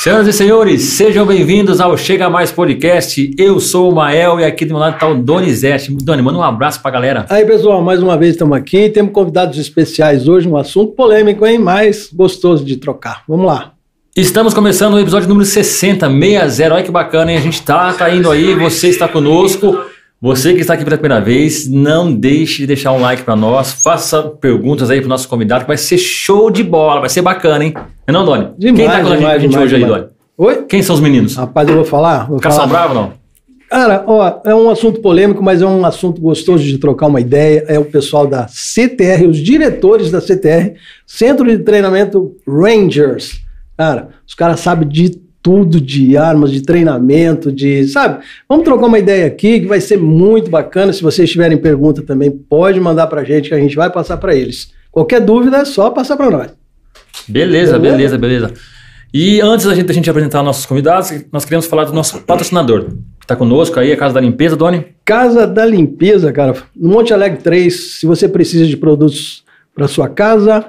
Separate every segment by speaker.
Speaker 1: Senhoras e senhores, sejam bem-vindos ao Chega Mais Podcast. Eu sou o Mael e aqui do meu lado está o Donizete. Doni, manda um abraço pra galera.
Speaker 2: Aí, pessoal, mais uma vez estamos aqui. Temos convidados especiais hoje, um assunto polêmico, hein? Mas gostoso de trocar. Vamos lá.
Speaker 1: Estamos começando o episódio número 60, 60. Olha que bacana, hein? A gente tá, tá indo aí, você está conosco. Você que está aqui pela primeira vez, não deixe de deixar um like para nós. Faça perguntas aí pro nosso convidado, que vai ser show de bola, vai ser bacana, hein? Não é não, Doni?
Speaker 2: Demais,
Speaker 1: Quem tá com a gente,
Speaker 2: demais,
Speaker 1: gente
Speaker 2: demais,
Speaker 1: hoje aí,
Speaker 2: demais. Ah,
Speaker 1: Doni?
Speaker 2: Oi?
Speaker 1: Quem são os meninos?
Speaker 2: Rapaz, eu vou falar. Vou
Speaker 1: Cação
Speaker 2: falar.
Speaker 1: Bravo, não?
Speaker 2: Cara, ó, é um assunto polêmico, mas é um assunto gostoso de trocar uma ideia. É o pessoal da CTR, os diretores da CTR, Centro de Treinamento Rangers. Cara, os caras sabem de tudo, de armas, de treinamento, de. Sabe? Vamos trocar uma ideia aqui que vai ser muito bacana. Se vocês tiverem pergunta também, pode mandar pra gente que a gente vai passar pra eles. Qualquer dúvida é só passar pra nós.
Speaker 1: Beleza, beleza,
Speaker 2: Beleza?
Speaker 1: beleza. E antes da gente, da gente apresentar nossos convidados, nós queremos falar do nosso patrocinador, que está conosco aí, a Casa da Limpeza, Doni.
Speaker 2: Casa da Limpeza, cara. No Monte Alegre 3, se você precisa de produtos para sua casa,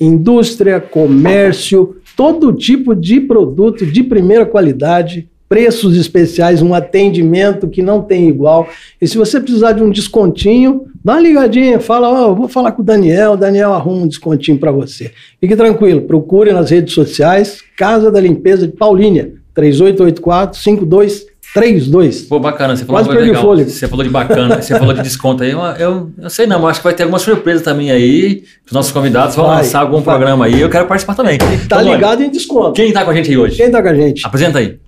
Speaker 2: indústria, comércio, todo tipo de produto de primeira qualidade, preços especiais, um atendimento que não tem igual. E se você precisar de um descontinho, dá uma ligadinha, fala, ó, eu vou falar com o Daniel, o Daniel arruma um descontinho para você. Fique tranquilo, procure nas redes sociais Casa da Limpeza de Paulínia, 3884 5232.
Speaker 1: Pô, bacana, você falou
Speaker 2: Quase
Speaker 1: uma coisa
Speaker 2: perdi o
Speaker 1: legal.
Speaker 2: fôlego.
Speaker 1: Você falou de bacana, você falou de desconto aí. Eu, eu, eu sei não, mas acho que vai ter alguma surpresa também aí. Os nossos convidados vão
Speaker 2: Vai,
Speaker 1: lançar algum
Speaker 2: vai.
Speaker 1: programa aí. Eu quero participar também.
Speaker 2: Tá
Speaker 1: Então, Doni,
Speaker 2: ligado em desconto.
Speaker 1: Quem tá com a gente aí hoje?
Speaker 2: Quem tá com a gente?
Speaker 1: Apresenta aí.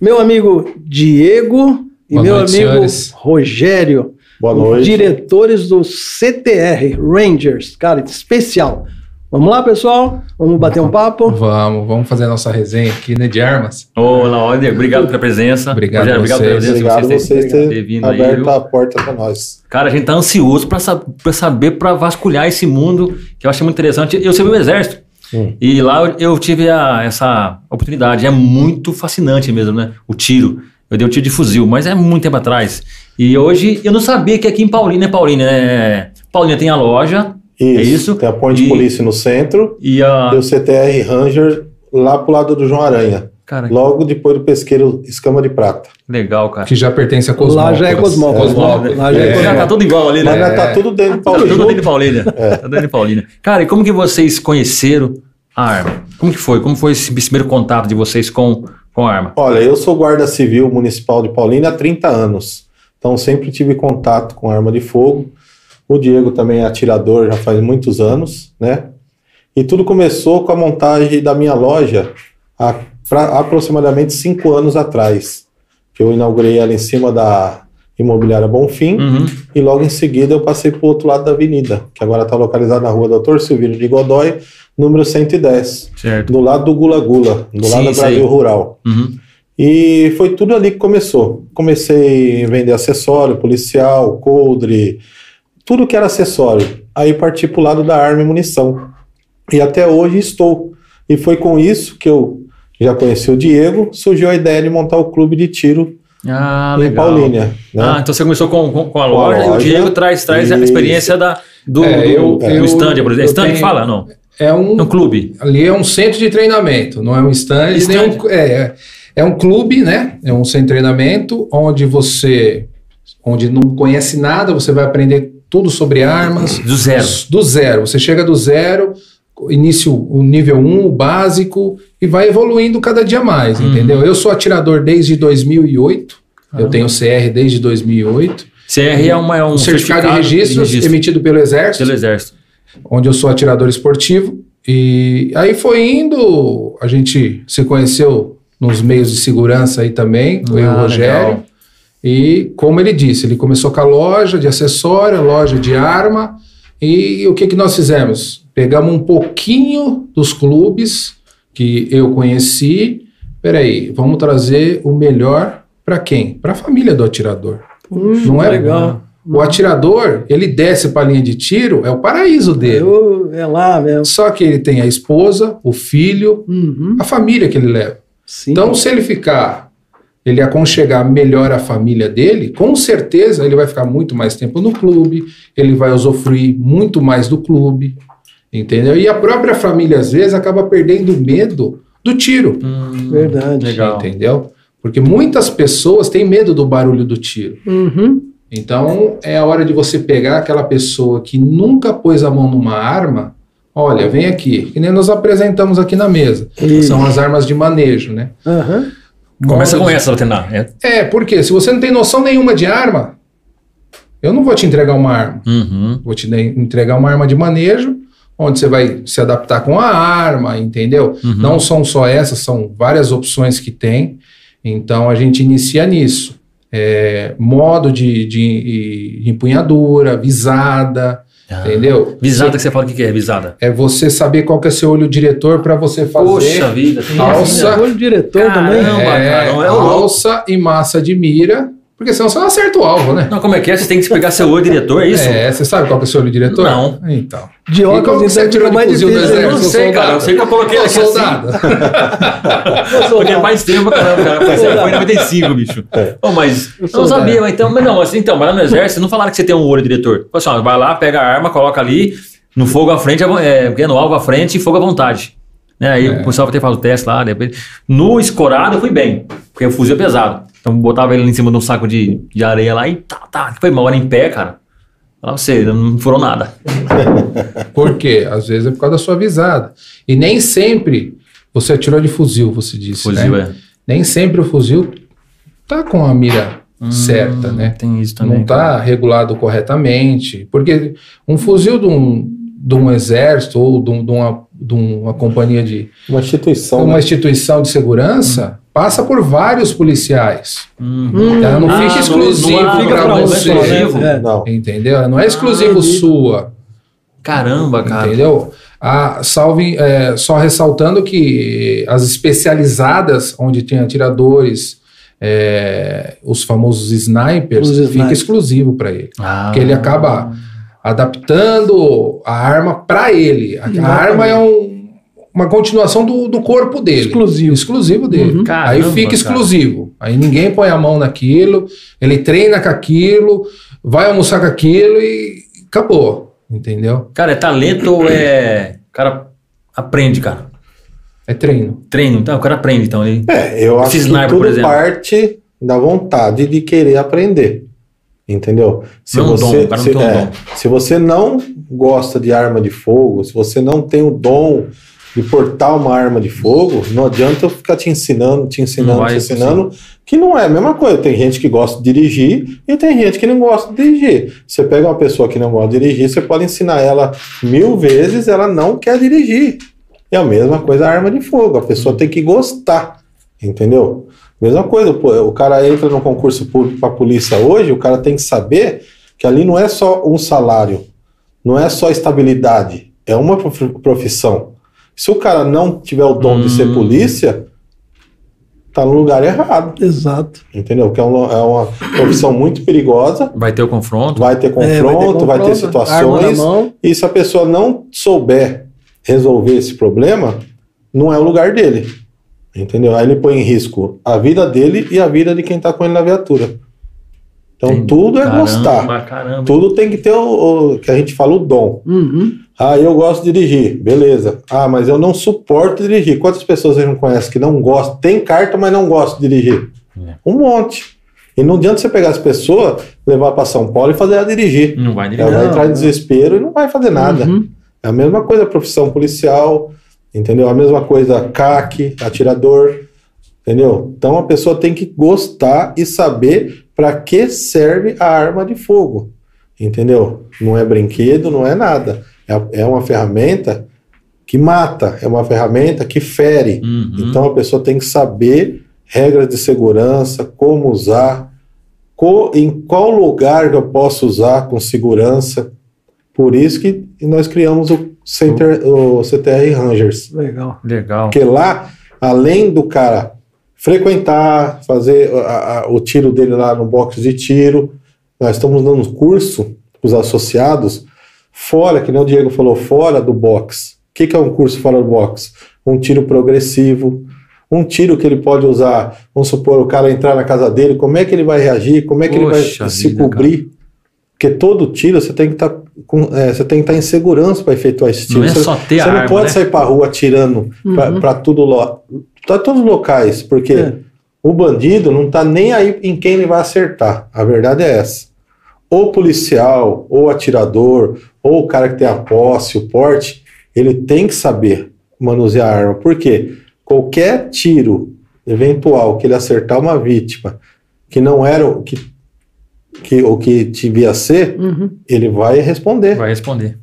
Speaker 2: Meu amigo Diego e
Speaker 3: Boa
Speaker 2: meu
Speaker 3: noite,
Speaker 2: amigo
Speaker 3: senhores.
Speaker 2: Rogério.
Speaker 4: Boa noite.
Speaker 2: Diretores do CTR Rangers, cara, especial. Vamos lá, pessoal? Vamos bater um papo?
Speaker 3: Vamos, vamos fazer a nossa resenha aqui, né, de armas.
Speaker 1: Ô, Laódia, obrigado pela presença.
Speaker 3: Obrigado
Speaker 1: Rogério, obrigado pela
Speaker 3: vocês.
Speaker 1: presença. de
Speaker 4: Obrigado a
Speaker 1: vocês
Speaker 4: vocês
Speaker 1: terem-
Speaker 4: terem
Speaker 1: terem vindo aí,
Speaker 4: aberto
Speaker 1: viu?
Speaker 4: a porta para nós.
Speaker 1: Cara, a gente tá ansioso pra, sa- pra saber, pra vasculhar esse mundo, que eu achei muito interessante. Eu servi o exército.
Speaker 4: Sim.
Speaker 1: E lá eu, eu tive a- essa oportunidade. É muito fascinante mesmo, né? O tiro. Eu dei um tiro de fuzil, mas é muito tempo atrás. E hoje eu não sabia que aqui em Paulínia, né, Paulínia, né? Paulínia tem a loja
Speaker 4: Isso.
Speaker 1: É isso?
Speaker 4: Tem a Ponte
Speaker 1: E- Ah.
Speaker 4: de Polícia no centro
Speaker 1: e a.
Speaker 4: e o CTR Ranger lá pro lado do João Aranha.
Speaker 1: Cara, que
Speaker 4: Logo depois do pesqueiro Escama de Prata.
Speaker 1: legal, cara.
Speaker 3: Que já pertence a Cosmópolis.
Speaker 2: Lá já é Cosmópolis.
Speaker 3: Cosmópolis.
Speaker 2: Lá já é
Speaker 3: É.
Speaker 1: Já tá tudo igual ali, né?
Speaker 4: Mas nós tá tudo dentro do
Speaker 1: Tá tudo
Speaker 4: Paulista.
Speaker 1: dentro de Paulínia. Tá dentro de Paulínia. Cara, e como que vocês conheceram a arma? Como que foi? Como foi esse primeiro contato de vocês com, com a arma?
Speaker 4: Olha, eu sou guarda civil municipal de Paulínia há 30 anos. Então sempre tive contato com arma de fogo. O Diego também é atirador já faz muitos anos, né? E tudo começou com a montagem da minha loja há pra- aproximadamente cinco anos atrás. Que eu inaugurei ela em cima da imobiliária Bonfim
Speaker 1: Uhum.
Speaker 4: e logo em seguida eu passei para o outro lado da avenida, que agora está localizado na rua Doutor Silvino de Godoy, número 110,
Speaker 1: Certo.
Speaker 4: do lado do Gula Gula, do
Speaker 1: Sim,
Speaker 4: lado do
Speaker 1: sei.
Speaker 4: Brasil Rural.
Speaker 1: Uhum.
Speaker 4: E foi tudo ali que começou. Comecei a vender acessório, policial, coldre, tudo que era acessório. Aí parti pro lado da arma e munição. E até hoje estou. E foi com isso que eu já conheci o Diego, surgiu a ideia de montar o clube de tiro
Speaker 1: Ah,
Speaker 4: em
Speaker 1: legal.
Speaker 4: Paulínia. né?
Speaker 1: Ah, então você começou com, com, com a
Speaker 4: Com a
Speaker 1: loja, e o
Speaker 4: loja.
Speaker 1: Diego traz, traz a
Speaker 4: Isso.
Speaker 1: experiência da, do, do,
Speaker 3: É, eu-
Speaker 1: do
Speaker 3: eu-
Speaker 1: stand, por exemplo. É
Speaker 3: eu
Speaker 1: Stand que
Speaker 3: tenho-
Speaker 1: fala? Não.
Speaker 3: É um,
Speaker 1: É um clube.
Speaker 3: ali é um centro de treinamento, não é um stand,
Speaker 1: Stand.
Speaker 3: nem um, é, é- é um clube, né? É um centro de treinamento onde você, onde não conhece nada, você vai aprender tudo sobre armas,
Speaker 1: Do zero.
Speaker 3: Do zero. Você chega do zero, inicia o nível 1, um, o básico, e vai evoluindo cada dia mais,
Speaker 1: Uhum. Ah.
Speaker 3: entendeu? Eu sou atirador desde 2008,
Speaker 1: Caramba.
Speaker 3: eu tenho CR desde 2008.
Speaker 1: CR é, uma, é um
Speaker 3: um certificado, de registros emitido pelo Exército,
Speaker 1: pelo Exército.
Speaker 3: onde eu sou atirador esportivo. E aí foi indo, a gente se conheceu nos meios de segurança aí também, eu e o
Speaker 1: Ah,
Speaker 3: Rogério.
Speaker 1: legal.
Speaker 3: E como ele disse, ele começou com a loja de acessório, a loja de arma. E o que, que nós fizemos? Pegamos um pouquinho dos clubes que eu conheci. Peraí, vamos trazer o melhor para quem? Para a família do atirador.
Speaker 2: Hum,
Speaker 3: Não é?
Speaker 2: legal.
Speaker 3: O atirador, ele desce para a linha de tiro, é o paraíso dele.
Speaker 2: Eu, é lá mesmo.
Speaker 3: Só que ele tem a esposa, o filho,
Speaker 2: Uhum,
Speaker 3: a família que ele leva.
Speaker 2: sim.
Speaker 3: Então, se ele ficar, ele aconchegar melhor a família dele, com certeza ele vai ficar muito mais tempo no clube, ele vai usufruir muito mais do clube, entendeu? E a própria família, às vezes, acaba perdendo medo do tiro.
Speaker 1: Hum,
Speaker 2: Verdade.
Speaker 1: Legal.
Speaker 3: Entendeu? Porque muitas pessoas têm medo do barulho do tiro.
Speaker 2: Uhum.
Speaker 3: Então é a hora de você pegar aquela pessoa que nunca pôs a mão numa arma. Olha, vem aqui. Que nem nós apresentamos aqui na mesa.
Speaker 2: Isso.
Speaker 3: São as armas de manejo, né?
Speaker 2: Aham.
Speaker 1: Começa com
Speaker 3: Modos-
Speaker 1: essa, Latenar. É.
Speaker 3: É, porque se você não tem noção nenhuma de arma, eu não vou te entregar uma arma.
Speaker 1: Uhum.
Speaker 3: Vou te de- entregar uma arma de manejo, onde você vai se adaptar com a arma, entendeu?
Speaker 1: Uhum.
Speaker 3: Não são só essas, são várias opções que tem. Então a gente inicia nisso. É, modo de, de- de empunhadura, visada,
Speaker 1: Ah.
Speaker 3: entendeu?
Speaker 1: Visada que você fala o que que é, visada.
Speaker 3: É você saber qual que é seu olho diretor para você fazer.
Speaker 1: Poxa vida, tem
Speaker 3: Alça.
Speaker 1: vida.
Speaker 2: Olho é diretor também.
Speaker 1: Caramba.
Speaker 3: é,
Speaker 1: cara, é o-
Speaker 3: alça e massa de mira, porque senão você não acerta o alvo, né?
Speaker 1: Não, como é que é? Você tem que pegar seu olho diretor, é isso?
Speaker 3: É, você sabe qual que é o seu olho diretor?
Speaker 1: Não.
Speaker 3: Então.
Speaker 2: De
Speaker 3: E como que
Speaker 2: óculos,
Speaker 3: você
Speaker 2: então,
Speaker 3: tirou
Speaker 2: fica
Speaker 3: de
Speaker 2: mais
Speaker 3: fuzil do
Speaker 2: difícil.
Speaker 1: Eu
Speaker 3: exército?
Speaker 1: não
Speaker 3: é, sou
Speaker 1: sei, cara.
Speaker 3: soldado.
Speaker 1: Eu sei que eu coloquei
Speaker 3: Ô,
Speaker 1: aqui assim.
Speaker 3: soldado.
Speaker 2: Eu sou
Speaker 1: Porque é
Speaker 2: soldado.
Speaker 1: mais tempo, caramba, cara. Porque Você
Speaker 2: Soldado.
Speaker 1: foi em 95, bicho.
Speaker 4: É.
Speaker 1: Ô, mas eu não
Speaker 3: soldado.
Speaker 1: sabia, mas então, mas não, assim, então, mas lá no exército não falaram que você tem um olho diretor. Falou assim, ó, vai lá, pega a arma, coloca ali, no fogo à frente, é, porque é no alvo à frente e fogo à vontade. Né? Aí
Speaker 3: É.
Speaker 1: o pessoal vai ter falado o teste lá, depois. No escorado eu fui bem, porque o fuzil é pesado. Então botava ele em cima de um saco de, de areia lá e tá, tá. Foi uma hora em pé, cara. Falar pra você, não furou nada.
Speaker 3: Por quê? Às vezes é por causa da sua visada. E nem sempre você atirou de fuzil, você disse.
Speaker 1: Fuzil
Speaker 3: né?
Speaker 1: é.
Speaker 2: Uhum.
Speaker 3: Nem sempre o fuzil tá com a mira certa,
Speaker 1: Hum,
Speaker 3: né?
Speaker 1: Tem isso também.
Speaker 3: não está regulado corretamente. Porque um fuzil de um, de um exército ou de, um- de uma, de uma companhia de.
Speaker 4: Uma instituição.
Speaker 3: uma
Speaker 4: né?
Speaker 3: instituição de segurança
Speaker 2: Uhum.
Speaker 3: passa por vários policiais.
Speaker 1: Hum.
Speaker 2: Hum.
Speaker 3: Ela não
Speaker 1: Ah,
Speaker 3: fica
Speaker 1: não-
Speaker 3: exclusivo
Speaker 1: não
Speaker 2: fica
Speaker 3: para
Speaker 2: pra um
Speaker 3: você.
Speaker 2: só, né?
Speaker 1: exclusivo.
Speaker 2: É.
Speaker 4: Não.
Speaker 3: Entendeu? Ela Não é exclusivo
Speaker 2: entendi.
Speaker 3: sua.
Speaker 1: Caramba, cara.
Speaker 3: Entendeu? A, salve, é, só ressaltando que as especializadas, onde tem atiradores, é, os famosos snipers,
Speaker 2: Os
Speaker 3: fica
Speaker 2: snipers.
Speaker 3: exclusivo para ele.
Speaker 1: Ah.
Speaker 3: Porque ele acaba adaptando a arma para ele. A, a arma é um- uma continuação do, do corpo dele.
Speaker 2: Exclusivo.
Speaker 3: Exclusivo dele.
Speaker 2: Uhum.
Speaker 1: Caramba,
Speaker 3: Aí fica
Speaker 1: cara.
Speaker 3: exclusivo. Aí ninguém põe a mão naquilo, ele treina com aquilo, vai almoçar com aquilo e acabou. Entendeu?
Speaker 1: Cara, é talento ou é. O cara aprende, cara.
Speaker 3: É treino.
Speaker 1: Treino, então. O cara aprende, então. Ele...
Speaker 4: É, eu
Speaker 1: Esse
Speaker 4: acho
Speaker 1: sniper,
Speaker 4: que
Speaker 1: por
Speaker 4: tudo
Speaker 1: exemplo.
Speaker 4: parte da vontade de querer aprender. Entendeu? Se
Speaker 1: Não é um dom,
Speaker 4: você,
Speaker 1: o cara não
Speaker 4: se,
Speaker 1: tem um
Speaker 4: é,
Speaker 1: dom.
Speaker 4: se você não gosta de arma de fogo, se você não tem o dom de portar uma arma de fogo, não adianta eu ficar te ensinando, te
Speaker 1: Não
Speaker 4: ensinando,
Speaker 1: vai,
Speaker 4: te ensinando, que não é a mesma coisa. Tem gente que gosta de dirigir e tem gente que não gosta de dirigir. Você pega uma pessoa que não gosta de dirigir, você pode ensinar ela mil vezes, ela não quer dirigir. É a mesma coisa a arma de fogo. A
Speaker 1: Uhum.
Speaker 4: pessoa tem que gostar, entendeu? Mesma coisa, pô, o cara entra no concurso público para polícia hoje, o cara tem que saber que ali não é só um salário, não é só estabilidade, é uma prof- profissão. Se o cara não tiver o dom de ser
Speaker 1: Hum.
Speaker 4: polícia, tá no lugar errado,
Speaker 2: Exato.
Speaker 4: entendeu? Que é uma, é uma profissão muito perigosa,
Speaker 1: Vai ter o confronto.
Speaker 4: vai ter confronto,
Speaker 2: É,
Speaker 4: vai ter,
Speaker 2: confronto, Arma na
Speaker 4: situações,
Speaker 2: mão.
Speaker 4: e se a pessoa não souber resolver esse problema, não é o lugar dele. Entendeu? Aí ele põe em risco a vida dele e a vida de quem tá com ele na viatura. Então
Speaker 1: Entendi.
Speaker 4: tudo é
Speaker 1: caramba,
Speaker 4: gostar.
Speaker 1: Caramba.
Speaker 4: Tudo tem que ter o, o que a gente fala o dom.
Speaker 2: Uhum.
Speaker 4: Ah, eu gosto de dirigir, beleza. Ah, mas eu não suporto dirigir. Quantas pessoas você não conhece que não gostam? Tem carta, mas não gosta de dirigir?
Speaker 1: É.
Speaker 4: Um monte. E não adianta você pegar as pessoas, levar para São Paulo e fazer ela dirigir.
Speaker 1: Não vai dirigir.
Speaker 4: Ela vai
Speaker 2: Não,
Speaker 4: entrar em
Speaker 2: não.
Speaker 4: desespero e não vai fazer nada.
Speaker 2: Uhum.
Speaker 4: É a mesma coisa a profissão policial, entendeu? A mesma coisa CAC, atirador, entendeu? Então a pessoa tem que gostar e saber para que serve a arma de fogo, entendeu? Não é brinquedo, não é nada. É, é uma ferramenta que mata, é uma ferramenta que fere.
Speaker 1: Uhum.
Speaker 4: Então a pessoa tem que saber regras de segurança, como usar, co- em qual lugar que eu posso usar com segurança. Por isso que nós criamos o, Center, o CTR Rangers.
Speaker 2: Legal.
Speaker 1: Legal.
Speaker 4: Porque lá, além do cara frequentar, fazer a- a- o tiro dele lá no box de tiro, nós estamos dando curso para os associados fora, que nem o Diego falou, fora do box. O que, que é um curso fora do box? Um tiro progressivo, um tiro que ele pode usar, vamos supor, o cara entrar na casa dele, como é que ele vai reagir, como é que ele vai
Speaker 1: Poxa
Speaker 4: se
Speaker 1: vida,
Speaker 4: cobrir. Porque todo tiro você tem que estar com- é, você tem que estar em segurança para efetuar esse tiro.
Speaker 1: Não é
Speaker 4: Você-
Speaker 1: só ter
Speaker 4: você
Speaker 1: a
Speaker 4: não
Speaker 1: arma,
Speaker 4: pode
Speaker 1: né?
Speaker 4: sair para rua atirando
Speaker 2: Uhum.
Speaker 4: para tudo lo... pra todos os locais, porque
Speaker 2: É.
Speaker 4: o bandido não está nem aí em quem ele vai acertar. A verdade é essa. O policial, ou atirador, ou o cara que tem a posse, o porte, ele tem que saber manusear a arma. Por quê? Qualquer tiro eventual que ele acertar uma vítima que não era o que, que, o que devia ser,
Speaker 2: Uhum.
Speaker 4: ele vai responder.
Speaker 1: Vai responder.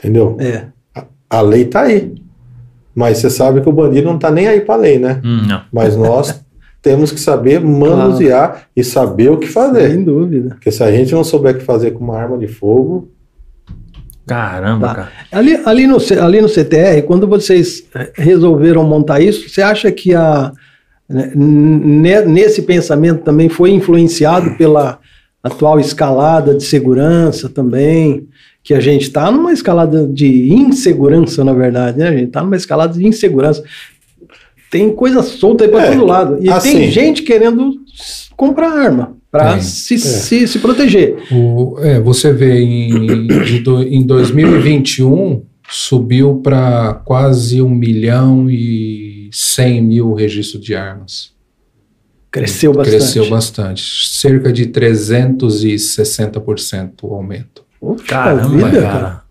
Speaker 4: Entendeu?
Speaker 2: É.
Speaker 4: A lei tá aí. Mas você sabe que o bandido não tá nem aí pra lei, né?
Speaker 1: Hum, não.
Speaker 4: Mas nós temos que saber manusear e saber o que fazer.
Speaker 2: Sem dúvida.
Speaker 4: Porque se a gente não souber o que fazer com uma arma de fogo,
Speaker 1: Caramba,
Speaker 4: Ah,
Speaker 2: Tá.
Speaker 1: cara.
Speaker 2: Ali, ali, no, C- ali no CTR, quando vocês eh, resolveram montar isso, você acha que a, né, ne- nesse pensamento também foi influenciado pela atual escalada de segurança também? Que a gente está numa escalada de insegurança, na verdade, né? A gente está numa escalada de insegurança. Tem coisa solta aí para
Speaker 4: É,
Speaker 2: todo lado. E
Speaker 4: assim.
Speaker 2: tem gente querendo s- comprar arma para
Speaker 1: Tem,
Speaker 2: se,
Speaker 4: É.
Speaker 2: se, se proteger.
Speaker 3: O- é, você vê em, de do- em 2021 subiu para quase 1 milhão e 100 mil registros de armas.
Speaker 2: Cresceu bastante.
Speaker 3: Cresceu bastante, cerca de 360% o aumento.
Speaker 2: Poxa
Speaker 1: Caramba,
Speaker 2: vida, cara.
Speaker 1: cara.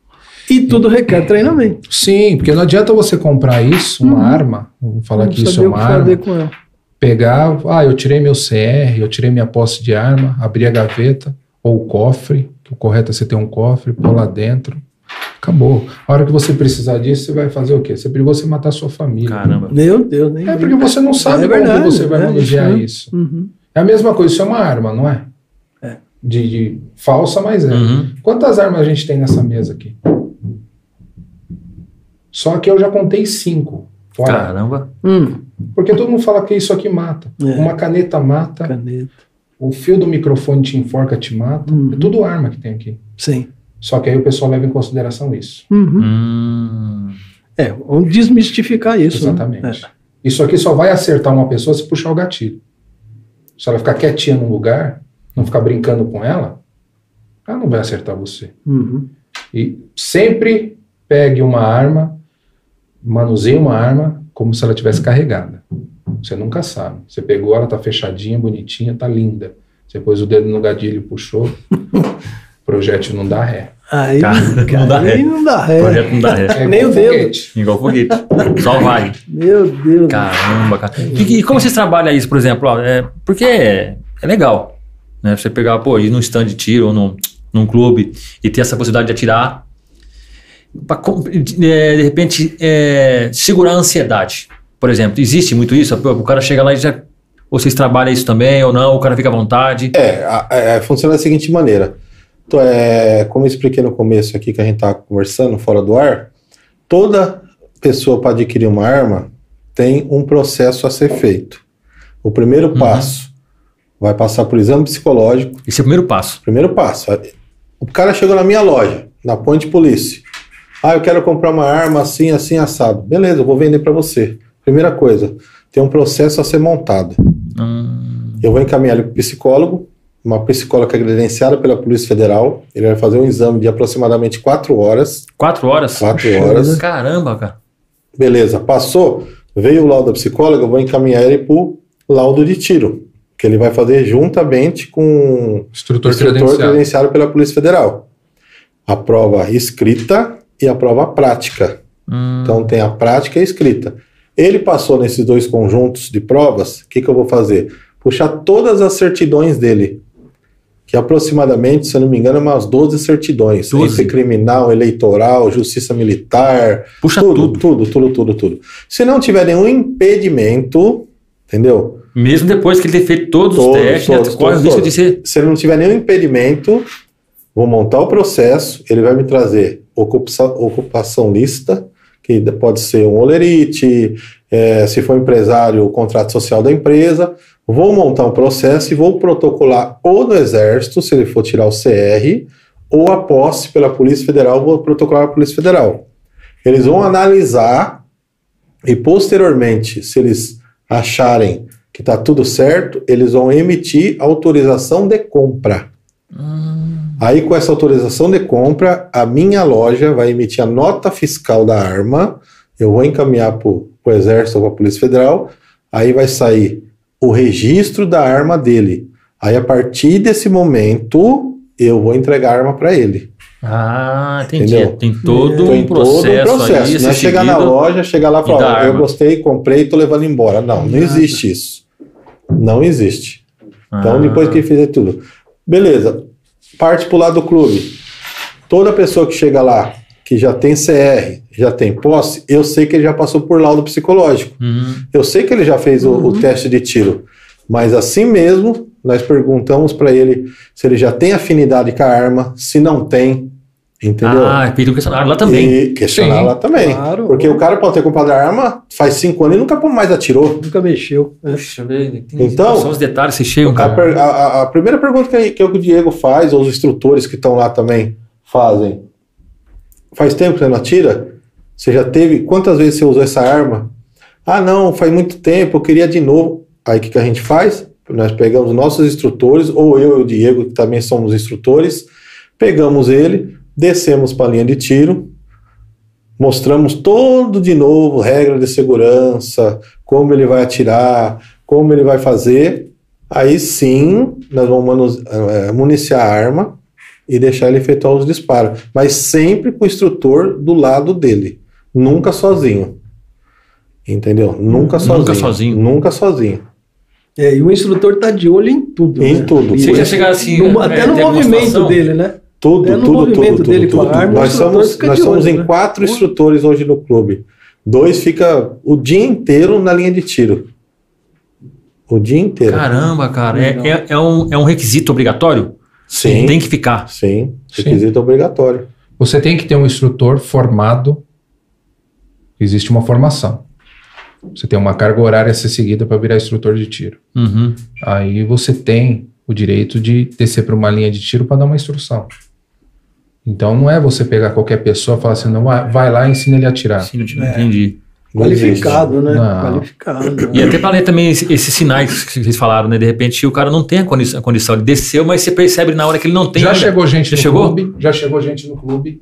Speaker 2: E tudo requer treinamento.
Speaker 3: Sim, porque não adianta você comprar isso, uma
Speaker 2: Uhum.
Speaker 3: arma, vamos falar
Speaker 2: Não
Speaker 3: que isso é
Speaker 2: saber o
Speaker 3: uma
Speaker 2: que
Speaker 3: arma,
Speaker 2: fazer com ela.
Speaker 3: pegar, ah, eu tirei meu CR, eu tirei minha posse de arma, abri a gaveta ou o cofre, que o correto é você ter um cofre, pôr lá dentro. Acabou. A hora que você precisar disso, você vai fazer o quê? Você brigou você matar sua família.
Speaker 1: Caramba.
Speaker 2: Meu Deus, nem.
Speaker 3: É
Speaker 2: vi.
Speaker 3: porque você não sabe
Speaker 2: É
Speaker 3: como que
Speaker 2: verdade,
Speaker 3: você vai
Speaker 2: é
Speaker 3: manusear
Speaker 2: isso, né?
Speaker 3: isso.
Speaker 2: Uhum.
Speaker 3: É a mesma coisa, isso é uma arma, não é? De, de falsa, mas é.
Speaker 1: Uhum.
Speaker 3: Quantas armas a gente tem nessa mesa aqui? Só que eu já contei cinco. Fora.
Speaker 1: Caramba.
Speaker 2: Hum,
Speaker 3: Porque todo mundo fala que isso aqui mata.
Speaker 2: É.
Speaker 3: Uma caneta mata.
Speaker 2: caneta.
Speaker 3: O fio do microfone te enforca, te mata.
Speaker 2: Uhum.
Speaker 3: É tudo arma que tem aqui.
Speaker 2: Sim.
Speaker 3: Só que aí o pessoal leva em consideração isso.
Speaker 2: Uhum.
Speaker 1: Hum.
Speaker 2: É, vamos desmistificar isso. né?
Speaker 3: Exatamente. Isso aqui só vai acertar uma pessoa se puxar o gatilho. Se ela ficar quietinha num lugar, não ficar brincando com ela, ela não vai acertar você.
Speaker 2: É. Uhum.
Speaker 3: E sempre pegue uma arma, manuseie uma arma como se ela tivesse carregada. Você nunca sabe. Você pegou ela, tá fechadinha, bonitinha, tá linda. Você pôs o dedo no gadilho e puxou, projétil não dá ré.
Speaker 2: Aí,
Speaker 1: Cara, Tá, não
Speaker 2: cara,
Speaker 1: dá ré.
Speaker 2: aí não dá ré.
Speaker 1: Projeto não dá ré.
Speaker 3: É
Speaker 2: Nem
Speaker 3: igual
Speaker 2: o dedo.
Speaker 3: foguete.
Speaker 1: Igual foguete. Só vai.
Speaker 2: Meu Deus.
Speaker 1: Tá. Caramba, cara. E, e como vocês trabalham isso, por exemplo? ó, é, porque é, é legal, né? Você pegar, pô, ir num stand de tiro ou num, num clube e ter essa possibilidade de atirar. pra com- de- é, de repente, é, segurar a ansiedade, por exemplo. Existe muito isso? Pô, O cara chega lá e já... Ou vocês trabalham isso também ou não? O cara fica à vontade.
Speaker 4: é, a- é, funciona da seguinte maneira. Então, é, como eu expliquei no começo aqui que a gente estava conversando fora do ar, toda pessoa para adquirir uma arma tem um processo a ser feito. O primeiro
Speaker 1: Uhum.
Speaker 4: passo vai passar por exame psicológico.
Speaker 1: Esse é o primeiro passo.
Speaker 4: Primeiro passo. O cara chegou na minha loja, na Ponte Police. Ah, eu quero comprar uma arma assim, assim, assado. Beleza, eu vou vender para você. Primeira coisa, tem um processo a ser montado.
Speaker 1: Hum,
Speaker 4: Eu vou encaminhar ele para psicólogo, uma psicóloga que é credenciada pela Polícia Federal. Ele vai fazer um exame de aproximadamente quatro horas.
Speaker 1: quatro horas?
Speaker 4: Quatro horas.
Speaker 1: Caramba, cara.
Speaker 4: Beleza, passou, veio o laudo da psicóloga, eu vou encaminhar ele para o laudo de tiro, que ele vai fazer juntamente com
Speaker 3: Instrutor,
Speaker 4: instrutor
Speaker 3: credenciado.
Speaker 4: credenciado pela Polícia Federal. A prova escrita e a prova prática.
Speaker 1: Hum,
Speaker 4: Então tem a prática e a escrita. Ele passou nesses dois conjuntos de provas, o que, que eu vou fazer? Puxar todas as certidões dele. Que aproximadamente, se eu não me engano, é umas 12 certidões.
Speaker 1: 12.
Speaker 4: Entre criminal, eleitoral, justiça militar,
Speaker 1: puxa
Speaker 4: tudo,
Speaker 1: tudo.
Speaker 4: tudo, tudo, tudo, tudo. Se não tiver nenhum impedimento, entendeu?
Speaker 1: Mesmo depois que ele ter feito todos,
Speaker 4: Todos,
Speaker 1: os testes,
Speaker 4: todos,
Speaker 1: né, corre
Speaker 4: todos,
Speaker 1: o risco
Speaker 4: todos.
Speaker 1: de ser
Speaker 4: se ele não tiver nenhum impedimento, vou montar o processo, ele vai me trazer ocupação, ocupação lista, que pode ser um olerite, eh, se for empresário, o contrato social da empresa. Vou montar um processo e vou protocolar ou no Exército, se ele for tirar o CR, ou a posse pela Polícia Federal, vou protocolar a Polícia Federal. Eles vão analisar e, posteriormente, se eles acharem que tá
Speaker 1: Hum.
Speaker 4: está tudo certo, eles vão emitir autorização de compra. Aí, com essa autorização de compra, a minha loja vai emitir a nota fiscal da arma. Eu vou encaminhar para o Exército ou para a Polícia Federal. Aí vai sair o registro da arma dele. Aí, a partir desse momento, eu vou entregar a arma para ele.
Speaker 1: Ah, entendi.
Speaker 4: Entendeu?
Speaker 1: Tem todo
Speaker 4: Tem
Speaker 1: um processo, aí.
Speaker 4: Não é
Speaker 1: ser
Speaker 4: chegar na
Speaker 1: seguido.
Speaker 4: loja, chegar lá e
Speaker 1: e
Speaker 4: falar:
Speaker 1: dar
Speaker 4: "Ó, eu
Speaker 1: arma."
Speaker 4: gostei, comprei e tô levando embora. Não, não
Speaker 2: Nada.
Speaker 4: existe isso. Não existe. Então,
Speaker 1: Ah,
Speaker 4: depois que fizer tudo. Beleza. Parte pro lado do clube. Toda pessoa que chega lá, que já tem CR, já tem posse, eu sei que ele já passou por laudo psicológico.
Speaker 1: Uhum.
Speaker 4: Eu sei que ele já fez o- o,
Speaker 2: Uhum.
Speaker 4: teste de tiro. Mas assim mesmo, nós perguntamos para ele se ele já tem afinidade com a arma, se não tem. Entendeu?
Speaker 1: Ah, pediu um questionário lá também.
Speaker 4: E questionar
Speaker 3: Sim.
Speaker 4: lá também.
Speaker 2: Claro.
Speaker 4: Porque o cara pode ter comprado a arma faz cinco anos e nunca mais atirou.
Speaker 2: Nunca mexeu. né?
Speaker 1: Puxa vida, tem-
Speaker 4: Então,
Speaker 1: são os detalhes que chegam,
Speaker 4: A,
Speaker 1: cara.
Speaker 4: per- a- a- a primeira pergunta que, que o Diego faz, ou os instrutores que estão lá também fazem: Faz tempo que você não atira? Você já teve? Quantas vezes você usou essa arma? Ah, não, faz muito tempo, eu queria de novo. Aí o que, que a gente faz? Nós pegamos nossos instrutores, ou eu e o Diego, que também somos instrutores, pegamos ele, descemos para a linha de tiro, mostramos todo de novo, regra de segurança, como ele vai atirar, como ele vai fazer. Aí sim, nós vamos manus- eh, municiar a arma e deixar ele efetuar os disparos, mas sempre com o instrutor do lado dele, nunca sozinho. Entendeu? Nunca sozinho.
Speaker 1: sozinho.
Speaker 4: Nunca sozinho.
Speaker 2: É, e o instrutor tá de olho em tudo.
Speaker 4: Em
Speaker 2: né?
Speaker 4: tudo.
Speaker 2: E
Speaker 4: Você
Speaker 1: Se
Speaker 4: já
Speaker 2: ele-
Speaker 1: chegar assim,
Speaker 2: no-
Speaker 1: é,
Speaker 2: até no
Speaker 1: demonstração?
Speaker 2: movimento dele, né?
Speaker 4: Tudo,
Speaker 2: É no
Speaker 4: tudo,
Speaker 2: movimento
Speaker 4: tudo,
Speaker 2: dele
Speaker 4: tudo,
Speaker 2: com a
Speaker 4: tudo.
Speaker 2: arma, o
Speaker 4: Nós
Speaker 2: instrutor
Speaker 4: somos,
Speaker 2: fica
Speaker 4: nós
Speaker 2: de
Speaker 4: somos
Speaker 2: olho,
Speaker 4: em
Speaker 2: né?
Speaker 4: quatro
Speaker 2: Pô.
Speaker 4: instrutores hoje no clube. Dois fica o dia inteiro na linha de tiro. O dia inteiro.
Speaker 1: Caramba, cara. É,
Speaker 2: Legal.
Speaker 1: é- é um, é um requisito obrigatório?
Speaker 4: sim,
Speaker 1: Tem que ficar.
Speaker 4: sim.
Speaker 3: Sim.
Speaker 4: Requisito obrigatório.
Speaker 3: Você tem que ter um instrutor formado. Existe uma formação. Você tem uma carga horária a ser seguida para virar instrutor de tiro.
Speaker 1: Uhum.
Speaker 3: Aí você tem o direito de descer para uma linha de tiro para dar uma instrução. Então não é você pegar qualquer pessoa e falar assim, não, vai vai lá e ensina ele a atirar.
Speaker 1: Sim, entendi.
Speaker 4: Não
Speaker 2: Qualificado, né?
Speaker 3: Não.
Speaker 2: Qualificado. né?
Speaker 1: E é até para ler também esse- esses sinais que vocês falaram, né? De repente o cara não tem a condi- a condição, ele desceu, mas você percebe na hora que ele não tem.
Speaker 3: já
Speaker 1: ainda.
Speaker 3: chegou gente
Speaker 1: Já
Speaker 3: no
Speaker 1: chegou?
Speaker 3: clube, já chegou gente no clube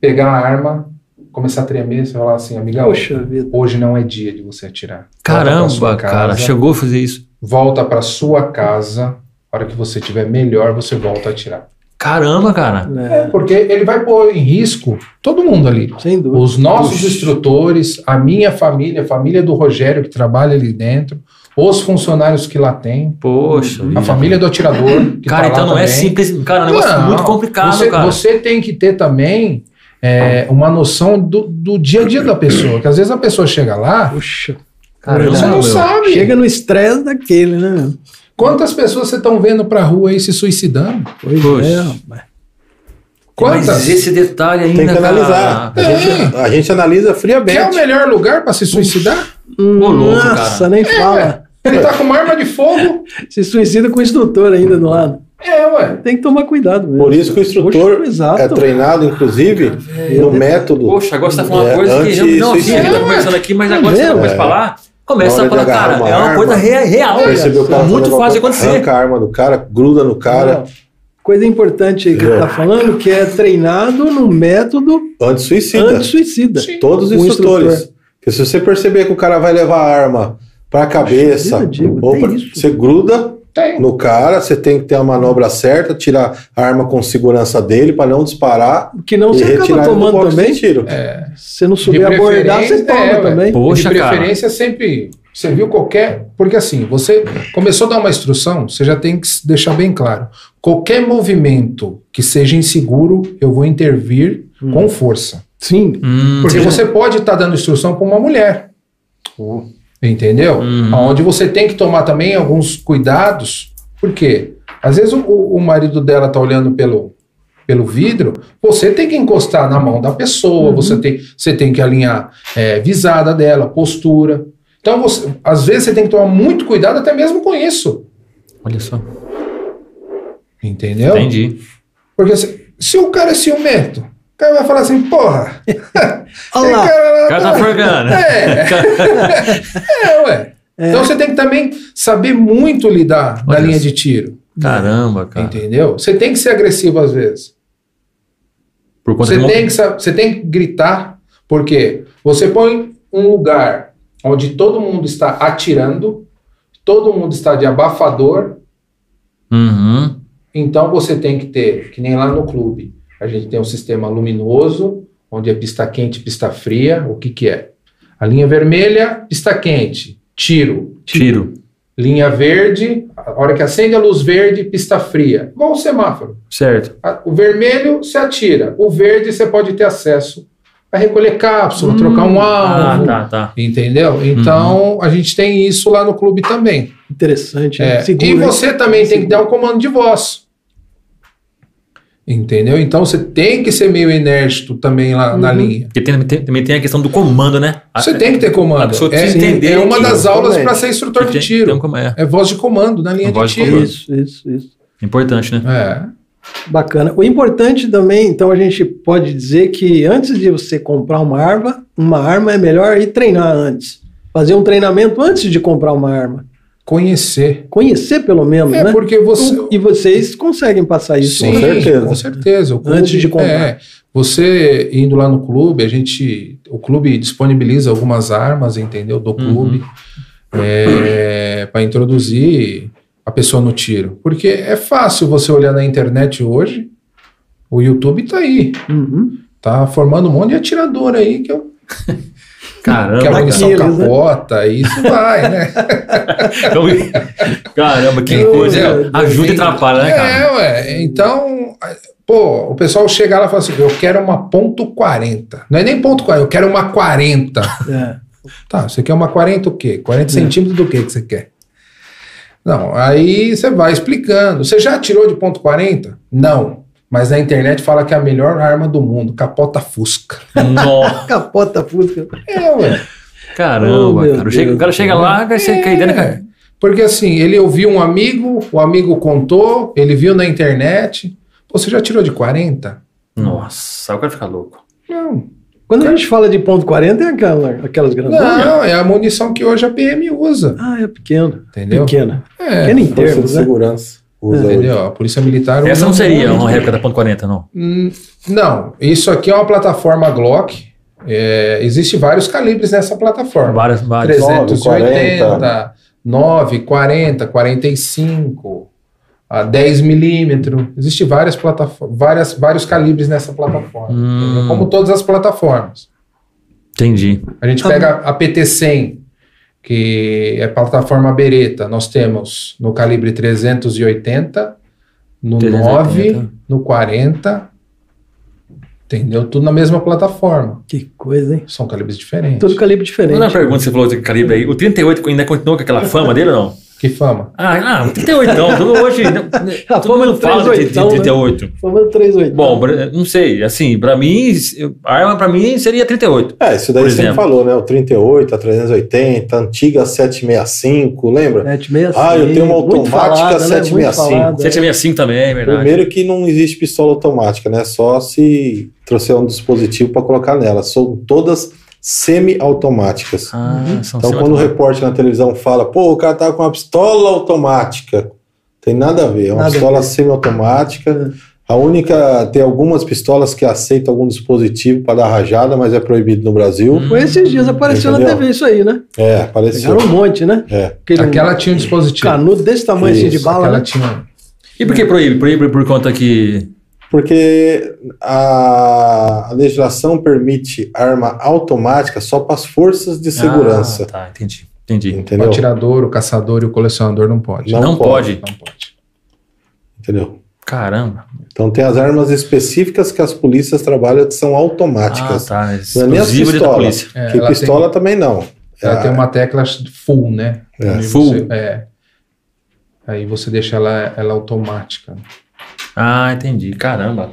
Speaker 3: pegar a arma, começar a tremer, você falar assim, amiga, hoje,
Speaker 2: Poxa vida.
Speaker 3: hoje não é dia de você atirar. Volta pra
Speaker 1: Caramba,
Speaker 3: sua
Speaker 1: cara,
Speaker 3: casa,
Speaker 1: chegou a fazer isso.
Speaker 3: Volta para sua casa, a hora que você tiver melhor, você volta a atirar.
Speaker 1: Caramba, cara.
Speaker 3: É,
Speaker 2: É,
Speaker 3: porque ele vai pôr em risco todo mundo ali.
Speaker 2: sem dúvida.
Speaker 3: Os nossos
Speaker 2: Oxi.
Speaker 3: instrutores, a minha família, a família do Rogério que trabalha ali dentro, os funcionários que lá tem,
Speaker 1: Poxa.
Speaker 3: a
Speaker 1: vida.
Speaker 3: família do atirador. Que
Speaker 1: Cara,
Speaker 3: tá
Speaker 1: então
Speaker 3: lá
Speaker 1: não é
Speaker 3: também.
Speaker 1: simples. Cara, é um negócio
Speaker 3: Não,
Speaker 1: muito complicado,
Speaker 3: você,
Speaker 1: cara.
Speaker 3: você tem que ter também é, uma noção do, do dia a dia da pessoa, que às vezes a pessoa chega lá,
Speaker 2: Puxa.
Speaker 1: Caramba,
Speaker 3: você não
Speaker 1: meu.
Speaker 3: sabe
Speaker 2: Chega no estresse daquele, né?
Speaker 3: quantas pessoas você estão vendo pra rua aí se suicidando.
Speaker 2: Pois
Speaker 1: Poxa.
Speaker 2: é, rapaz.
Speaker 3: Quantas?
Speaker 1: Mas esse detalhe ainda,
Speaker 4: Tem que
Speaker 1: cara.
Speaker 4: analisar. A gente, a gente analisa
Speaker 3: Quer o
Speaker 4: friamente.
Speaker 3: melhor lugar pra se suicidar?
Speaker 1: louco, cara.
Speaker 2: Nossa, nem fala.
Speaker 3: Ele tá com uma arma de fogo?
Speaker 2: Se suicida com o instrutor ainda do lado.
Speaker 3: É, ué.
Speaker 2: Tem que tomar cuidado mesmo.
Speaker 4: Por isso que o instrutor
Speaker 2: Poxa, exato.
Speaker 4: é treinado, inclusive, no método.
Speaker 1: Poxa, agora você tá falando
Speaker 4: É,
Speaker 1: uma coisa que já não assim,
Speaker 4: anti-suicida.
Speaker 1: a gente tá conversando aqui, mas
Speaker 2: É
Speaker 1: agora você
Speaker 2: mesmo?
Speaker 1: começa a falar, começa
Speaker 4: Na
Speaker 1: a
Speaker 4: hora de
Speaker 1: falar,
Speaker 4: agarrar
Speaker 1: cara,
Speaker 4: uma
Speaker 1: é uma
Speaker 4: arma,
Speaker 1: coisa rea- real.
Speaker 4: Percebeu o cara
Speaker 1: muito
Speaker 4: fazendo
Speaker 1: fácil
Speaker 4: alguma coisa,
Speaker 1: acontecer.
Speaker 4: Arranca a arma do cara, gruda no cara,
Speaker 2: Coisa importante aí que ele tá falando, que é treinado no método
Speaker 4: anti-suicida.
Speaker 2: anti-suicida.
Speaker 4: Né? Todos os
Speaker 2: O
Speaker 4: instrutores.
Speaker 2: Um instrutor.
Speaker 4: Porque se você perceber que o cara vai levar a arma para a cabeça,
Speaker 2: vida, Diego,
Speaker 4: ou
Speaker 2: tem
Speaker 4: pra-
Speaker 2: isso?
Speaker 4: você gruda
Speaker 3: Tem.
Speaker 4: no cara, você tem que ter a manobra certa, tirar a arma com segurança dele para não disparar
Speaker 2: Que não
Speaker 4: e
Speaker 2: Então você acaba
Speaker 4: retirar ele do
Speaker 2: tomando
Speaker 4: box de
Speaker 2: também.
Speaker 4: tiro.
Speaker 2: Se você não souber abordar, você
Speaker 3: preferência,
Speaker 2: toma
Speaker 3: é, ué.
Speaker 2: também.
Speaker 1: Poxa,
Speaker 3: de
Speaker 1: cara.
Speaker 3: preferência sempre serviu qualquer. Porque assim, você começou a dar uma instrução, você já tem que s- deixar bem claro. Qualquer movimento que seja inseguro, eu vou intervir com força.
Speaker 2: Sim.
Speaker 1: Hum,
Speaker 3: Porque
Speaker 1: você-
Speaker 3: você pode estar dando instrução para uma mulher. Entendeu?
Speaker 1: Hum.
Speaker 3: Onde você tem que tomar também alguns cuidados, porque às vezes o, o- o marido dela tá olhando pelo, pelo vidro, você tem que encostar na mão da pessoa,
Speaker 2: Uhum.
Speaker 3: você, tem, você tem que alinhar é, visada dela, postura. Então, você, às vezes você tem que tomar muito cuidado até mesmo com isso.
Speaker 1: Olha só,
Speaker 3: Entendeu?
Speaker 1: entendi.
Speaker 3: Porque se, se o cara é ciumento, o cara vai falar assim, porra,
Speaker 2: Olha
Speaker 3: esse
Speaker 2: lá.
Speaker 3: cara lá
Speaker 1: O cara tá
Speaker 3: tá-
Speaker 1: forgando.
Speaker 3: É. é, ué. Então você tem que também saber muito lidar na
Speaker 1: Olha
Speaker 3: linha
Speaker 1: isso.
Speaker 3: de tiro.
Speaker 1: Caramba, cara.
Speaker 3: Entendeu? Você tem que ser agressivo às vezes.
Speaker 1: Por conta
Speaker 3: Você
Speaker 1: de uma-
Speaker 3: tem, que, sa- você tem que gritar, porque você põe um lugar onde todo mundo está atirando, todo mundo está de abafador,
Speaker 1: Uhum.
Speaker 3: então você tem que ter, que nem lá no clube, a gente tem um sistema luminoso, onde é pista quente, pista fria, o que que é? A linha vermelha, pista quente, tiro.
Speaker 1: Tiro.
Speaker 3: Linha verde, a hora que acende a luz verde, pista fria. Igual o semáforo.
Speaker 1: Certo.
Speaker 3: A- O vermelho se atira, o verde você pode ter acesso a recolher cápsula, trocar um
Speaker 1: Ah,
Speaker 3: alvo.
Speaker 1: tá, tá.
Speaker 3: Entendeu? Então a gente tem isso lá no clube também.
Speaker 2: Interessante.
Speaker 3: É,
Speaker 2: né? Segura,
Speaker 3: e
Speaker 2: hein?
Speaker 3: você também tem que
Speaker 2: Segura.
Speaker 3: dar o comando de voz. Entendeu? Então você tem que ser meio enérgico também lá na
Speaker 2: Uhum.
Speaker 3: linha.
Speaker 1: Porque tem- tem- também tem a questão do comando, né? A-
Speaker 3: Você tem que ter
Speaker 1: a
Speaker 3: comando.
Speaker 1: pessoa
Speaker 3: É,
Speaker 1: precisa entender
Speaker 3: é uma
Speaker 1: que- né?
Speaker 3: das aulas
Speaker 4: Também.
Speaker 3: para ser instrutor de
Speaker 1: tem- tem
Speaker 3: tiro.
Speaker 1: como é.
Speaker 3: É voz de comando na linha de
Speaker 1: Voz de
Speaker 3: tiro.
Speaker 1: comando.
Speaker 2: Isso, isso, isso.
Speaker 1: Importante, né?
Speaker 3: É.
Speaker 2: Bacana. O importante também, então, a gente pode dizer que antes de você comprar uma arma, uma arma é melhor ir treinar antes. Fazer um treinamento antes de comprar uma arma.
Speaker 3: Conhecer.
Speaker 2: Conhecer, pelo menos,
Speaker 3: É
Speaker 2: né?
Speaker 3: porque você.
Speaker 2: E vocês conseguem passar isso. né?
Speaker 3: Sim,
Speaker 4: com certeza.
Speaker 3: com certeza. O
Speaker 2: Antes de comprar.
Speaker 3: é, você indo lá no clube, a gente, o clube disponibiliza algumas armas, entendeu? Do clube para introduzir a pessoa no tiro, porque é fácil você olhar na internet hoje. O YouTube tá aí,
Speaker 2: Uhum.
Speaker 3: tá formando um monte de atirador aí que, eu,
Speaker 1: Caramba,
Speaker 3: que a
Speaker 1: cara.
Speaker 3: munição
Speaker 2: Daqueles, né?
Speaker 3: capota, e isso vai, né?
Speaker 1: Então, Caramba, que
Speaker 3: Entendeu?
Speaker 1: coisa. né? Ajuda e atrapalha, né, cara?
Speaker 3: É, ué. Então, pô, o pessoal chega lá e fala assim: eu quero uma ponto 40. Não é nem ponto 40, eu quero uma 40.
Speaker 2: É.
Speaker 3: Tá, você quer uma 40 o quê? 40 centímetros do que que você quer? Não, aí você vai explicando. Você já tirou de ponto 40? Não. Mas na internet fala que é a melhor arma do mundo, capota fusca.
Speaker 1: Nossa,
Speaker 2: Capota fusca.
Speaker 3: É, ué.
Speaker 1: caramba,
Speaker 2: Oh, meu
Speaker 1: cara. O chega- o cara
Speaker 2: Deus.
Speaker 1: chega lá, cara, É, você cai dentro, né, cara.
Speaker 3: É. Porque assim, ele ouviu um amigo, o amigo contou, ele viu na internet. Pô, você já tirou de 40?
Speaker 1: Nossa, o cara fica louco.
Speaker 3: Não.
Speaker 2: Quando a gente fala de ponto 40, é aquela, aquelas grandonas.
Speaker 3: Não, é a munição que hoje a PM usa.
Speaker 2: Ah, é pequeno.
Speaker 3: Entendeu?
Speaker 2: Pequena.
Speaker 3: É,
Speaker 2: Pequena em
Speaker 4: Força de
Speaker 2: termos, né? É.
Speaker 4: segurança. Usa hoje.
Speaker 3: entendeu? A Polícia Militar. usa
Speaker 1: Essa não seria
Speaker 3: um muito.
Speaker 1: uma réplica da ponto .40, não.
Speaker 3: Hum, Não, isso aqui é uma plataforma Glock. É, Existem vários calibres nessa plataforma:
Speaker 1: Várias, várias.
Speaker 3: 380, 9, 40, 45, a 10 milímetros. Existem várias plataformas, várias, vários calibres nessa plataforma.
Speaker 1: Hum.
Speaker 3: entendeu? Como todas as plataformas.
Speaker 1: Entendi.
Speaker 3: A gente
Speaker 2: Ah,
Speaker 3: pega a PT100, que é plataforma Beretta. Nós temos no calibre 380, no
Speaker 1: 380.
Speaker 3: 9, no 40. Entendeu? Tudo na mesma plataforma.
Speaker 2: né? Que coisa, hein?
Speaker 3: São calibres diferentes.
Speaker 2: Todo calibre diferente.
Speaker 1: Não é uma pergunta que você falou de calibre aí. O 38 ainda continua com aquela fama dele ou não?
Speaker 3: Que fama.
Speaker 1: Ah, ah o 38 não. Tudo hoje. né?
Speaker 2: A
Speaker 1: Todo
Speaker 2: fama
Speaker 1: mundo
Speaker 2: do
Speaker 1: fala de, de,
Speaker 2: 38, né?
Speaker 1: 38.
Speaker 2: Formando 38.
Speaker 1: Bom, pra- não sei. Assim, pra mim, eu- arma pra mim seria 38.
Speaker 4: É, isso daí
Speaker 1: Por
Speaker 4: sempre
Speaker 1: exemplo.
Speaker 4: falou, né? O 38, a 380, a antiga 765, lembra?
Speaker 2: 765.
Speaker 4: Ah, eu tenho uma automática
Speaker 2: né? Muito
Speaker 4: 765.
Speaker 2: falada, né?
Speaker 1: 765 também, é verdade.
Speaker 4: Primeiro que não existe pistola automática, né? Só se trouxer um dispositivo para colocar nela. São todas semi-automáticas.
Speaker 1: Ah, são cem
Speaker 4: então, quando o
Speaker 1: automáticos.
Speaker 4: repórter na televisão fala, pô, o cara tá com uma pistola automática, tem nada a ver. É uma
Speaker 2: Nada a
Speaker 4: pistola
Speaker 2: ver. É.
Speaker 4: semiautomática. A única, tem algumas pistolas que aceitam algum dispositivo para dar rajada, mas é proibido no Brasil.
Speaker 1: Hum.
Speaker 2: Foi esses dias, apareceu na
Speaker 4: Entendeu?
Speaker 2: TV isso aí, né?
Speaker 4: É, apareceu.
Speaker 2: Pegaram um monte, né?
Speaker 4: É.
Speaker 2: Aquele
Speaker 3: Aquela tinha um dispositivo.
Speaker 2: canudo desse tamanho assim de
Speaker 3: Isso,
Speaker 2: bala,
Speaker 3: Aquela
Speaker 2: né?
Speaker 3: tinha. um
Speaker 1: E por que proíbe? Proíbe por conta que.
Speaker 4: Porque a a legislação permite arma automática só para as forças de segurança.
Speaker 1: Ah, tá, entendi. Entendi.
Speaker 3: O
Speaker 4: Entendeu?
Speaker 3: atirador, o caçador e o colecionador não pode.
Speaker 1: Não,
Speaker 4: Não
Speaker 1: pode.
Speaker 3: Não pode.
Speaker 4: Entendeu?
Speaker 1: Caramba.
Speaker 4: Então tem as armas específicas que as polícias trabalham que são
Speaker 1: Ah,
Speaker 4: automáticas.
Speaker 1: tá.
Speaker 4: Não é nem as
Speaker 1: Exclusivo da
Speaker 4: pistolas.
Speaker 1: polícia.
Speaker 2: Ah,
Speaker 3: É,
Speaker 4: Que
Speaker 3: ela
Speaker 4: pistola também não.
Speaker 3: tem, ela
Speaker 4: É,
Speaker 3: tem uma tecla full, né?
Speaker 4: é.
Speaker 3: Aí
Speaker 1: Full.
Speaker 3: você- é. Aí você deixa ela, ela automática.
Speaker 1: Ah, entendi. Caramba.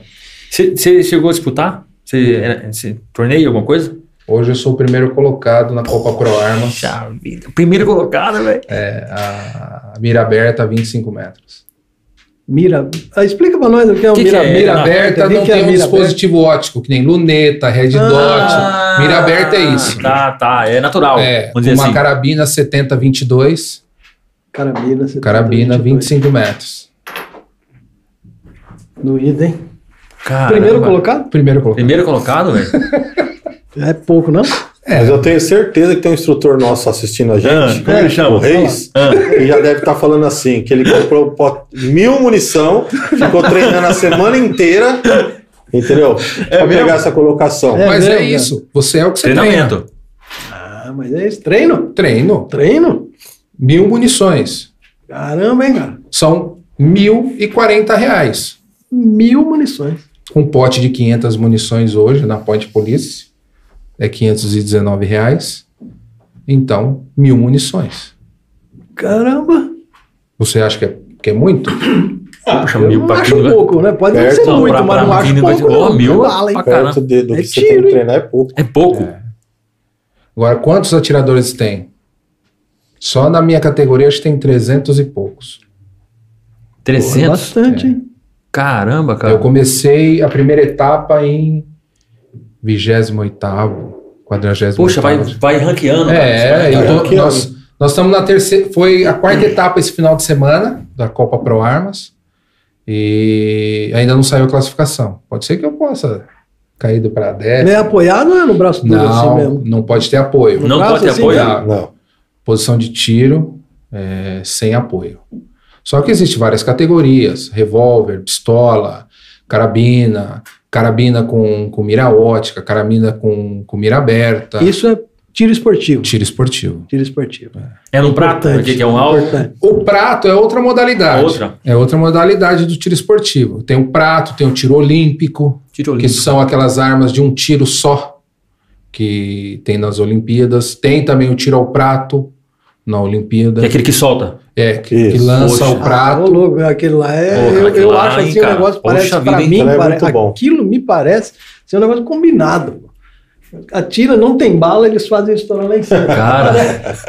Speaker 1: Você chegou a disputar? Você torneio, alguma coisa?
Speaker 3: Hoje eu sou o primeiro colocado na Copa Pro Armas.
Speaker 1: Puxa vida. Primeiro colocado, velho.
Speaker 3: É, a a mira aberta a 25 metros.
Speaker 2: Mira. Ah, explica pra nós o que é um
Speaker 1: Que que
Speaker 2: mira.
Speaker 1: é?
Speaker 3: Mira
Speaker 1: não,
Speaker 3: aberta
Speaker 2: entendi
Speaker 3: não
Speaker 2: que é
Speaker 3: tem um
Speaker 2: mira
Speaker 3: dispositivo ótico, que nem luneta, red dot. Mira aberta é isso.
Speaker 1: Ah, Tá, tá. É natural.
Speaker 3: É,
Speaker 1: vamos dizer
Speaker 3: uma
Speaker 1: assim.
Speaker 3: carabina 70-22,
Speaker 2: Carabina. 70,
Speaker 3: carabina
Speaker 2: 22.
Speaker 3: 25 metros.
Speaker 2: Doído, hein?
Speaker 1: Caramba.
Speaker 2: Primeiro colocado?
Speaker 3: Primeiro colocado.
Speaker 1: Primeiro colocado, velho?
Speaker 2: É pouco, não?
Speaker 4: Mas eu tenho certeza que tem um instrutor nosso assistindo a gente.
Speaker 1: É.
Speaker 4: né,
Speaker 1: Ah, como ele chama? Ah.
Speaker 4: O Reis. E já deve estar falando assim, que ele comprou pot- mil munição, ficou treinando a semana inteira, entendeu? pra
Speaker 1: É mesmo?
Speaker 4: pegar essa colocação.
Speaker 2: É
Speaker 3: Mas é,
Speaker 2: mesmo, cara?
Speaker 3: isso. Você é o que você treina.
Speaker 1: Treinamento.
Speaker 2: Ah, mas é isso. Treino?
Speaker 3: Treino.
Speaker 2: Treino?
Speaker 3: Mil munições.
Speaker 2: Caramba, hein, cara?
Speaker 3: São mil e quarenta reais.
Speaker 2: Mil munições.
Speaker 3: Um pote de 500 munições hoje na Point Police é 519 reais. Então, mil munições.
Speaker 2: Caramba.
Speaker 3: Você acha que é, que é muito?
Speaker 4: Ah,
Speaker 1: Puxa,
Speaker 2: Eu não acho pouco, né? Pode não
Speaker 4: Perto,
Speaker 2: ser
Speaker 4: não,
Speaker 2: muito, mas não acho pouco.
Speaker 1: Ó,
Speaker 2: não.
Speaker 1: mil
Speaker 2: É bala, hein?
Speaker 1: pra
Speaker 4: Perto
Speaker 1: caramba.
Speaker 4: de- do
Speaker 2: É
Speaker 4: que você
Speaker 2: tiro,
Speaker 4: tem que
Speaker 2: hein?
Speaker 4: treinar é pouco.
Speaker 1: É pouco.
Speaker 3: Agora, quantos atiradores tem? Só na minha categoria acho que tem 300 e poucos.
Speaker 1: 300?
Speaker 2: Bastante, hein?
Speaker 1: Caramba,
Speaker 3: Eu
Speaker 1: cara.
Speaker 3: comecei a primeira etapa em 28º, 48
Speaker 1: Poxa, vai, vai ranqueando.
Speaker 3: É, um-
Speaker 1: cara.
Speaker 3: eu tô-
Speaker 4: Aqui, ó.
Speaker 3: nós, nós estamos na terceira. Foi a quarta etapa esse final de semana da Copa Pro Armas. E ainda não saiu a classificação. Pode ser que eu possa cair do para 10.
Speaker 2: É apoiado ou é no braço duro assim
Speaker 3: Não,
Speaker 2: mesmo?
Speaker 3: não pode ter apoio.
Speaker 1: Não
Speaker 2: braço
Speaker 1: pode ter
Speaker 2: assim,
Speaker 1: apoio.
Speaker 2: né?
Speaker 3: Não.
Speaker 4: Não.
Speaker 3: Posição de tiro é, sem apoio. Só que existem várias categorias: revólver, pistola, carabina, carabina com, com mira ótica, carabina com, com mira aberta,
Speaker 2: Isso é tiro esportivo.
Speaker 3: tiro esportivo.
Speaker 2: Tiro esportivo.
Speaker 1: É num prato?
Speaker 2: Importante,
Speaker 1: O que que é um alvo?
Speaker 2: importante.
Speaker 3: O prato é outra modalidade.
Speaker 1: Outra?
Speaker 3: É outra modalidade do tiro esportivo. Tem o prato, tem o tiro olímpico,
Speaker 1: Tiro
Speaker 3: que
Speaker 1: olímpico.
Speaker 3: são aquelas armas de um tiro só que tem nas Olimpíadas. Tem também o tiro ao prato na
Speaker 1: Que é
Speaker 3: Olimpíada.
Speaker 1: aquele que solta.
Speaker 3: É, que, que
Speaker 4: Isso.
Speaker 1: Poxa.
Speaker 3: lança o
Speaker 2: Ah, ô,
Speaker 3: prato.
Speaker 2: louco, aquele lá é.
Speaker 1: Porra,
Speaker 2: eu
Speaker 1: aquele
Speaker 2: eu
Speaker 1: lá,
Speaker 2: acho
Speaker 1: hein,
Speaker 2: assim, o
Speaker 1: cara?
Speaker 2: negócio parece
Speaker 1: Poxa
Speaker 2: pra
Speaker 1: vida, hein?
Speaker 2: mim,
Speaker 4: Aquele é
Speaker 2: pare-
Speaker 4: muito bom.
Speaker 2: aquilo me parece ser um negócio combinado. Atira, não tem bala, eles fazem estourar lá em cima.
Speaker 1: Cara.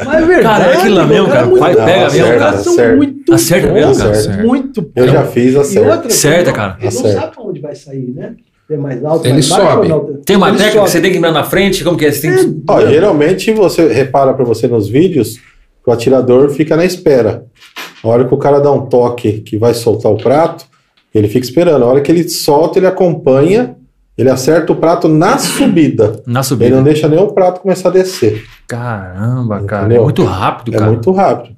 Speaker 2: mas é verdade.
Speaker 1: Cara, é aquilo lá
Speaker 2: meu,
Speaker 1: mesmo, cara.
Speaker 2: é muito
Speaker 1: Vai,
Speaker 2: bom,
Speaker 1: pega mesmo,
Speaker 2: Os
Speaker 4: cara.
Speaker 2: caras são
Speaker 4: Acerta.
Speaker 2: muito
Speaker 1: Acerta
Speaker 2: bons,
Speaker 1: mesmo, cara.
Speaker 3: Acerta.
Speaker 2: Muito bom.
Speaker 4: Eu
Speaker 1: Então,
Speaker 4: já fiz a
Speaker 2: E
Speaker 4: certa.
Speaker 2: outra,
Speaker 1: Certa,
Speaker 2: ele não-
Speaker 1: cara.
Speaker 2: Ele não
Speaker 4: Acerta.
Speaker 2: sabe pra onde vai sair, né? Se É mais alto,
Speaker 3: Ele
Speaker 2: mais baixo ou
Speaker 3: sobe.
Speaker 2: não?
Speaker 1: Tem uma
Speaker 2: Ele
Speaker 1: técnica
Speaker 2: sobe.
Speaker 1: que você tem que ir na frente? Como que é? Você tem que...
Speaker 4: Ó, geralmente você repara para você nos vídeos que o atirador fica na espera. A hora que o cara dá um toque que vai soltar o prato, ele fica esperando. A hora que ele solta, ele acompanha, ele acerta o prato na subida.
Speaker 1: Na
Speaker 4: Ele não
Speaker 1: subida.
Speaker 4: deixa nem o prato começar a descer.
Speaker 1: Caramba, cara.
Speaker 4: Entendeu?
Speaker 1: É muito rápido,
Speaker 4: É
Speaker 1: cara.
Speaker 4: muito rápido.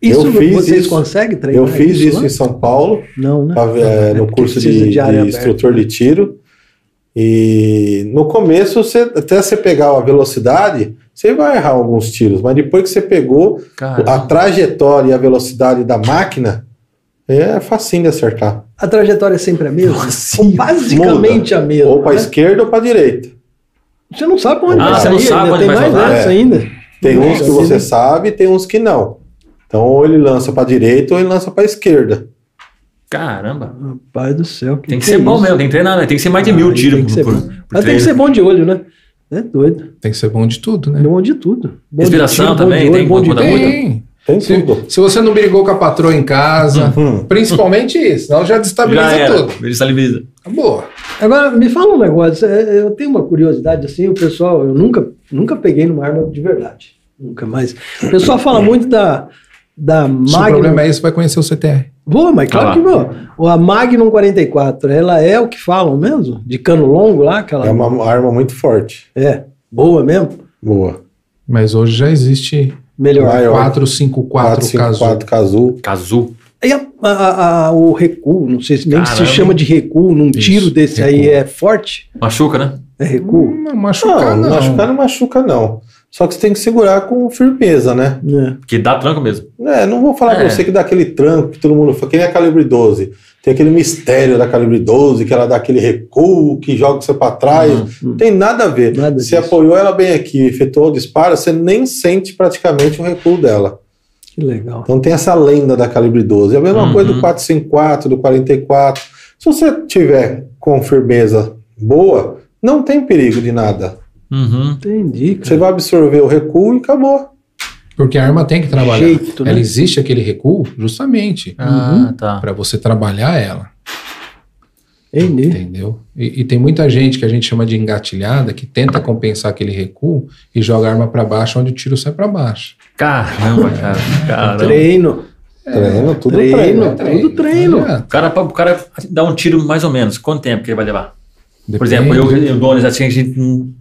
Speaker 2: Isso
Speaker 4: Eu fiz
Speaker 2: vocês
Speaker 4: isso.
Speaker 2: conseguem treinar?
Speaker 4: Eu fiz isso
Speaker 2: lá?
Speaker 4: em São Paulo,
Speaker 2: Não, né?
Speaker 4: pra- é, no
Speaker 2: porque
Speaker 4: curso
Speaker 2: precisa
Speaker 4: de,
Speaker 2: né? de área
Speaker 4: de
Speaker 2: aberta,
Speaker 4: instrutor de tiro. E no começo, você, até você pegar a velocidade, você vai errar alguns tiros, mas depois que você pegou,
Speaker 1: Cara,
Speaker 4: A trajetória e a velocidade da máquina é facinho de acertar.
Speaker 2: A trajetória sempre é a mesma?
Speaker 1: Nossa,
Speaker 2: Ou basicamente a mesma.
Speaker 4: ou para
Speaker 2: né?
Speaker 4: esquerda ou para direita.
Speaker 2: Você não sabe pra onde
Speaker 4: Ah,
Speaker 2: vai
Speaker 4: você
Speaker 1: não
Speaker 2: sair,
Speaker 1: sabe
Speaker 2: ainda
Speaker 1: onde
Speaker 2: tem
Speaker 1: vai
Speaker 2: mais
Speaker 1: soltar.
Speaker 2: essa
Speaker 4: É.
Speaker 2: ainda.
Speaker 4: Tem
Speaker 2: Nossa,
Speaker 4: uns que você
Speaker 2: né?
Speaker 4: sabe, tem uns que não. Então, ou ele lança para direita ou ele lança para esquerda.
Speaker 1: caramba.
Speaker 2: Rapaz do céu. é
Speaker 1: Tem que, ser bom
Speaker 2: isso?
Speaker 1: mesmo, tem que treinar, né? Tem que ser mais de
Speaker 2: Ah,
Speaker 1: mil
Speaker 2: tem
Speaker 1: tiros
Speaker 2: que ser
Speaker 1: por,
Speaker 2: bom.
Speaker 1: por
Speaker 2: Mas tem
Speaker 1: treino.
Speaker 2: que ser bom de olho, né? É
Speaker 1: Ah,
Speaker 2: doido.
Speaker 3: Tem que ser bom de tudo, né?
Speaker 2: Bom de tudo. Bom
Speaker 1: Respiração
Speaker 2: de tiro,
Speaker 1: É. também,
Speaker 2: bom de
Speaker 1: tem
Speaker 2: olho, bom de
Speaker 1: conta
Speaker 2: tudo.
Speaker 3: Tem.
Speaker 4: Tem
Speaker 3: Se,
Speaker 4: tudo.
Speaker 3: se você não brigou com a patroa em casa,
Speaker 4: Hum.
Speaker 3: principalmente isso, senão já destabiliza
Speaker 1: Já era.
Speaker 3: tudo.
Speaker 1: Ele estabiliza.
Speaker 3: Acabou.
Speaker 2: Agora, me fala um negócio. é, Eu tenho uma curiosidade, assim, o pessoal, eu nunca, nunca peguei numa arma de verdade. Nunca mais. O pessoal
Speaker 1: É.
Speaker 2: fala muito da, da
Speaker 3: Se o problema
Speaker 2: Magnum.
Speaker 3: é esse, vai conhecer o CTR.
Speaker 2: Vou, mas
Speaker 1: Ah lá.
Speaker 2: claro que vou. A Magnum 44, ela é o que falam mesmo? De cano longo lá, aquela.
Speaker 4: É uma arma muito forte.
Speaker 2: É, boa mesmo.
Speaker 4: Boa.
Speaker 3: Mas hoje já existe
Speaker 2: Melhor.
Speaker 4: Maior.
Speaker 3: 454 casos.
Speaker 4: 454 Cazu.
Speaker 1: Cazu.
Speaker 2: E a- a- a- o recuo, não sei se nem se
Speaker 1: Caramba.
Speaker 2: chama de recuo, num
Speaker 3: Isso,
Speaker 2: tiro desse aí
Speaker 3: recuo.
Speaker 2: é forte?
Speaker 1: Machuca, né?
Speaker 2: É recuo?
Speaker 3: Hum, Não,
Speaker 4: Não,
Speaker 3: machucar não.
Speaker 4: machucar não machuca, não. Só que você tem que segurar com firmeza, né?
Speaker 2: É.
Speaker 1: Porque dá tranco mesmo.
Speaker 4: É, não vou falar
Speaker 1: É.
Speaker 4: pra você que dá aquele tranco que todo mundo fala, que nem a calibre 12. Tem aquele mistério da calibre 12, que ela dá aquele recuo, que joga você pra trás. Não tem nada a ver.
Speaker 2: Nada
Speaker 4: você
Speaker 2: disso.
Speaker 4: apoiou ela bem aqui, efetuou o disparo, você nem sente praticamente o recuo dela.
Speaker 2: Que legal.
Speaker 4: Então tem essa lenda da calibre 12. É a mesma
Speaker 1: Uhum.
Speaker 4: coisa do 454, do 44. Se você tiver com firmeza boa, não tem perigo de nada.
Speaker 1: Uhum.
Speaker 2: Entendi,
Speaker 4: Você
Speaker 2: cara.
Speaker 4: vai absorver o recuo e acabou.
Speaker 3: Porque a arma tem que trabalhar.
Speaker 2: Jeito, né?
Speaker 3: Ela existe aquele recuo justamente
Speaker 1: Ah, tá.
Speaker 3: para você trabalhar ela,
Speaker 2: Entendi.
Speaker 3: entendeu? E, e tem muita gente que a gente chama de engatilhada que tenta compensar aquele recuo e joga a arma para baixo onde o tiro sai para baixo.
Speaker 1: Caramba, cara. Caramba.
Speaker 2: Treino.
Speaker 4: Treino, tudo
Speaker 2: Treino,
Speaker 4: treino.
Speaker 2: tudo treino.
Speaker 3: É.
Speaker 1: O cara, o cara dá um tiro mais ou menos. Quanto tempo que ele vai levar? Por exemplo, eu
Speaker 3: Depende.
Speaker 1: e o Donis, assim, a gente. hum,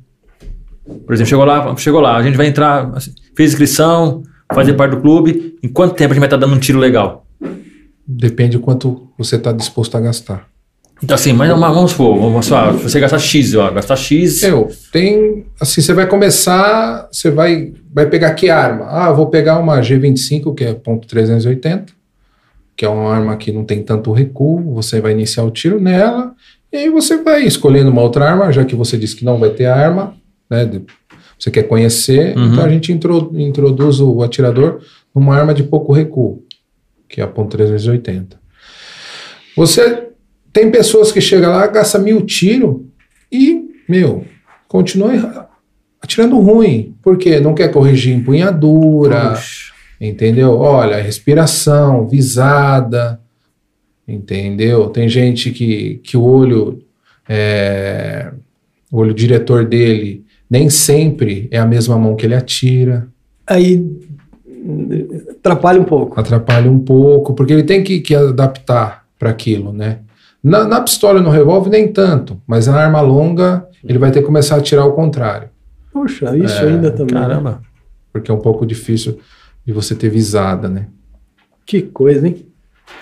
Speaker 1: Por exemplo, chegou lá, chegou lá, a gente vai entrar, assim, fez inscrição, fazer parte do clube. Em quanto tempo a gente vai estar dando um tiro legal?
Speaker 3: Depende o quanto você está disposto a gastar.
Speaker 1: Então, assim, mas é uma- vamos supor, vamos supor, ah, você gastar X, ó, gastar X.
Speaker 3: Eu, tem. Assim, você vai começar, você vai, vai pegar que arma? Ah, eu vou pegar uma G25, que é ponto .380, que é uma arma que não tem tanto recuo, você vai iniciar o tiro nela, e aí você vai escolhendo uma outra arma, já que você disse que não vai ter arma, né? de- você quer conhecer,
Speaker 1: Uhum.
Speaker 3: então a gente intro- introduz o atirador numa arma de pouco recuo, que é a ponto .380. Você tem pessoas que chegam lá, gastam mil tiros e, meu, continua erra- atirando ruim. Por quê? Não quer corrigir empunhadura,
Speaker 1: Puxa.
Speaker 3: entendeu? Olha, respiração, visada, entendeu? Tem gente que, que o olho, é, o olho diretor dele nem sempre é a mesma mão que ele atira.
Speaker 2: Aí eh, atrapalha um pouco.
Speaker 3: atrapalha um pouco, porque ele tem que, que adaptar para aquilo, né? Na, na pistola e no revólver, nem tanto, mas na arma longa, ele vai ter que começar a tirar ao contrário,
Speaker 2: Poxa, isso ainda também. né?
Speaker 1: Caramba.
Speaker 3: porque é um pouco difícil de você ter visada, né?
Speaker 2: Que coisa, hein?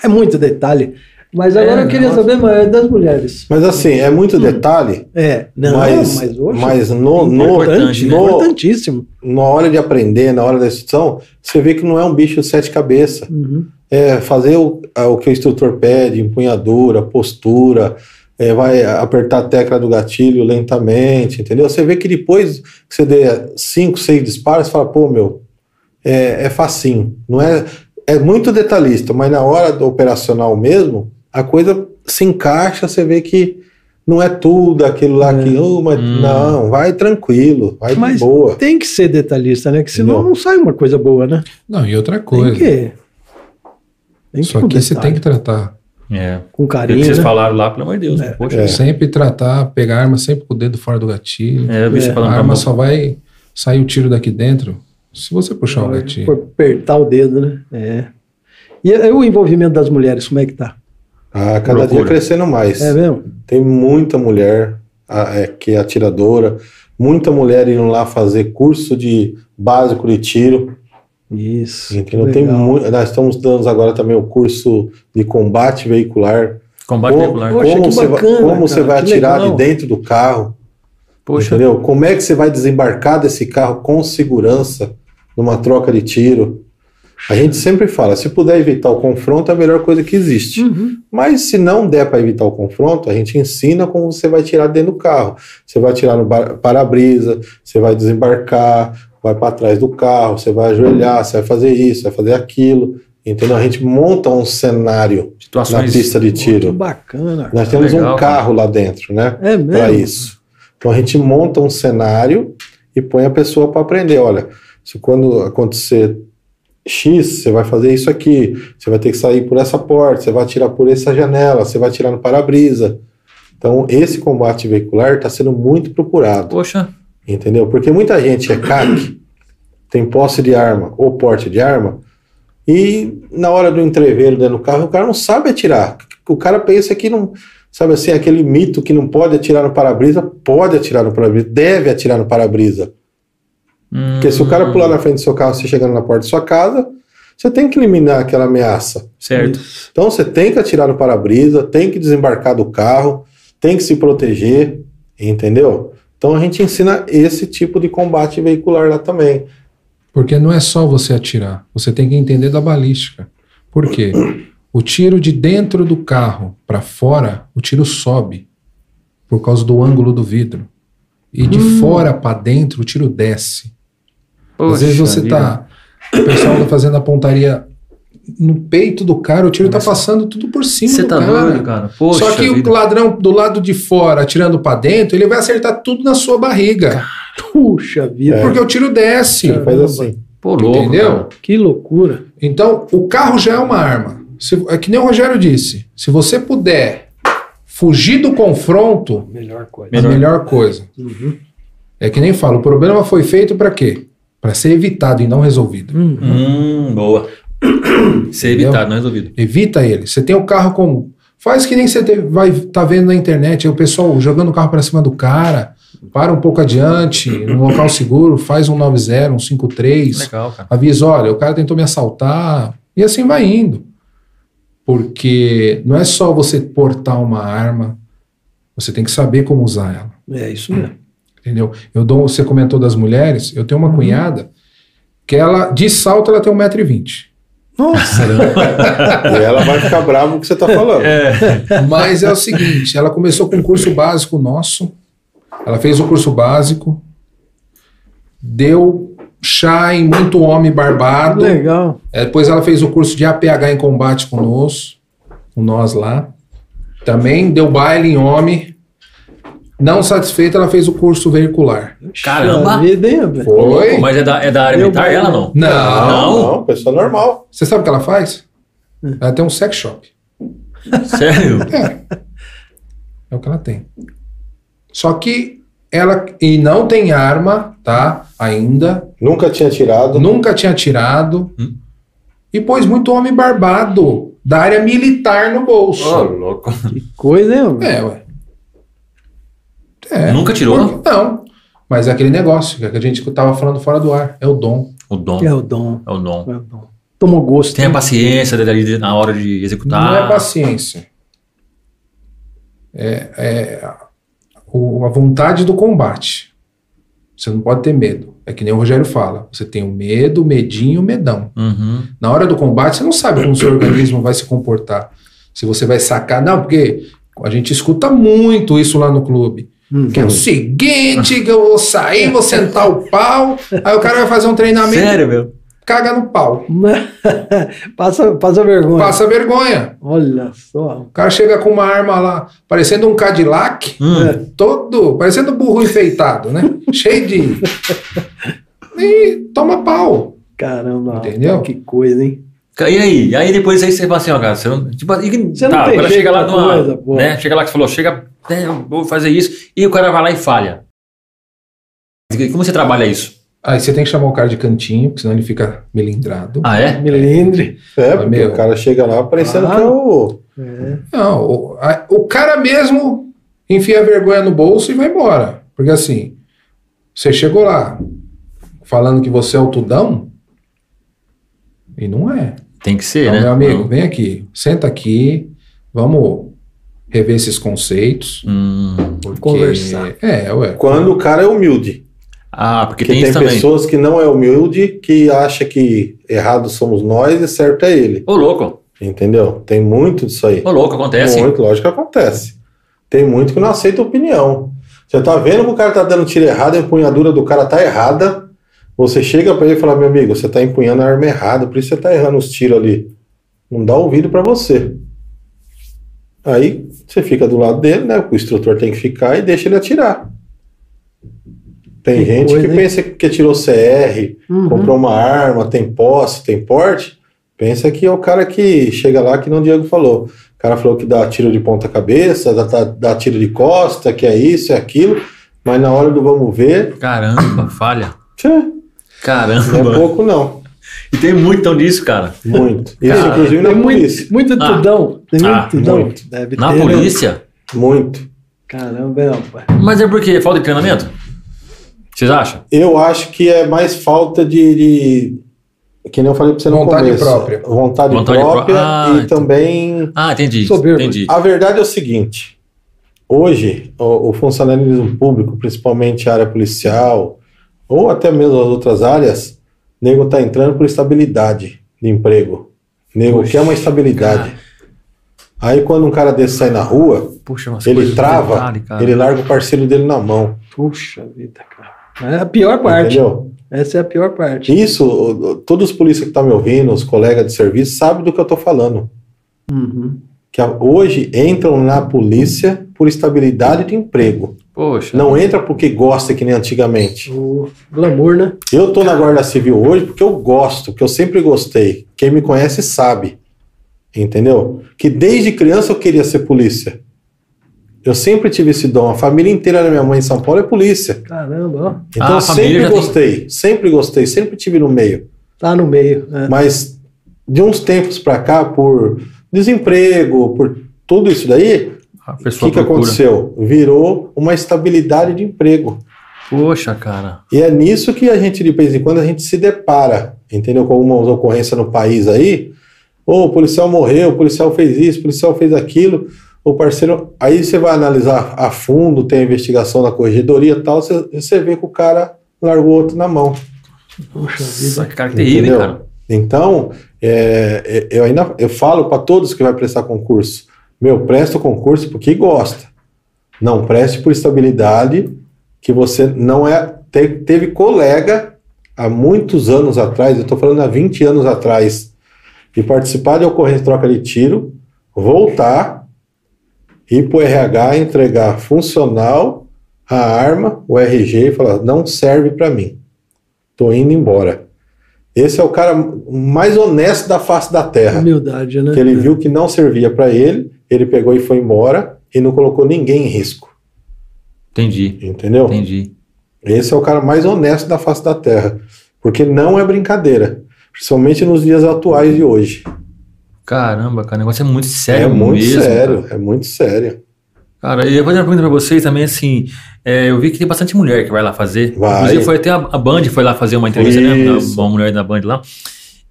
Speaker 2: É muito detalhe. Mas agora
Speaker 1: É,
Speaker 2: eu queria
Speaker 1: nossa.
Speaker 2: saber mas, das mulheres.
Speaker 4: Mas assim, é muito detalhe,
Speaker 2: É, não, mas,
Speaker 4: mas, mas,
Speaker 2: hoje
Speaker 4: no,
Speaker 2: é
Speaker 4: no,
Speaker 2: importante,
Speaker 4: no-
Speaker 2: importantíssimo.
Speaker 4: na hora de aprender, na hora da instrução, você vê que não é um bicho de sete cabeças.
Speaker 2: Uhum.
Speaker 4: É fazer o, a- o que o instrutor pede, empunhadura, postura, é, vai apertar a tecla do gatilho lentamente, entendeu? Você vê que depois que você dê cinco, seis disparos, você fala, pô, meu, é, é facinho. Não é, é muito detalhista, mas na hora do operacional mesmo, a coisa se encaixa, você vê que não é tudo aquilo lá que, "Oh, mas
Speaker 1: Hum.
Speaker 4: não, vai tranquilo, vai
Speaker 2: Mas-
Speaker 4: de boa.
Speaker 2: Tem que ser detalhista, né? Que senão
Speaker 4: Entendeu?
Speaker 2: não sai uma coisa boa, né?
Speaker 3: Não, e outra
Speaker 2: Tem
Speaker 3: coisa,
Speaker 2: que. Tem que
Speaker 3: só
Speaker 2: com
Speaker 3: que você
Speaker 2: detalhe,
Speaker 3: tem que tratar,
Speaker 1: É.
Speaker 2: com
Speaker 1: O que
Speaker 2: carinho.
Speaker 1: vocês
Speaker 2: né?
Speaker 1: falaram lá, pelo amor de Deus.
Speaker 2: É.
Speaker 1: Poxa.
Speaker 4: É.
Speaker 3: sempre tratar, pegar a arma sempre com o dedo fora do gatilho,
Speaker 1: É, eu vi você
Speaker 2: É,
Speaker 3: a
Speaker 1: falando pra
Speaker 3: arma
Speaker 1: mão.
Speaker 3: só vai sair o tiro daqui dentro se você puxar o
Speaker 2: Por
Speaker 1: né,
Speaker 3: gatilho.
Speaker 2: apertar o dedo, né? É. E aí o envolvimento das mulheres, como é que tá?
Speaker 4: Ah, cada
Speaker 1: Loucura.
Speaker 4: dia crescendo mais.
Speaker 2: É mesmo?
Speaker 4: Tem muita mulher ah, é, que é atiradora, muita mulher indo lá fazer curso de básico de tiro.
Speaker 2: Isso.
Speaker 4: Entendeu?
Speaker 2: que
Speaker 4: Tem
Speaker 2: legal.
Speaker 4: mu- nós estamos dando agora também o curso de combate veicular.
Speaker 1: Combate
Speaker 4: Como-
Speaker 1: regular.
Speaker 2: Poxa,
Speaker 4: como
Speaker 2: que
Speaker 4: você
Speaker 2: bacana,
Speaker 4: vai, como você
Speaker 2: cara,
Speaker 4: vai
Speaker 2: que
Speaker 4: atirar
Speaker 2: legal.
Speaker 4: de dentro do carro,
Speaker 1: Poxa,
Speaker 4: entendeu? Como é que você vai desembarcar desse carro com segurança numa troca de tiro? A gente sempre fala, se puder evitar o confronto, é a melhor coisa que existe.
Speaker 2: Uhum.
Speaker 4: Mas se não der para evitar o confronto, a gente ensina como você vai tirar dentro do carro. Você vai tirar no bar- para-brisa, você vai desembarcar, vai para trás do carro, você vai ajoelhar, você vai fazer isso, vai fazer aquilo. Entendeu? A gente monta um cenário na
Speaker 1: situações.
Speaker 4: pista de
Speaker 2: Que
Speaker 4: tiro.
Speaker 2: bacana.
Speaker 4: Nós temos
Speaker 1: Legal,
Speaker 4: um carro lá dentro, né?
Speaker 2: É mesmo?
Speaker 4: Para isso. Então a gente monta um cenário e põe a pessoa para aprender. Olha, se quando acontecer X, você vai fazer isso aqui, você vai ter que sair por essa porta, você vai atirar por essa janela, você vai atirar no para-brisa. Então, esse combate veicular está sendo muito procurado,
Speaker 1: Poxa,
Speaker 4: entendeu? Porque muita gente é CAC, tem posse de arma ou porte de arma, e na hora do entreveiro dentro do carro, o cara não sabe atirar. O cara pensa que não. Sabe assim, aquele mito que não pode atirar no para-brisa, pode atirar no para-brisa, deve atirar no para-brisa.
Speaker 1: hum,
Speaker 4: Porque se o cara pular na frente do seu carro, você chegando na porta da sua casa, você tem que eliminar aquela ameaça.
Speaker 1: Certo.
Speaker 2: Isso.
Speaker 4: Então você tem que atirar no para-brisa, tem que desembarcar do carro, tem que se proteger, entendeu? Então a gente ensina esse tipo de combate veicular lá também.
Speaker 3: Porque não é só você atirar, você tem que entender da balística. Por quê? O tiro de dentro do carro para fora, o tiro sobe por causa do ângulo do vidro. E de
Speaker 1: Hum.
Speaker 3: fora para dentro, o tiro desce. Às vezes
Speaker 1: Poxa
Speaker 3: você
Speaker 1: vida.
Speaker 3: tá. O pessoal tá fazendo a pontaria no peito do cara, o tiro tá passando tudo por cima
Speaker 1: Você
Speaker 3: do
Speaker 1: tá
Speaker 3: cara.
Speaker 1: doido, cara? Poxa.
Speaker 3: Só que
Speaker 1: vida.
Speaker 3: o ladrão do lado de fora atirando para dentro, ele vai acertar tudo na sua barriga.
Speaker 2: Puxa vida.
Speaker 3: Porque o tiro desce.
Speaker 4: Ele faz assim.
Speaker 1: Pô, louco.
Speaker 3: entendeu?
Speaker 1: cara.
Speaker 2: Que loucura.
Speaker 3: Então, o carro já é uma arma. Se- é que nem o Rogério disse: se você puder fugir do confronto,
Speaker 2: Melhor coisa.
Speaker 1: Melhor.
Speaker 3: é a melhor coisa.
Speaker 2: Uhum.
Speaker 3: É que nem falo: o problema foi feito para quê? Para ser evitado e não resolvido.
Speaker 2: Uhum.
Speaker 1: Hum, boa. Ser evitado, não resolvido.
Speaker 3: Evita ele. Você tem o carro como. Faz que nem você te- vai tá vendo na internet, aí o pessoal jogando o carro para cima do cara, para um pouco adiante, no local seguro, faz um 90, um 53,
Speaker 1: Legal, cara.
Speaker 3: avisa, olha, o cara tentou me assaltar, e assim vai indo. Porque não é só você portar uma arma, você tem que saber como usar ela.
Speaker 2: É isso mesmo.
Speaker 3: Entendeu? Eu dou, você comentou das mulheres, eu tenho uma cunhada que ela, de salto, ela tem 1,20m.
Speaker 2: Nossa,
Speaker 4: E ela vai ficar brava com o que você tá falando.
Speaker 3: Mas é o seguinte, ela começou com um curso básico nosso. Ela fez o curso básico. Deu chá em muito homem barbado.
Speaker 2: legal.
Speaker 3: É, depois ela fez o curso de APH em combate conosco, com nós lá. Também deu baile em homem. Não satisfeita, ela fez o curso veicular.
Speaker 1: Caramba.
Speaker 2: Puxa Vida, hein, velho?
Speaker 1: Pô,
Speaker 3: Foi?
Speaker 1: Mas é da, é da área
Speaker 2: Meu
Speaker 1: militar
Speaker 2: pai,
Speaker 1: ela,
Speaker 2: não.
Speaker 1: não?
Speaker 3: Não.
Speaker 1: Não?
Speaker 4: não pessoa normal.
Speaker 3: Você sabe o que ela faz? Ela tem um sex shop.
Speaker 1: Sério?
Speaker 3: É o que ela tem. Só que ela. E não tem arma, tá? Ainda.
Speaker 4: Nunca tinha tirado.
Speaker 3: Nunca tinha tirado.
Speaker 1: Hum.
Speaker 3: E pôs muito homem barbado da área militar no bolso.
Speaker 1: Ô, louco.
Speaker 2: Que coisa, hein, velho?
Speaker 3: É, ué. É.
Speaker 1: Nunca tirou?
Speaker 3: Por que Não. Mas é aquele negócio que a gente tava falando fora do ar. É o dom.
Speaker 1: O dom.
Speaker 2: É o dom.
Speaker 1: É o dom.
Speaker 2: É o dom. Tomou gosto.
Speaker 1: Tem a paciência de- de- na hora de executar.
Speaker 3: Não é paciência. É, é a- o- a vontade do combate. Você não pode ter medo. É que nem o Rogério fala. Você tem o medo, o medinho, o medão.
Speaker 1: Uhum.
Speaker 3: Na hora do combate, você não sabe como o seu organismo vai se comportar. Se você vai sacar. Não, porque a gente escuta muito isso lá no clube.
Speaker 2: Hum.
Speaker 3: Que é o seguinte, que eu vou sair, vou sentar o pau. Aí o cara vai fazer um treinamento,
Speaker 1: Sério, meu?
Speaker 3: caga no pau.
Speaker 2: passa, passa vergonha.
Speaker 3: Passa vergonha.
Speaker 2: Olha só.
Speaker 3: O cara chega com uma arma lá, parecendo um Cadillac,
Speaker 1: Hum.
Speaker 3: todo, parecendo burro enfeitado, né? Cheio de. E toma pau.
Speaker 2: Caramba.
Speaker 3: Entendeu?
Speaker 2: Que coisa, hein?
Speaker 1: E aí? E aí depois aí você fala assim, ó, cara, você não. Tipo, e que-
Speaker 2: Você não tem
Speaker 1: agora
Speaker 2: jeito
Speaker 1: chega lá
Speaker 2: pra
Speaker 1: numa.
Speaker 2: coisa, pô.
Speaker 1: né, chega lá que você falou, chega, né, eu vou fazer isso, e o cara vai lá e falha. E Como você trabalha isso?
Speaker 3: Aí você tem que chamar o cara de cantinho, porque senão ele fica melindrado.
Speaker 1: Ah, é?
Speaker 2: Melindre.
Speaker 4: É, porque
Speaker 3: Meu.
Speaker 4: o cara chega lá parecendo
Speaker 2: Ah.
Speaker 4: que é o.
Speaker 2: É.
Speaker 3: Não, o, a- o cara mesmo enfia a vergonha no bolso e vai embora. Porque assim, você chegou lá falando que você é o tudão, e não é.
Speaker 1: Tem que ser,
Speaker 3: Então,
Speaker 1: né?
Speaker 3: meu amigo, vem aqui, senta aqui, vamos rever esses conceitos.
Speaker 1: Hum.
Speaker 3: porque-
Speaker 2: Conversar.
Speaker 3: É, ué.
Speaker 4: Quando o cara é humilde.
Speaker 1: Ah, porque
Speaker 4: Porque
Speaker 1: tem,
Speaker 4: tem,
Speaker 1: isso também.
Speaker 4: pessoas que não é humilde, que acha que errado somos nós e certo é ele.
Speaker 1: Ô, louco,
Speaker 4: Entendeu? Tem muito disso aí.
Speaker 1: ô, louco, acontece.
Speaker 4: Muito, lógico que acontece. Tem muito que não aceita opinião. Você tá vendo que o cara tá dando tiro errado, a empunhadura do cara tá errada. Você chega pra ele e fala, meu amigo, você tá empunhando a arma errada, por isso você tá errando os tiros ali. Não dá ouvido pra você. Aí você fica do lado dele, né? O instrutor tem que ficar e deixa ele atirar. Tem
Speaker 2: Que
Speaker 4: gente
Speaker 2: coisa,
Speaker 4: que
Speaker 2: hein?
Speaker 4: pensa que tirou CR,
Speaker 2: Uhum.
Speaker 4: comprou uma arma, tem posse, tem porte, pensa que é o cara que chega lá, que não o Diego falou. O cara falou que dá tiro de ponta cabeça, dá, dá- dá tiro de costa, que é isso, é aquilo, mas na hora do vamos ver,
Speaker 1: Caramba, falha.
Speaker 4: tchê, não é
Speaker 1: Caramba.
Speaker 4: pouco não,
Speaker 1: E tem muito então disso, cara.
Speaker 4: muito. Isso
Speaker 1: Cara, é
Speaker 4: inclusive na
Speaker 2: Tem
Speaker 4: polícia,
Speaker 2: muito, muito
Speaker 1: Ah.
Speaker 2: tudão. Tem muito
Speaker 1: Ah,
Speaker 2: tudão.
Speaker 4: muito.
Speaker 2: Deve
Speaker 1: Na
Speaker 2: ter, né?
Speaker 1: polícia?
Speaker 4: muito.
Speaker 2: Caramba, hein, rapaz.
Speaker 1: Mas é porque falta de treinamento? Vocês acham?
Speaker 4: Eu acho que é mais falta de... de que nem eu falei pra você no
Speaker 3: Vontade
Speaker 4: começo.
Speaker 3: própria.
Speaker 4: Vontade,
Speaker 1: Vontade pró-
Speaker 4: própria
Speaker 1: Ah,
Speaker 4: e
Speaker 1: então.
Speaker 4: também
Speaker 1: Ah, entendi.
Speaker 2: Soberbo.
Speaker 1: Entendi.
Speaker 4: A verdade é o seguinte: hoje, o, o funcionalismo público, principalmente a área policial, ou até mesmo as outras áreas, o nego está entrando por estabilidade de emprego. O nego
Speaker 1: Puxa,
Speaker 4: quer uma estabilidade. Aí, quando um cara desse sai na rua,
Speaker 1: Puxa, umas
Speaker 4: Ele
Speaker 1: coisas,
Speaker 4: trava,
Speaker 1: detalhe, cara.
Speaker 4: ele larga o parceiro dele na mão.
Speaker 2: Puxa vida, cara. É a pior parte.
Speaker 4: Entendeu?
Speaker 2: Essa é a pior parte.
Speaker 4: Isso, o- o- todos os polícias que estão me ouvindo, os colegas de serviço, sabem do que eu estou falando.
Speaker 2: Uhum.
Speaker 4: Que a- hoje entram na polícia por estabilidade de emprego.
Speaker 1: Poxa.
Speaker 4: Não entra porque gosta que nem antigamente.
Speaker 2: O glamour, né?
Speaker 4: Eu tô na Guarda Civil hoje porque eu gosto, porque eu sempre gostei. Quem me conhece sabe. Entendeu? Que desde criança eu queria ser polícia. Eu sempre tive esse dom. A família inteira da minha mãe em São Paulo é polícia.
Speaker 2: Caramba, ó.
Speaker 4: Então
Speaker 1: Ah, a
Speaker 4: eu
Speaker 1: família
Speaker 4: sempre
Speaker 1: já tem-
Speaker 4: gostei, sempre gostei, sempre tive no meio.
Speaker 2: Tá no meio. né?
Speaker 4: Mas de uns tempos para cá, por desemprego, por tudo isso daí,
Speaker 1: A
Speaker 4: o
Speaker 1: pessoa
Speaker 4: que, que
Speaker 1: procura.
Speaker 4: aconteceu? Virou uma estabilidade de emprego.
Speaker 1: Poxa, cara.
Speaker 4: E é nisso que a gente, de vez em quando, a gente se depara, entendeu? Com algumas ocorrências no país aí. Ô, o policial morreu, o policial fez isso, o policial fez aquilo. O parceiro. Aí você vai analisar a fundo, tem a investigação da corregedoria e tal, você, você vê que o cara largou o outro na mão.
Speaker 2: Poxa vida.
Speaker 1: Nossa, que cara terrível, hein,
Speaker 4: Entendeu?
Speaker 1: cara.
Speaker 4: Então, é, é, eu ainda eu falo para todos que vai prestar concurso: meu, presta o concurso porque gosta. Não preste por estabilidade, que você não é. te- teve colega há muitos anos atrás, eu estou falando há 20 anos atrás, de participar de ocorrência de troca de tiro, voltar, ir para o RH, entregar funcional, a arma, o RG e falar: não serve para mim, estou indo embora. Esse é o cara mais honesto da face da terra.
Speaker 2: Humildade, né?
Speaker 4: É. Que ele viu que não servia para ele, ele pegou e foi embora e não colocou ninguém em risco.
Speaker 1: Entendi,
Speaker 4: Entendeu?
Speaker 1: entendi.
Speaker 4: Esse é o cara mais honesto da face da terra. Porque não é brincadeira. Principalmente nos dias atuais de hoje.
Speaker 1: Caramba, cara, o negócio é muito sério
Speaker 4: é muito
Speaker 1: mesmo.
Speaker 4: sério, é muito sério.
Speaker 1: Cara, e depois eu pergunto pra vocês também, assim, é, eu vi que tem bastante mulher que vai lá fazer.
Speaker 4: Vai.
Speaker 1: Inclusive, foi até a, a Band foi lá fazer uma entrevista, né? da-
Speaker 4: Isso.
Speaker 1: Uma mulher da Band lá.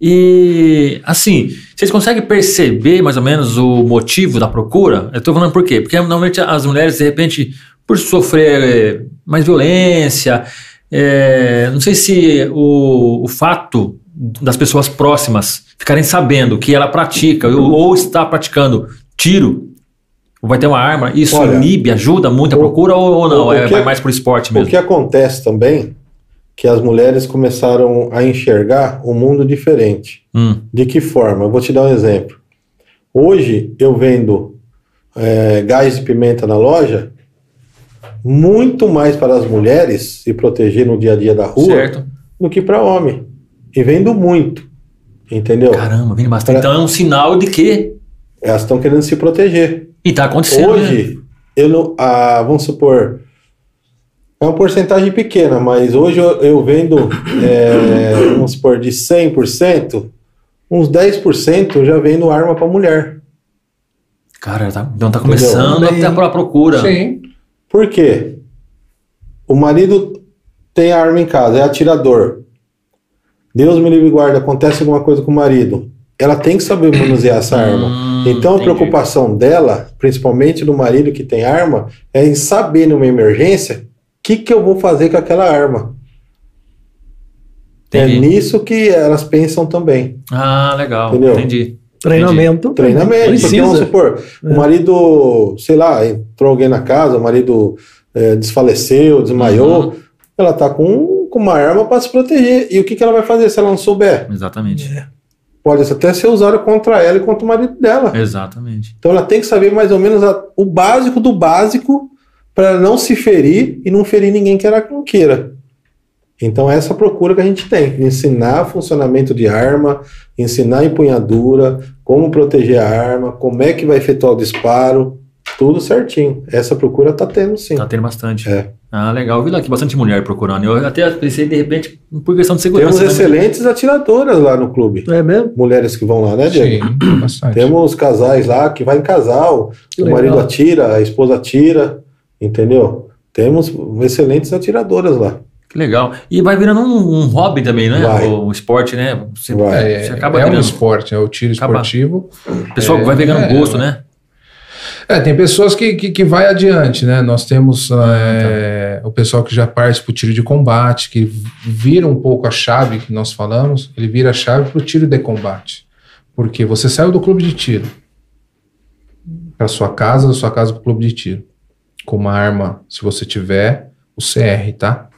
Speaker 1: E, assim, vocês conseguem perceber mais ou menos o motivo da procura? Eu tô falando por quê? Porque normalmente as mulheres, de repente, por sofrer é, mais violência, é, não sei se o, o fato das pessoas próximas ficarem sabendo que ela pratica ou, ou está praticando tiro, ou vai ter uma arma, isso
Speaker 4: Olha,
Speaker 1: inibe, ajuda muito a
Speaker 4: o-
Speaker 1: procura ou, ou não?
Speaker 4: o
Speaker 1: é,
Speaker 4: que-
Speaker 1: vai mais por esporte
Speaker 4: O
Speaker 1: mesmo.
Speaker 4: que é acontece também que as mulheres começaram a enxergar o mundo diferente.
Speaker 1: Hum,
Speaker 4: De que forma? Eu vou te dar um exemplo. Hoje eu vendo é, gás de pimenta na loja muito mais para as mulheres se proteger no dia a dia da rua
Speaker 1: certo.
Speaker 4: do que para homem. E vendo muito, entendeu?
Speaker 1: Caramba, vindo bastante.
Speaker 4: Pra-
Speaker 1: Então é um sinal de que.
Speaker 4: Elas estão querendo se proteger.
Speaker 1: E tá acontecendo. né?
Speaker 4: hoje, eu não, ah, vamos supor, é uma porcentagem pequena, mas hoje eu, eu vendo, é, vamos supor, de 100%, uns 10% eu já vendo arma para mulher.
Speaker 1: Cara, tá- então tá começando
Speaker 2: Bem-
Speaker 1: até a procura.
Speaker 3: Sim.
Speaker 4: Por quê? O marido tem a arma em casa, é atirador. Deus me livre e guarda, acontece alguma coisa com o marido. Ela tem que saber manusear essa arma.
Speaker 1: Hum,
Speaker 4: Então a
Speaker 1: entendi.
Speaker 4: preocupação dela, principalmente do marido que tem arma, é em saber numa emergência o que, que eu vou fazer com aquela arma. É
Speaker 1: Entendi.
Speaker 4: nisso que elas pensam também.
Speaker 1: Ah, legal.
Speaker 4: Entendeu?
Speaker 1: Entendi.
Speaker 2: Treinamento.
Speaker 4: Treinamento. Porque, é um vamos
Speaker 2: Precisa.
Speaker 4: supor,
Speaker 1: É.
Speaker 4: o marido, sei lá, entrou alguém na casa, o marido eh, desfaleceu, desmaiou.
Speaker 1: Uhum.
Speaker 4: Ela tá com, com uma arma para se proteger. E o que, que ela vai fazer se ela não souber?
Speaker 1: Exatamente.
Speaker 4: É. Pode até ser usada contra ela e contra o marido dela.
Speaker 1: Exatamente.
Speaker 4: Então ela tem que saber mais ou menos a- o básico do básico para não se ferir e não ferir ninguém que ela não queira. Então essa é a procura que a gente tem, de ensinar funcionamento de arma, ensinar a empunhadura, como proteger a arma, como é que vai efetuar o disparo, tudo certinho. Essa procura tá tendo sim.
Speaker 1: Tá tendo bastante.
Speaker 4: É.
Speaker 1: Ah, legal. Eu vi lá que bastante mulher procurando. Eu até pensei, de repente, por questão de segurança. né?
Speaker 4: Temos
Speaker 1: também.
Speaker 4: excelentes atiradoras lá no clube,
Speaker 2: É mesmo?
Speaker 4: mulheres que vão lá, né, Diego?
Speaker 3: Sim, bastante.
Speaker 4: Temos casais lá que vai em casal,
Speaker 2: Que
Speaker 4: o
Speaker 2: legal.
Speaker 4: marido atira, a esposa atira, entendeu? Temos excelentes atiradoras lá.
Speaker 1: Que legal. E vai virando um, um hobby também, né?
Speaker 4: Vai.
Speaker 1: O, o esporte, né? Você,
Speaker 4: Vai.
Speaker 3: É,
Speaker 1: você acaba
Speaker 3: é um
Speaker 1: virando.
Speaker 3: esporte, é o tiro
Speaker 1: Acaba.
Speaker 3: esportivo.
Speaker 1: O pessoal
Speaker 3: é,
Speaker 1: vai pegando
Speaker 3: é,
Speaker 1: gosto, né?
Speaker 3: É, tem pessoas que, que, que vai adiante, né? Nós temos é, o pessoal que já parte para o tiro de combate, que vira um pouco a chave que nós falamos, ele vira a chave para o tiro de combate. Porque você saiu do clube de tiro para sua casa, da sua casa para o clube de tiro. Com uma arma, se você tiver, o CR, tá?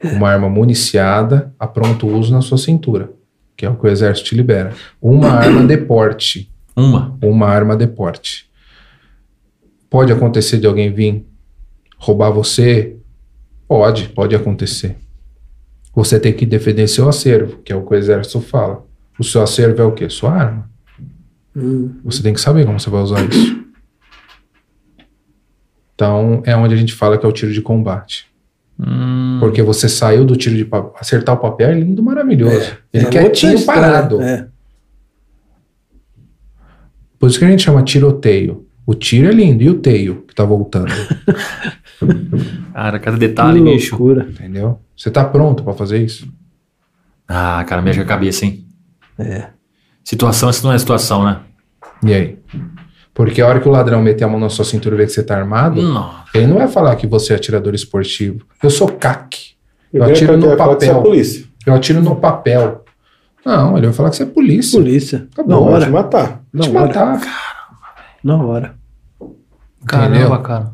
Speaker 3: Com uma arma municiada, a pronto uso na sua cintura, que é o que o exército te libera. Uma arma de porte
Speaker 1: Uma.
Speaker 3: ou uma arma de porte. Pode acontecer de alguém vir roubar você? Pode, pode acontecer. Você tem que defender seu acervo, que é o que o exército fala. O seu acervo é o quê? Sua arma.
Speaker 2: Hum.
Speaker 3: Você tem que saber como você vai usar isso. Então, é onde a gente fala que é o tiro de combate.
Speaker 1: Hum,
Speaker 3: Porque você saiu do tiro de papel. Acertar o papel é lindo, maravilhoso. Ele
Speaker 2: É
Speaker 3: quer
Speaker 2: outra
Speaker 3: tiro
Speaker 2: história,
Speaker 3: parado.
Speaker 2: É.
Speaker 3: Por isso que a gente chama tiroteio. O tiro é lindo, e o teio que tá voltando,
Speaker 1: Cara, cada detalhe,
Speaker 2: que
Speaker 1: Tá bicho.
Speaker 2: loucura.
Speaker 3: entendeu? Você tá pronto pra fazer isso?
Speaker 1: Ah, cara, mexe com a cabeça, hein? É. Situação, isso não é situação, né?
Speaker 3: E aí? Porque a hora que o ladrão meter a mão na sua cintura e ver que você tá armado,
Speaker 4: Hum.
Speaker 1: Não.
Speaker 3: ele não vai falar que você é atirador esportivo. Eu sou CAC. Eu
Speaker 4: Primeiro
Speaker 3: atiro
Speaker 4: que
Speaker 3: no
Speaker 4: quero falar que você é
Speaker 3: papel.
Speaker 4: polícia.
Speaker 3: Eu atiro no papel. Não, ele vai falar que você é polícia.
Speaker 2: Polícia.
Speaker 3: Acabou.
Speaker 2: Na
Speaker 4: Não, vai
Speaker 2: hora.
Speaker 4: te matar.
Speaker 3: Vai te
Speaker 2: Na hora.
Speaker 3: matar.
Speaker 2: Na hora.
Speaker 1: Caramba,
Speaker 3: Entendeu?
Speaker 1: cara.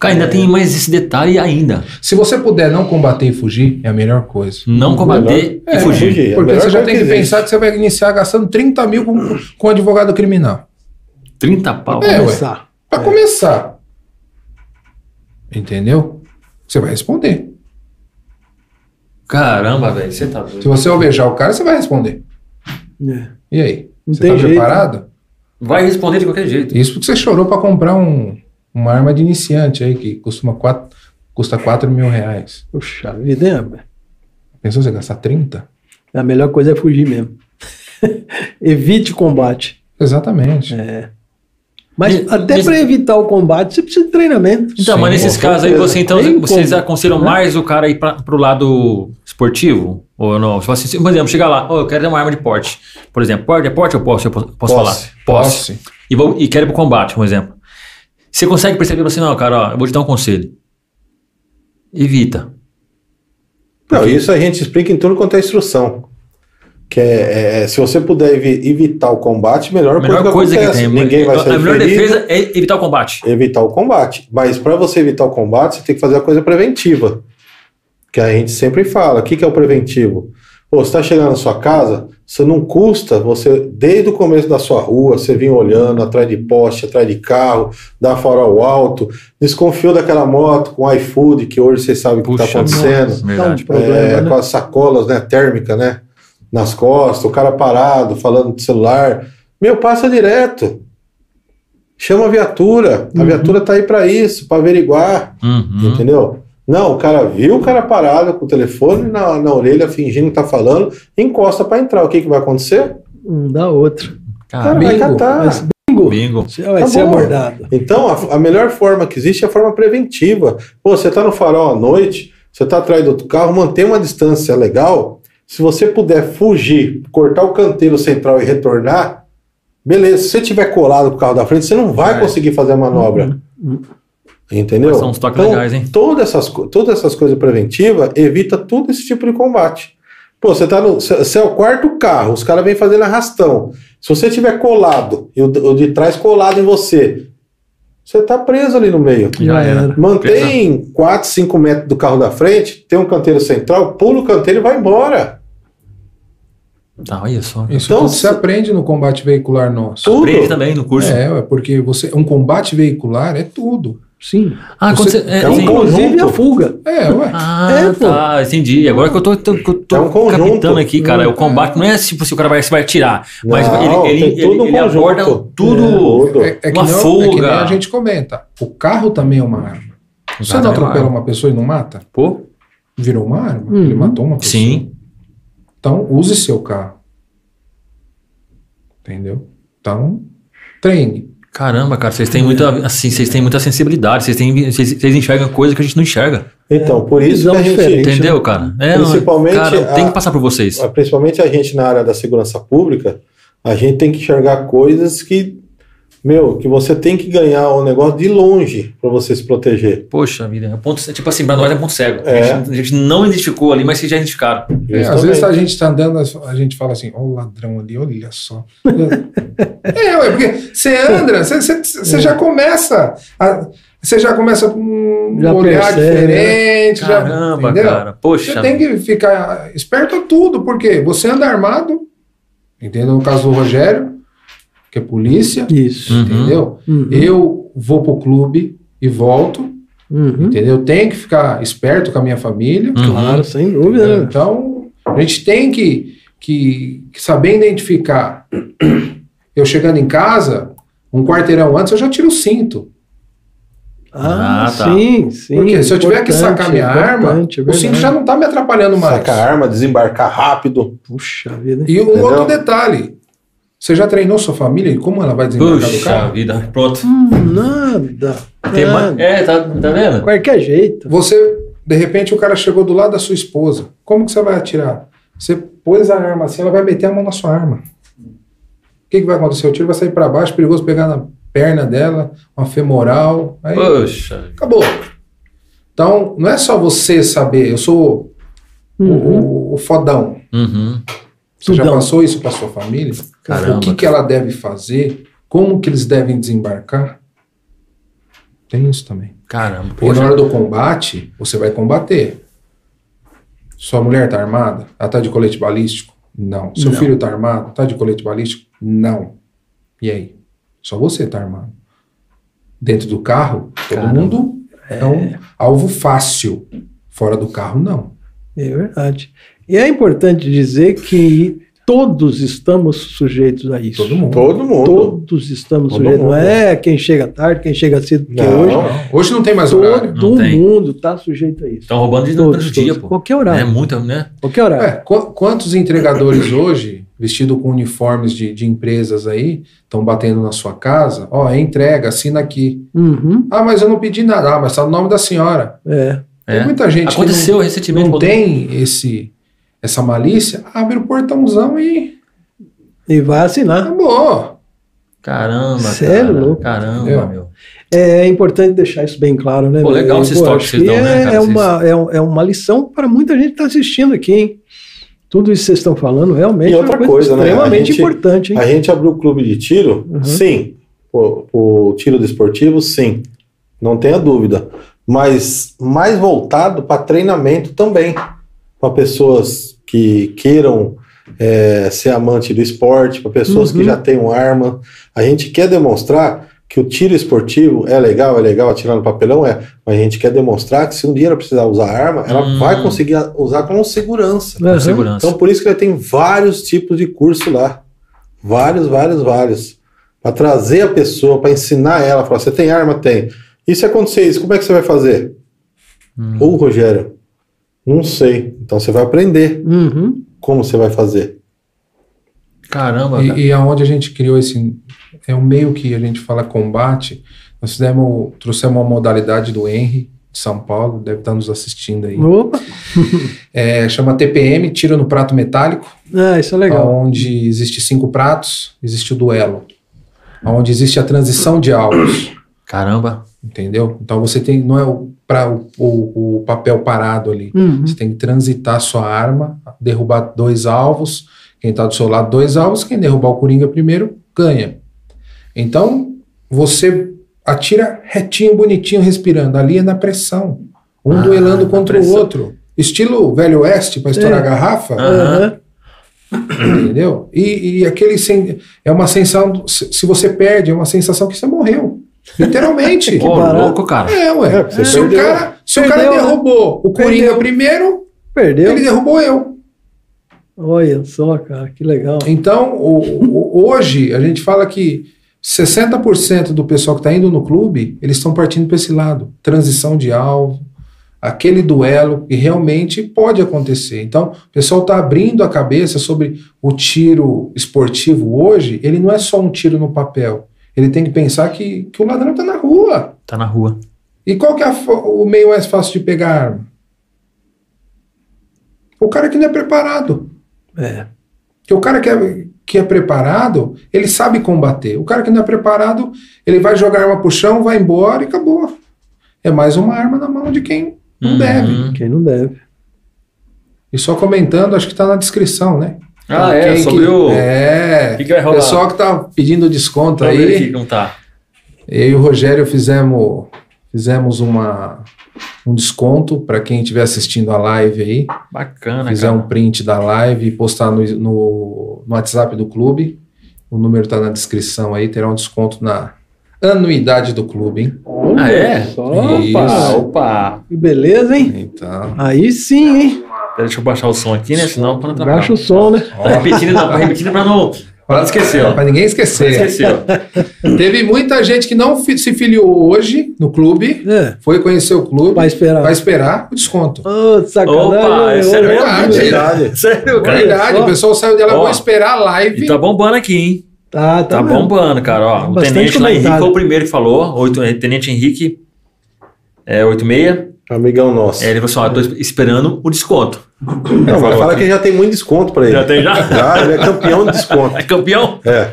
Speaker 1: Cara, ainda tem mais esse detalhe ainda.
Speaker 3: Se você puder não combater e fugir, é a melhor coisa.
Speaker 1: Não combater
Speaker 4: Melhor-
Speaker 1: e
Speaker 4: é,
Speaker 1: fugir.
Speaker 4: É a
Speaker 3: Porque
Speaker 4: melhor
Speaker 3: você já tem
Speaker 4: coisa
Speaker 3: que
Speaker 4: que existe.
Speaker 3: pensar que você vai iniciar gastando 30 mil com, com um advogado criminal.
Speaker 1: 30 pau.
Speaker 3: É, ué.
Speaker 2: Começar.
Speaker 3: Pra começar. Entendeu? Você vai responder.
Speaker 1: Caramba, velho, você tá
Speaker 3: Se
Speaker 1: doido.
Speaker 3: você alvejar o cara, você vai responder.
Speaker 2: É.
Speaker 3: E aí?
Speaker 2: Não
Speaker 3: você
Speaker 2: tem
Speaker 3: tá
Speaker 2: jeito.
Speaker 3: preparado?
Speaker 1: Vai responder de qualquer jeito.
Speaker 3: Isso porque você chorou pra comprar um, uma arma de iniciante aí, que costuma quatro, custa 4 mil reais.
Speaker 2: Puxa vida, hein, rapaz?
Speaker 3: Pensou você gastar 30?
Speaker 2: A melhor coisa é fugir mesmo. Evite combate.
Speaker 3: Exatamente.
Speaker 2: Mas
Speaker 1: Diz-
Speaker 2: até
Speaker 1: diz-
Speaker 2: para evitar o combate, você precisa de treinamento.
Speaker 1: Então, mas
Speaker 3: Sim,
Speaker 1: nesses
Speaker 4: com
Speaker 1: casos aí,
Speaker 4: certeza.
Speaker 1: você, então,
Speaker 2: Tem
Speaker 1: vocês
Speaker 2: como,
Speaker 1: aconselham
Speaker 2: né?
Speaker 1: mais o cara ir pra, pro lado esportivo? Ou não? Tipo assim, se- por exemplo, chegar lá, "Ô, eu quero ter uma arma de porte. Por exemplo, porte é porte ou posse? Eu posso, posso
Speaker 4: Posse.
Speaker 1: falar? Posse.
Speaker 3: Posse.
Speaker 1: E, vou, e quero ir pro combate, por exemplo. Você consegue perceber assim, não, cara, ó, eu vou te dar um conselho. Evita.
Speaker 4: Não, isso a gente explica em tudo quanto é instrução. Que é, é, se você puder evi- evitar o combate, melhor,
Speaker 1: A melhor
Speaker 4: coisa,
Speaker 1: coisa
Speaker 4: que
Speaker 1: que
Speaker 4: acontece.
Speaker 1: tem.
Speaker 4: Ninguém vai
Speaker 1: a,
Speaker 4: ser
Speaker 1: a melhor
Speaker 4: ferido,
Speaker 1: defesa é evitar o combate.
Speaker 4: evitar o combate. Mas para você evitar o combate, você tem que fazer a coisa preventiva. Que a gente sempre fala. O que, que é o preventivo? Pô, você está chegando na sua casa, você não custa, você, desde o começo da sua rua, você vinha olhando atrás de poste, atrás de carro, dá farol alto, desconfiou daquela moto com iFood, que hoje você sabe o que está acontecendo.
Speaker 1: nossa,
Speaker 2: Dá um
Speaker 1: verdade.
Speaker 2: problema,
Speaker 4: É,
Speaker 2: né?
Speaker 4: com as sacolas né, térmica, né? Nas costas, o cara parado, falando de celular. Meu, passa direto. Chama a viatura. A
Speaker 2: Uhum.
Speaker 4: viatura tá aí para isso, para averiguar,
Speaker 1: Uhum.
Speaker 4: entendeu? Não, o cara viu o cara parado com o telefone na, na orelha, fingindo que tá falando, encosta para entrar. O que, que vai acontecer?
Speaker 2: Um dá outro.
Speaker 4: O
Speaker 1: Cara,
Speaker 4: cara vai
Speaker 3: bingo.
Speaker 4: catar.
Speaker 2: Mas bingo,
Speaker 1: bingo.
Speaker 2: você vai
Speaker 4: Tá
Speaker 2: ser
Speaker 4: bom.
Speaker 2: abordado.
Speaker 4: Então, a, a melhor forma que existe é a forma preventiva. Pô, você tá no farol à noite, você tá atrás do outro carro, mantém uma distância legal. Se você puder fugir, cortar o canteiro central e retornar, beleza. Se você tiver colado com o carro da frente, você não vai
Speaker 1: Vai.
Speaker 4: conseguir fazer a manobra.
Speaker 2: Uhum.
Speaker 4: Entendeu? Então,
Speaker 1: São uns toques legais, hein?
Speaker 4: Todas essas, co- todas essas coisas preventivas evita todo esse tipo de combate. Pô, você tá no. Você é o quarto carro, os caras vêm fazendo arrastão. Se você tiver colado e o, d- o de trás colado em você, você tá preso ali no meio.
Speaker 1: Já era.
Speaker 4: Mantém 4, 5 metros do carro da frente, tem um canteiro central, pula o canteiro e vai embora.
Speaker 1: Tá, olha só.
Speaker 3: Isso
Speaker 4: Então,
Speaker 3: tudo se
Speaker 4: se-
Speaker 3: aprende no combate veicular nosso.
Speaker 4: Tudo.
Speaker 1: Aprende também no curso.
Speaker 3: É, ué, porque você, um combate veicular é tudo.
Speaker 2: Sim.
Speaker 1: Ah, quando
Speaker 3: Você-
Speaker 1: você- é,
Speaker 4: é um
Speaker 1: sim.
Speaker 4: conjunto.
Speaker 2: Inclusive a fuga.
Speaker 3: É, ué.
Speaker 1: Ah,
Speaker 2: É, pô.
Speaker 1: tá, entendi. Agora que eu tô, tô, que eu tô
Speaker 4: É um conjunto.
Speaker 1: captando aqui, cara,
Speaker 3: Hum,
Speaker 1: o combate não é tipo se o cara vai, se vai tirar, mas
Speaker 4: Não,
Speaker 1: ele,
Speaker 4: tem
Speaker 1: ele,
Speaker 4: tudo
Speaker 1: ele,
Speaker 4: um
Speaker 1: ele aborda
Speaker 4: conjunto.
Speaker 1: tudo.
Speaker 4: Tudo.
Speaker 3: É, é que
Speaker 1: Uma
Speaker 3: não, é que nem
Speaker 1: fuga.
Speaker 3: a gente comenta. O carro também é uma arma. Você
Speaker 1: Exatamente,
Speaker 3: não
Speaker 1: é uma
Speaker 3: atropela
Speaker 1: arma.
Speaker 3: uma pessoa e não mata?
Speaker 1: Pô,
Speaker 3: Virou uma arma.
Speaker 2: Uhum.
Speaker 3: Ele matou uma pessoa.
Speaker 1: sim.
Speaker 3: Então, use seu carro. Entendeu? Então, treine.
Speaker 1: Caramba, cara, vocês têm muita, assim, vocês têm muita sensibilidade, vocês, têm, vocês, vocês enxergam coisa que a gente não enxerga.
Speaker 4: Então, por isso
Speaker 2: Visão
Speaker 4: que a gente.
Speaker 2: diferente.
Speaker 1: Entendeu, cara? É,
Speaker 4: Principalmente
Speaker 1: cara, tem
Speaker 4: a-
Speaker 1: que passar por vocês.
Speaker 4: principalmente a gente na área da segurança pública, a gente tem que enxergar coisas que, meu, que você tem que ganhar o negócio de longe para você se proteger.
Speaker 1: Poxa vida, é ponto, é tipo assim, pra nós é ponto cego.
Speaker 4: É.
Speaker 1: A, gente, a gente não identificou ali, mas vocês já identificaram.
Speaker 3: É, às
Speaker 4: Justamente.
Speaker 1: tá
Speaker 3: vezes a gente está andando, a gente fala assim, ó o ladrão ali, olha só. é, ué, porque você anda, você- você você já começa. a- Você já começa com um
Speaker 2: Já
Speaker 3: olhar
Speaker 2: percebe, né?
Speaker 3: diferente. já-
Speaker 1: Caramba,
Speaker 3: entendeu?
Speaker 1: cara, poxa.
Speaker 3: Você tem que ficar esperto a tudo, porque você anda armado, entendeu? No caso do Rogério, que é polícia,
Speaker 2: Isso.
Speaker 1: Uhum.
Speaker 3: entendeu?
Speaker 2: Uhum.
Speaker 3: Eu vou pro clube e volto,
Speaker 2: Uhum.
Speaker 3: entendeu? Eu Tenho que ficar esperto com a minha família.
Speaker 1: Uhum.
Speaker 2: Claro, sem
Speaker 3: entendeu?
Speaker 2: dúvida. né?
Speaker 3: Então, a gente tem que, que, que saber identificar. Eu chegando em casa, um quarteirão antes, eu já tiro o cinto.
Speaker 1: Ah,
Speaker 2: Ah,
Speaker 1: tá.
Speaker 2: sim, sim.
Speaker 3: porque se eu tiver que
Speaker 2: importante,
Speaker 3: sacar minha arma,
Speaker 2: importante, é
Speaker 3: o cinto
Speaker 2: verdade.
Speaker 3: já não tá me atrapalhando mais.
Speaker 4: Sacar arma, desembarcar rápido.
Speaker 2: Puxa vida.
Speaker 3: E um
Speaker 4: Entendeu?
Speaker 3: outro detalhe: Você já treinou sua família? Como ela vai desembarcar do
Speaker 1: Puxa
Speaker 3: carro?
Speaker 1: vida, pronto.
Speaker 2: Nada.
Speaker 1: Tem ma-
Speaker 2: nada.
Speaker 1: É, tá, tá vendo?
Speaker 2: Qualquer jeito.
Speaker 3: Você, de repente, o cara chegou do lado da sua esposa. Como que você vai atirar? Você pôs a arma assim, ela vai meter a mão na sua arma. O que, que vai acontecer? O tiro vai sair para baixo, perigoso pegar na perna dela, uma femoral. Aí
Speaker 1: Poxa.
Speaker 3: acabou. Então, não é só você saber, eu sou o-
Speaker 2: Uhum.
Speaker 3: o, o fodão.
Speaker 1: Uhum.
Speaker 3: Você já
Speaker 2: Tudão.
Speaker 3: passou isso para sua família?
Speaker 1: Caramba.
Speaker 3: O que, é? que ela deve fazer? Como que eles devem desembarcar? Tem isso também.
Speaker 1: Caramba.
Speaker 3: Porque na hora do combate, você vai combater. Sua mulher tá armada? Ela tá de colete balístico? Não. Seu
Speaker 2: Não.
Speaker 3: filho tá armado? Tá de colete balístico? Não. E aí? Só você tá armado. Dentro do carro, todo
Speaker 1: Caramba.
Speaker 3: mundo é um alvo fácil. Fora do carro, não.
Speaker 2: É verdade. E é importante dizer que todos estamos sujeitos a isso.
Speaker 3: Todo mundo.
Speaker 4: Todo mundo.
Speaker 2: Todos estamos
Speaker 4: Todo
Speaker 2: sujeitos. Não
Speaker 4: mundo.
Speaker 2: é quem chega tarde, quem chega cedo, porque
Speaker 4: Não.
Speaker 2: hoje
Speaker 3: Hoje não tem mais horário.
Speaker 1: Não
Speaker 2: todo
Speaker 1: tem. Então,
Speaker 2: mundo está sujeito a isso.
Speaker 1: Estão roubando de
Speaker 2: Todos,
Speaker 1: durante o dia,
Speaker 2: todos.
Speaker 1: pô.
Speaker 2: Qualquer
Speaker 1: É
Speaker 2: horário.
Speaker 1: muito, né?
Speaker 2: Qualquer horário.
Speaker 3: É, qu- quantos entregadores hoje, vestido com uniformes de, de empresas aí, estão batendo na sua casa? Ó, é entrega, assina aqui.
Speaker 2: Uhum,
Speaker 3: Ah, mas eu não pedi nada. Ah, mas tá no nome da senhora.
Speaker 2: é.
Speaker 1: É.
Speaker 3: Tem muita gente
Speaker 1: Aconteceu
Speaker 3: que não,
Speaker 1: recentemente.
Speaker 3: não
Speaker 1: pô.
Speaker 3: tem esse, essa malícia. Abre o portãozão e
Speaker 2: E vai assinar.
Speaker 3: acabou.
Speaker 1: Caramba.
Speaker 2: Sério,
Speaker 3: é
Speaker 1: cara.
Speaker 2: louco?
Speaker 1: Caramba,
Speaker 3: Entendeu?
Speaker 1: meu.
Speaker 2: É importante deixar isso bem claro, né?
Speaker 1: Pô, legal
Speaker 2: meu?
Speaker 1: esse estoque
Speaker 2: acho
Speaker 1: que vocês dão, né,
Speaker 2: é-
Speaker 1: cara?
Speaker 2: É uma, é, um- é uma lição para muita gente que está assistindo aqui, hein? Tudo isso que vocês estão falando realmente
Speaker 4: E outra
Speaker 2: é uma coisa,
Speaker 4: coisa, né?
Speaker 2: extremamente
Speaker 4: A gente-
Speaker 2: importante, hein?
Speaker 4: A gente abriu o clube de tiro,
Speaker 2: Uhum.
Speaker 4: sim. O, o tiro desportivo, sim. Não tenha dúvida. Mas mais voltado para treinamento também. Para pessoas que queiram é, ser amante do esporte, para pessoas
Speaker 2: Uhum.
Speaker 4: que já tenham arma. A gente quer demonstrar que o tiro esportivo é legal, é legal atirar no papelão, é. Mas a gente quer demonstrar que se um dia ela precisar usar arma, ela
Speaker 1: Hum.
Speaker 4: vai conseguir a- usar com segurança.
Speaker 1: Com
Speaker 2: Aham.
Speaker 1: segurança.
Speaker 4: Então, por isso que ele tem vários tipos de curso lá. Vários, vários, vários. Para trazer a pessoa, para ensinar ela, falar: você tem arma? Tem. E se acontecer isso, como é que você vai fazer?
Speaker 1: Hum.
Speaker 4: Ô, Rogério, não sei. Então você vai aprender
Speaker 2: Uhum.
Speaker 4: como você vai fazer.
Speaker 1: Caramba, cara.
Speaker 3: E, e aonde a gente criou esse. É um meio que a gente fala combate. Nós fizemos, trouxemos uma modalidade do Henry, de São Paulo, deve estar nos assistindo aí.
Speaker 2: Uhum. Opa!
Speaker 3: É, chama TPM, tiro no prato metálico,
Speaker 2: Ah, isso é legal.
Speaker 3: onde existe cinco pratos, existe o duelo, onde existe a transição de alvos,
Speaker 1: Caramba.
Speaker 3: entendeu? Então você tem, não é o, pra, o, o, o papel parado ali,
Speaker 2: Uhum.
Speaker 3: você tem que transitar sua arma, derrubar dois alvos, quem está do seu lado dois alvos, quem derrubar o Coringa primeiro, ganha. Então, você atira retinho, bonitinho, respirando, ali é na pressão, um
Speaker 1: Ah,
Speaker 3: duelando
Speaker 1: na
Speaker 3: contra o
Speaker 1: pressão. Ah.
Speaker 3: outro. Estilo Velho Oeste, para
Speaker 2: É.
Speaker 3: estourar a garrafa,
Speaker 1: Aham.
Speaker 3: Entendeu? E, e aquele sen- é uma sensação. Se se você perde, é uma sensação que você morreu. Literalmente.
Speaker 1: Ô,
Speaker 2: barato.
Speaker 1: louco, cara.
Speaker 3: é, ué.
Speaker 4: É, você
Speaker 3: se, o
Speaker 4: perdeu.
Speaker 3: cara, se o cara
Speaker 2: Perdeu, né?
Speaker 3: derrubou o Coringa
Speaker 2: Perdeu.
Speaker 3: primeiro,
Speaker 2: Perdeu?
Speaker 3: ele derrubou eu.
Speaker 2: Olha só, cara, que legal.
Speaker 3: Então, o- o- hoje, a gente fala que 60% do pessoal que está indo no clube, eles estão partindo para esse lado. Transição de alvo, aquele duelo que realmente pode acontecer. Então, o pessoal está abrindo a cabeça sobre o tiro esportivo hoje, ele não é só um tiro no papel. Ele tem que pensar que, que o ladrão está na rua.
Speaker 1: Tá na rua.
Speaker 3: E qual que é a fo- o meio mais fácil de pegar a arma? O cara que não é preparado.
Speaker 2: É.
Speaker 3: Porque o cara que é, que é preparado, ele sabe combater. O cara que não é preparado, ele vai jogar a arma pro chão, vai embora e acabou. É mais uma arma na mão de quem não
Speaker 1: Uhum.
Speaker 3: deve.
Speaker 2: Quem não deve.
Speaker 3: E só comentando, acho que tá na descrição, né?
Speaker 1: Ah,
Speaker 3: Quem
Speaker 1: é,
Speaker 3: que-
Speaker 1: sobre o.
Speaker 3: É.
Speaker 1: O que, que vai rolar?
Speaker 3: Pessoal que tá pedindo desconto
Speaker 1: Vamos ver
Speaker 3: aí.
Speaker 1: aqui como tá.
Speaker 3: Eu e o Rogério fizemos, fizemos uma, um desconto para quem estiver assistindo a live aí.
Speaker 1: Bacana,
Speaker 3: fizer
Speaker 1: cara.
Speaker 3: um print da live e postar no, no, no WhatsApp do clube. O número está na descrição aí, terá um desconto na anuidade do clube, hein?
Speaker 1: Ah, é? Ah,
Speaker 3: um Isso.
Speaker 2: Opa!
Speaker 1: opa!
Speaker 2: Que beleza, hein?
Speaker 3: Então.
Speaker 2: Aí sim, hein?
Speaker 1: Pera, deixa eu baixar o som aqui, né? Senão pra não atrapalhar.
Speaker 2: Baixa o som, né?
Speaker 1: Tá repetindo, não, tá repetindo pra não. Pra não esquecer, ó.
Speaker 3: Para ninguém esquecer.
Speaker 1: Esqueceu.
Speaker 3: Teve muita gente que não fi- se filiou hoje no clube,
Speaker 2: É.
Speaker 3: foi conhecer o clube,
Speaker 2: Vai esperar.
Speaker 3: vai esperar o desconto.
Speaker 2: Ô, sacanagem.
Speaker 1: Opa, é sério
Speaker 2: Olha,
Speaker 1: mesmo?
Speaker 3: Verdade.
Speaker 4: Verdade.
Speaker 1: Sério,
Speaker 2: Olha
Speaker 3: Verdade,
Speaker 2: só.
Speaker 3: o pessoal saiu dela,
Speaker 1: Ó. Então,
Speaker 3: vou esperar a
Speaker 1: E
Speaker 3: live.
Speaker 1: tá bombando aqui, hein?
Speaker 2: Tá,
Speaker 1: Tá
Speaker 2: mesmo.
Speaker 1: bombando, cara. Ó, o
Speaker 2: Bastante
Speaker 1: Tenente lá Henrique
Speaker 2: comentado.
Speaker 1: foi o primeiro que falou. Oito, tenente Henrique é, 86.
Speaker 4: Amigão nosso.
Speaker 1: É, ele falou assim: ó, eu tô esperando o desconto.
Speaker 4: Não, vai
Speaker 1: falou
Speaker 4: falar
Speaker 1: aqui.
Speaker 4: que já tem muito desconto pra ele.
Speaker 1: Já tem já?
Speaker 4: Já, ele é campeão de desconto.
Speaker 1: É campeão?
Speaker 4: É.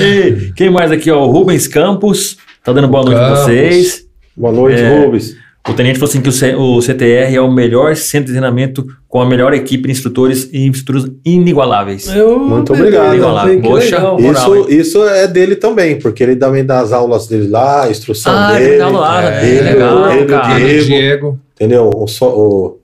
Speaker 1: E quem mais aqui? Ó, o Rubens Campos. Tá dando boa noite pra
Speaker 3: Campos.
Speaker 1: vocês.
Speaker 4: Boa noite,
Speaker 1: É.
Speaker 4: Rubens.
Speaker 1: O tenente falou assim que o, C- o CTR é o melhor centro de treinamento com a melhor equipe de instrutores e instrutores inigualáveis.
Speaker 2: Eu
Speaker 4: Muito
Speaker 2: peguei,
Speaker 4: obrigado.
Speaker 2: eu
Speaker 1: Olha lá,
Speaker 2: falei, Ah, que
Speaker 1: poxa.
Speaker 2: legal.
Speaker 1: Moral,
Speaker 4: Isso, isso é dele também, porque ele também dá as aulas dele lá, a instrução
Speaker 1: Ah, ele
Speaker 4: dele. é,
Speaker 1: dá aula lá, né?
Speaker 4: ele,
Speaker 1: Legal,
Speaker 4: ele,
Speaker 1: cara.
Speaker 4: o Diego,
Speaker 3: Ah, Diego.
Speaker 4: entendeu? O, só- o,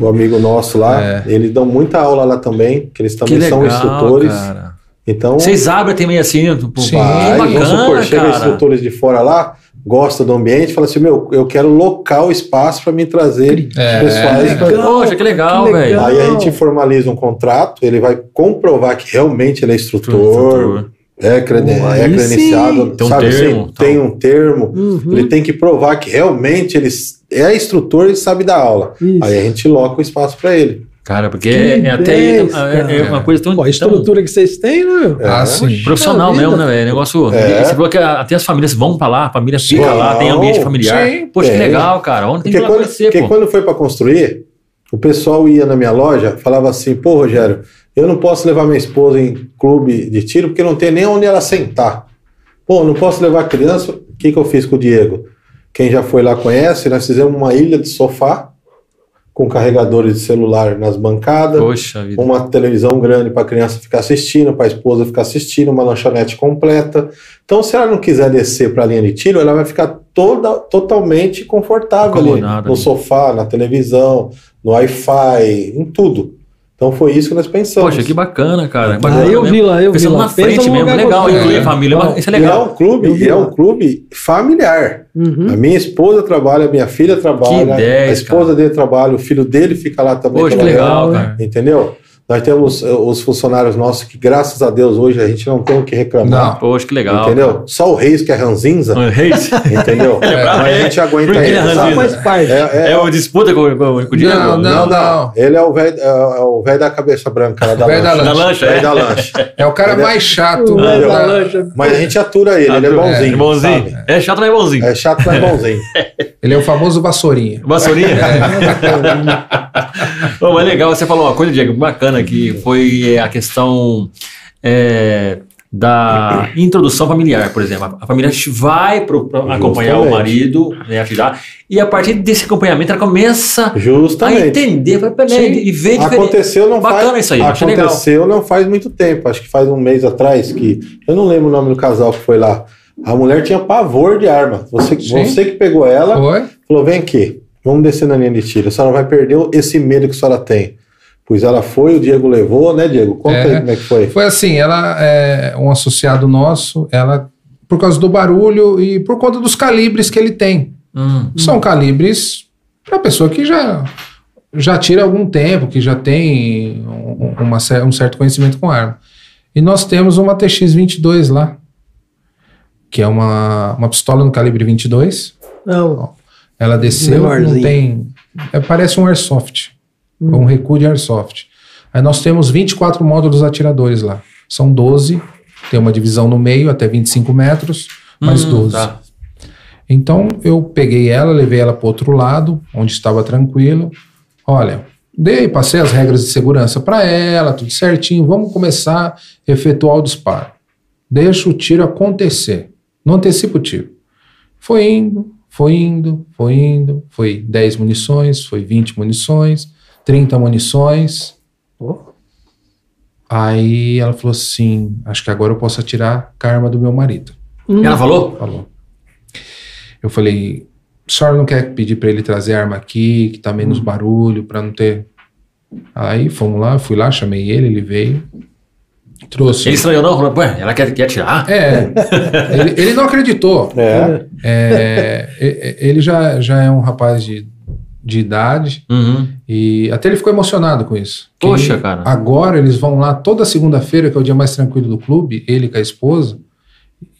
Speaker 4: o amigo nosso lá,
Speaker 3: É.
Speaker 4: eles dão muita aula lá também, que eles também são instrutores.
Speaker 1: cara.
Speaker 4: Então,
Speaker 1: Vocês abrem também assim, né? Tipo,
Speaker 3: Sim.
Speaker 1: que
Speaker 4: vai,
Speaker 1: bacana,
Speaker 4: vamos supor, chega
Speaker 1: cara.
Speaker 4: instrutores de fora lá, gosta do ambiente, fala assim, meu, eu quero local, espaço para me trazer
Speaker 3: É,
Speaker 4: pessoais. pra-
Speaker 2: legal.
Speaker 1: Poxa, que legal,
Speaker 2: Que
Speaker 1: velho.
Speaker 2: legal.
Speaker 4: Aí a gente formaliza um contrato, ele vai comprovar que realmente ele é instrutor, é, creden-
Speaker 2: Pô, aí
Speaker 4: é
Speaker 2: sim.
Speaker 4: credenciado,
Speaker 1: Tem um
Speaker 4: sabe?
Speaker 1: termo,
Speaker 4: assim,
Speaker 1: tal.
Speaker 4: tem um termo.
Speaker 2: Uhum,
Speaker 4: Ele tem que provar que realmente ele s- é instrutor e sabe dar aula.
Speaker 2: isso.
Speaker 4: Aí a gente loca o espaço para ele.
Speaker 1: Cara, porque
Speaker 2: Que
Speaker 1: é, é até aí,
Speaker 2: dez,
Speaker 1: é, é
Speaker 3: cara.
Speaker 1: uma coisa tão,
Speaker 2: Pô, a
Speaker 1: tão
Speaker 2: estrutura que vocês têm, né? meu?
Speaker 4: É.
Speaker 3: Ah, sim.
Speaker 1: profissional
Speaker 2: Puxa vida.
Speaker 1: mesmo, né, velho? Negócio.
Speaker 4: É.
Speaker 1: Você falou que a- até as famílias vão pra lá, a família fica
Speaker 4: Sim.
Speaker 1: lá, tem ambiente familiar.
Speaker 3: Sim,
Speaker 1: Poxa, que
Speaker 4: tem.
Speaker 1: legal, cara. Onde tem
Speaker 4: Porque,
Speaker 1: que
Speaker 4: quando,
Speaker 1: acontecer,
Speaker 4: porque
Speaker 1: pô?
Speaker 4: quando foi para construir, o pessoal ia na minha loja, falava assim: pô, Rogério, eu não posso levar minha esposa em clube de tiro porque não tem nem onde ela sentar. Pô, não posso levar criança. O que, que eu fiz com o Diego? Quem já foi lá conhece, nós fizemos uma ilha de sofá com carregadores de celular nas bancadas.
Speaker 1: Poxa vida.
Speaker 4: uma televisão grande para a criança ficar assistindo, para a esposa ficar assistindo, uma lanchonete completa. Então, se ela não quiser descer para a linha de tiro, ela vai ficar toda totalmente confortável ali,
Speaker 1: Acomodada,
Speaker 4: no
Speaker 1: né?
Speaker 4: sofá, na televisão, no Wi-Fi, em tudo. Então, foi isso que nós pensamos.
Speaker 1: Poxa, que bacana, cara.
Speaker 2: Ah,
Speaker 1: Bacana
Speaker 2: eu
Speaker 1: mesmo.
Speaker 2: vi lá, eu vi
Speaker 1: Pensando
Speaker 2: lá.
Speaker 1: na frente
Speaker 2: Pensa num
Speaker 1: mesmo,
Speaker 2: lugar
Speaker 1: legal.
Speaker 2: gostoso.
Speaker 1: Incluir a família,
Speaker 2: Bom,
Speaker 1: isso é
Speaker 4: E é
Speaker 1: legal.
Speaker 4: um clube,
Speaker 2: Eu
Speaker 4: e é
Speaker 2: vi.
Speaker 4: um clube familiar.
Speaker 2: Uhum.
Speaker 4: A minha esposa trabalha, a minha filha trabalha,
Speaker 1: Hum? ideia,
Speaker 4: a esposa dele trabalha, o filho dele fica lá também.
Speaker 1: Poxa, que
Speaker 4: trabalhando.
Speaker 1: legal,
Speaker 2: né?
Speaker 1: cara.
Speaker 4: Entendeu? Nós temos eh, os funcionários nossos que, graças a Deus, hoje a gente não tem o que reclamar.
Speaker 3: Não.
Speaker 1: Poxa, que legal.
Speaker 4: entendeu? Só o Reis que é ranzinza,
Speaker 1: cara. Reis?
Speaker 4: entendeu?
Speaker 1: bravo,
Speaker 4: Mas
Speaker 1: é.
Speaker 4: a gente aguenta
Speaker 1: Porque
Speaker 4: ele.
Speaker 1: ele é
Speaker 2: Só
Speaker 4: sabe?
Speaker 2: faz parte.
Speaker 4: É, é-
Speaker 1: É uma disputa com, com, com o Diego?
Speaker 3: Não, não, não.
Speaker 4: Ele é o velho é, é o velho da cabeça branca, lá da
Speaker 3: Velho da
Speaker 4: lancha.
Speaker 1: Da
Speaker 3: lancha.
Speaker 1: lancha,
Speaker 4: Velho
Speaker 1: é.
Speaker 4: da lancha.
Speaker 3: É o cara
Speaker 4: Ele é-
Speaker 3: mais chato.
Speaker 2: O
Speaker 1: Ah,
Speaker 3: né?
Speaker 2: velho da
Speaker 4: Tá.
Speaker 2: lancha.
Speaker 4: Mas a gente atura ele, ele é bonzinho.
Speaker 1: É, bonzinho.
Speaker 4: sabe?
Speaker 1: É chato, mas é bonzinho.
Speaker 4: É chato, mas bonzinho.
Speaker 3: Ele é o famoso vassourinha.
Speaker 1: Vassourinha?
Speaker 4: É.
Speaker 1: Ô, mas legal, você falou uma coisa, Diego, bacana, que foi é, a questão é, da introdução familiar, por exemplo. A família vai pro, pra acompanhar o
Speaker 4: Justamente.
Speaker 1: marido, né, atirar, e a partir desse acompanhamento ela começa a
Speaker 4: Justamente.
Speaker 1: entender fala, peraí, e ver diferente.
Speaker 4: Aconteceu não
Speaker 1: Bacana
Speaker 4: faz,
Speaker 1: isso aí, achei legal.
Speaker 4: aconteceu não faz muito tempo, acho que faz um mês atrás que eu não lembro o nome do casal que foi lá. A mulher tinha pavor de arma. Você,
Speaker 3: Sim.
Speaker 4: você que pegou ela,
Speaker 3: Foi?
Speaker 4: Falou, vem aqui, vamos descer na linha de tiro. A senhora vai perder esse medo que a senhora tem. Pois ela foi, o Diego levou, né, Diego? Conta
Speaker 3: É.
Speaker 4: aí como é que foi.
Speaker 3: Foi assim, ela é um associado nosso, ela por causa do barulho e por conta dos calibres que ele tem.
Speaker 1: Hum,
Speaker 3: São calibres para pessoa que já já tira algum tempo, que já tem um, uma cer- um certo conhecimento com arma. E nós temos uma TX22 lá, que é uma, uma pistola no calibre 22.
Speaker 2: Não.
Speaker 3: Ela desceu, não
Speaker 2: Menorzinho.
Speaker 3: tem. é, parece um airsoft.
Speaker 2: Hum.
Speaker 3: É um recuo de airsoft. Aí nós temos 24 módulos atiradores lá. São 12, tem uma divisão no meio, até 25 metros, mais
Speaker 1: hum,
Speaker 3: 12.
Speaker 1: tá.
Speaker 3: Então eu peguei ela, levei ela para outro lado, onde estava tranquilo. Olha, dei, passei as regras de segurança para ela, tudo certinho. Vamos começar a efetuar o disparo. Deixa o tiro acontecer. Não antecipa o tiro. Foi indo, foi indo, foi indo. Foi 10 munições, foi 20 munições, 30 munições.
Speaker 2: Pô.
Speaker 3: Aí ela falou assim: Acho que agora eu posso atirar com a arma do meu marido.
Speaker 1: Ela falou?
Speaker 3: Falou. Tá Eu falei, a senhora não quer pedir pra ele trazer arma aqui, que tá
Speaker 1: Hum.
Speaker 3: menos barulho, pra não ter. Aí fomos lá, fui lá, chamei ele, ele veio, trouxe.
Speaker 1: Ele estranhou, não? Falou, ué, ela quer, quer atirar?
Speaker 3: É, ele, ele não acreditou.
Speaker 4: É,
Speaker 3: É, e- e- ele já, já é um rapaz de, de idade
Speaker 1: Uhum.
Speaker 3: e até ele ficou emocionado com isso. Que
Speaker 1: Poxa,
Speaker 3: ele-
Speaker 1: cara.
Speaker 3: Agora eles vão lá toda segunda-feira, que é o dia mais tranquilo do clube, ele com a esposa.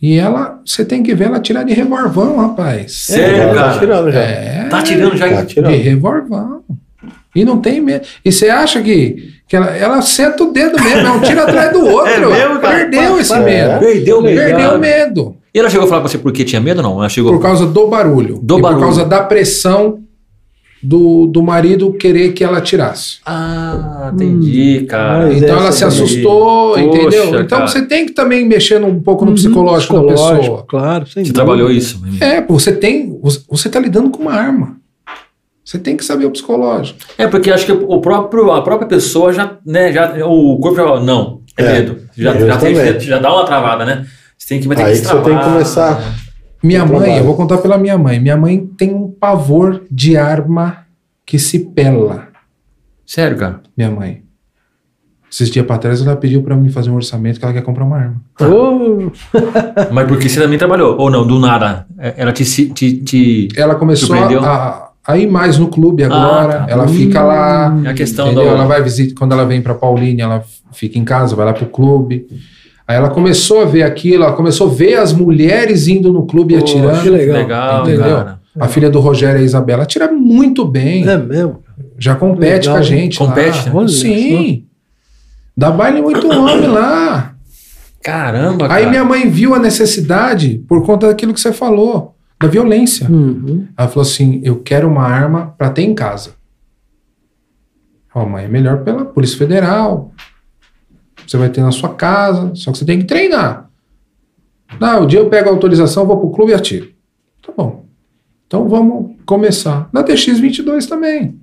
Speaker 3: E ela, você tem que ver ela tirar de revolvão, rapaz.
Speaker 1: É,
Speaker 4: ela
Speaker 1: cara.
Speaker 4: tá tirando já.
Speaker 3: É,
Speaker 1: Tá atirando já.
Speaker 4: Tá
Speaker 1: hein?
Speaker 4: tirando.
Speaker 3: de revolvão. E não tem medo. E você acha que, Que ela, ela senta o dedo mesmo, é um tiro atrás do outro.
Speaker 1: É mesmo, cara?
Speaker 3: Perdeu esse
Speaker 4: É.
Speaker 3: medo.
Speaker 1: Perdeu o medo.
Speaker 3: Perdeu o medo.
Speaker 1: E ela chegou a falar pra você porque tinha medo ou não? Ela chegou.
Speaker 3: Por causa do barulho.
Speaker 1: Do
Speaker 3: e
Speaker 1: barulho.
Speaker 3: por causa da pressão do, do marido querer que ela tirasse.
Speaker 1: Ah, entendi, cara.
Speaker 2: Pois é,
Speaker 3: então ela
Speaker 2: essa
Speaker 3: se
Speaker 2: daí.
Speaker 3: assustou,
Speaker 1: Poxa,
Speaker 3: entendeu? Então
Speaker 1: cara.
Speaker 3: você tem que também mexer no- um pouco no
Speaker 2: Uhum,
Speaker 3: psicológico, da
Speaker 2: psicológico,
Speaker 3: pessoa.
Speaker 2: Claro, sem
Speaker 1: Você
Speaker 2: dúvida.
Speaker 1: trabalhou isso.
Speaker 3: É, você tem. Você está lidando com uma arma. Você tem que saber o psicológico.
Speaker 1: É, porque acho que o próprio, a própria pessoa já, né, já, o corpo já fala, não, é,
Speaker 4: É,
Speaker 1: medo. Já, já, tem,
Speaker 4: justamente.
Speaker 1: já- já dá uma travada, né? Você tem que, mas tem
Speaker 4: Aí
Speaker 1: que
Speaker 4: que você tem que
Speaker 1: destravar.
Speaker 4: começar.
Speaker 3: Minha
Speaker 4: Eu
Speaker 3: mãe,
Speaker 4: trabalho.
Speaker 3: eu vou contar pela minha mãe. Minha mãe tem um pavor de arma que se pela.
Speaker 1: Sério, cara.
Speaker 3: Minha mãe. Esses dias pra trás ela pediu pra mim fazer um orçamento que ela quer comprar uma arma.
Speaker 2: Ô,
Speaker 1: Mas porque você também trabalhou. Ou não, do nada. É, Ela te. se- te, te-
Speaker 3: Ela começou a,
Speaker 1: Surpreendeu?
Speaker 3: a- a ir mais no clube agora.
Speaker 1: Ah, tá.
Speaker 3: Ela fica lá.
Speaker 1: É a questão
Speaker 3: Entendeu? Ela
Speaker 1: da.
Speaker 3: vai visitar, quando ela vem pra Paulínia, ela fica em casa, vai lá pro clube. Aí ela começou a ver aquilo, ela começou a ver as mulheres indo no clube e
Speaker 2: Poxa,
Speaker 3: atirando.
Speaker 2: que legal.
Speaker 1: Legal,
Speaker 3: Entendeu?
Speaker 1: cara.
Speaker 3: A filha do Rogério e a Isabela atira muito bem.
Speaker 2: É mesmo.
Speaker 3: Já compete
Speaker 2: Legal,
Speaker 3: com a
Speaker 2: hein?
Speaker 3: gente.
Speaker 1: Compete,
Speaker 3: lá.
Speaker 2: né? Olha
Speaker 3: Sim. Dá baile em muito homem lá.
Speaker 1: Caramba, cara.
Speaker 3: Aí minha mãe viu a necessidade por conta daquilo que você falou, da violência.
Speaker 2: Uhum.
Speaker 3: Ela falou assim: eu quero uma arma pra ter em casa. Ó, mãe, é melhor pela Polícia Federal. Você vai ter na sua casa, só que você tem que treinar. Ah, o dia eu pego a autorização, vou pro clube e atiro. Tá bom. Então vamos começar. Na TX22 também.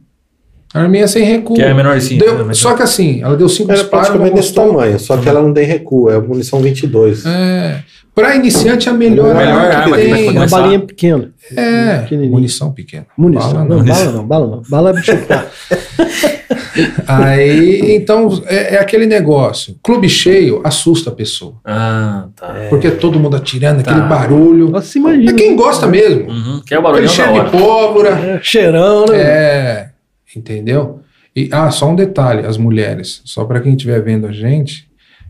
Speaker 3: Arminha sem recuo.
Speaker 1: Que é menorzinho.
Speaker 3: Deu-
Speaker 1: né, mas-
Speaker 3: só que assim, ela deu
Speaker 1: Um
Speaker 3: cinco
Speaker 4: Era
Speaker 3: disparos. não
Speaker 4: praticamente desse
Speaker 3: gostou.
Speaker 4: tamanho, só que ela não tem recuo, é munição 22.
Speaker 3: É. Pra iniciante é a melhor,
Speaker 4: Melhor
Speaker 3: arma
Speaker 1: arma
Speaker 3: que
Speaker 1: que vai
Speaker 3: tem.
Speaker 2: Uma
Speaker 1: Começar.
Speaker 2: balinha pequena.
Speaker 3: É,
Speaker 2: Pequenininho.
Speaker 3: munição pequena.
Speaker 2: Munição.
Speaker 3: Bala
Speaker 2: não,
Speaker 1: né?
Speaker 2: bala
Speaker 3: não.
Speaker 2: não, bala não. Bala é pra chutar.
Speaker 3: Aí, então, é, é aquele negócio. Clube cheio assusta a pessoa.
Speaker 1: Ah, tá.
Speaker 3: Porque é todo mundo atirando,
Speaker 1: Tá.
Speaker 3: aquele barulho.
Speaker 2: Nossa, imagina.
Speaker 3: É quem gosta mesmo.
Speaker 1: Uhum. Que é o barulhão
Speaker 3: Aquele
Speaker 1: da
Speaker 3: cheiro
Speaker 1: hora.
Speaker 3: de pólvora.
Speaker 2: É, cheirão, né?
Speaker 3: É, entendeu? E, ah, só um detalhe, as mulheres. Só para quem estiver vendo a gente,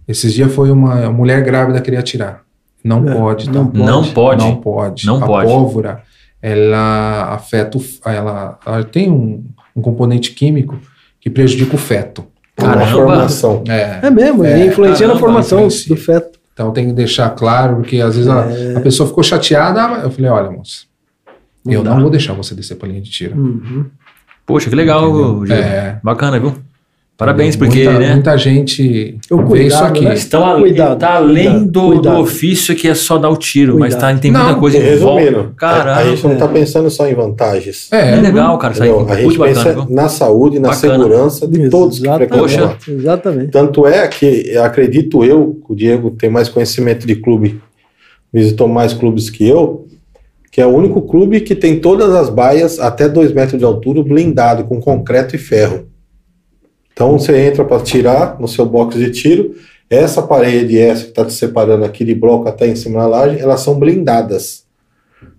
Speaker 3: esses dias foi uma mulher grávida queria atirar. Não
Speaker 2: É,
Speaker 3: pode, tá?
Speaker 2: não pode.
Speaker 1: Não pode.
Speaker 3: Não pode.
Speaker 1: Não
Speaker 3: a
Speaker 1: pode.
Speaker 3: pólvora, ela afeta o, f- ela, ela tem um, um componente químico que prejudica o feto.
Speaker 4: É Uma
Speaker 1: Caramba.
Speaker 4: formação.
Speaker 3: É,
Speaker 2: É mesmo,
Speaker 3: É,
Speaker 2: ele influencia
Speaker 1: caramba,
Speaker 2: na formação
Speaker 3: influencia.
Speaker 2: do feto.
Speaker 3: Então tem que deixar claro, porque às vezes a,
Speaker 2: É.
Speaker 3: a pessoa ficou chateada. ah, Eu falei, olha, moça, eu
Speaker 2: dá.
Speaker 3: não vou deixar você descer pra linha de tiro.
Speaker 2: Uhum.
Speaker 1: Poxa, que legal, Gil.
Speaker 3: É.
Speaker 1: Bacana, viu? Parabéns, porque,
Speaker 3: muita,
Speaker 1: né?
Speaker 3: muita gente
Speaker 2: Eu
Speaker 3: vê isso
Speaker 2: cuidado,
Speaker 3: aqui.
Speaker 2: né?
Speaker 1: Estão a-
Speaker 2: Cuidado,
Speaker 1: tá além
Speaker 2: cuidado,
Speaker 1: do,
Speaker 2: cuidado.
Speaker 1: do ofício que é só dar o tiro, mas tá, tem muita
Speaker 3: Não,
Speaker 1: coisa
Speaker 4: E
Speaker 1: em volta.
Speaker 4: Resumindo, a, a
Speaker 1: Caralho.
Speaker 4: gente não está pensando só em vantagens.
Speaker 1: É,
Speaker 3: É,
Speaker 1: legal, cara. Isso aí
Speaker 4: entendeu? a gente
Speaker 1: muito bacana,
Speaker 4: pensa
Speaker 1: viu?
Speaker 4: na saúde, na
Speaker 1: Bacana.
Speaker 4: segurança de todos que
Speaker 2: Exatamente.
Speaker 4: frequentam
Speaker 1: Poxa.
Speaker 4: lá.
Speaker 1: né?
Speaker 2: Exatamente.
Speaker 4: Tanto é que acredito eu, o Diego tem mais conhecimento de clube, visitou mais clubes que eu, que é o único clube que tem todas as baias até 2 metros de altura blindado com concreto e ferro. Então você entra para tirar no seu box de tiro, essa parede essa que está te separando aqui de bloco até em cima da laje, elas são blindadas.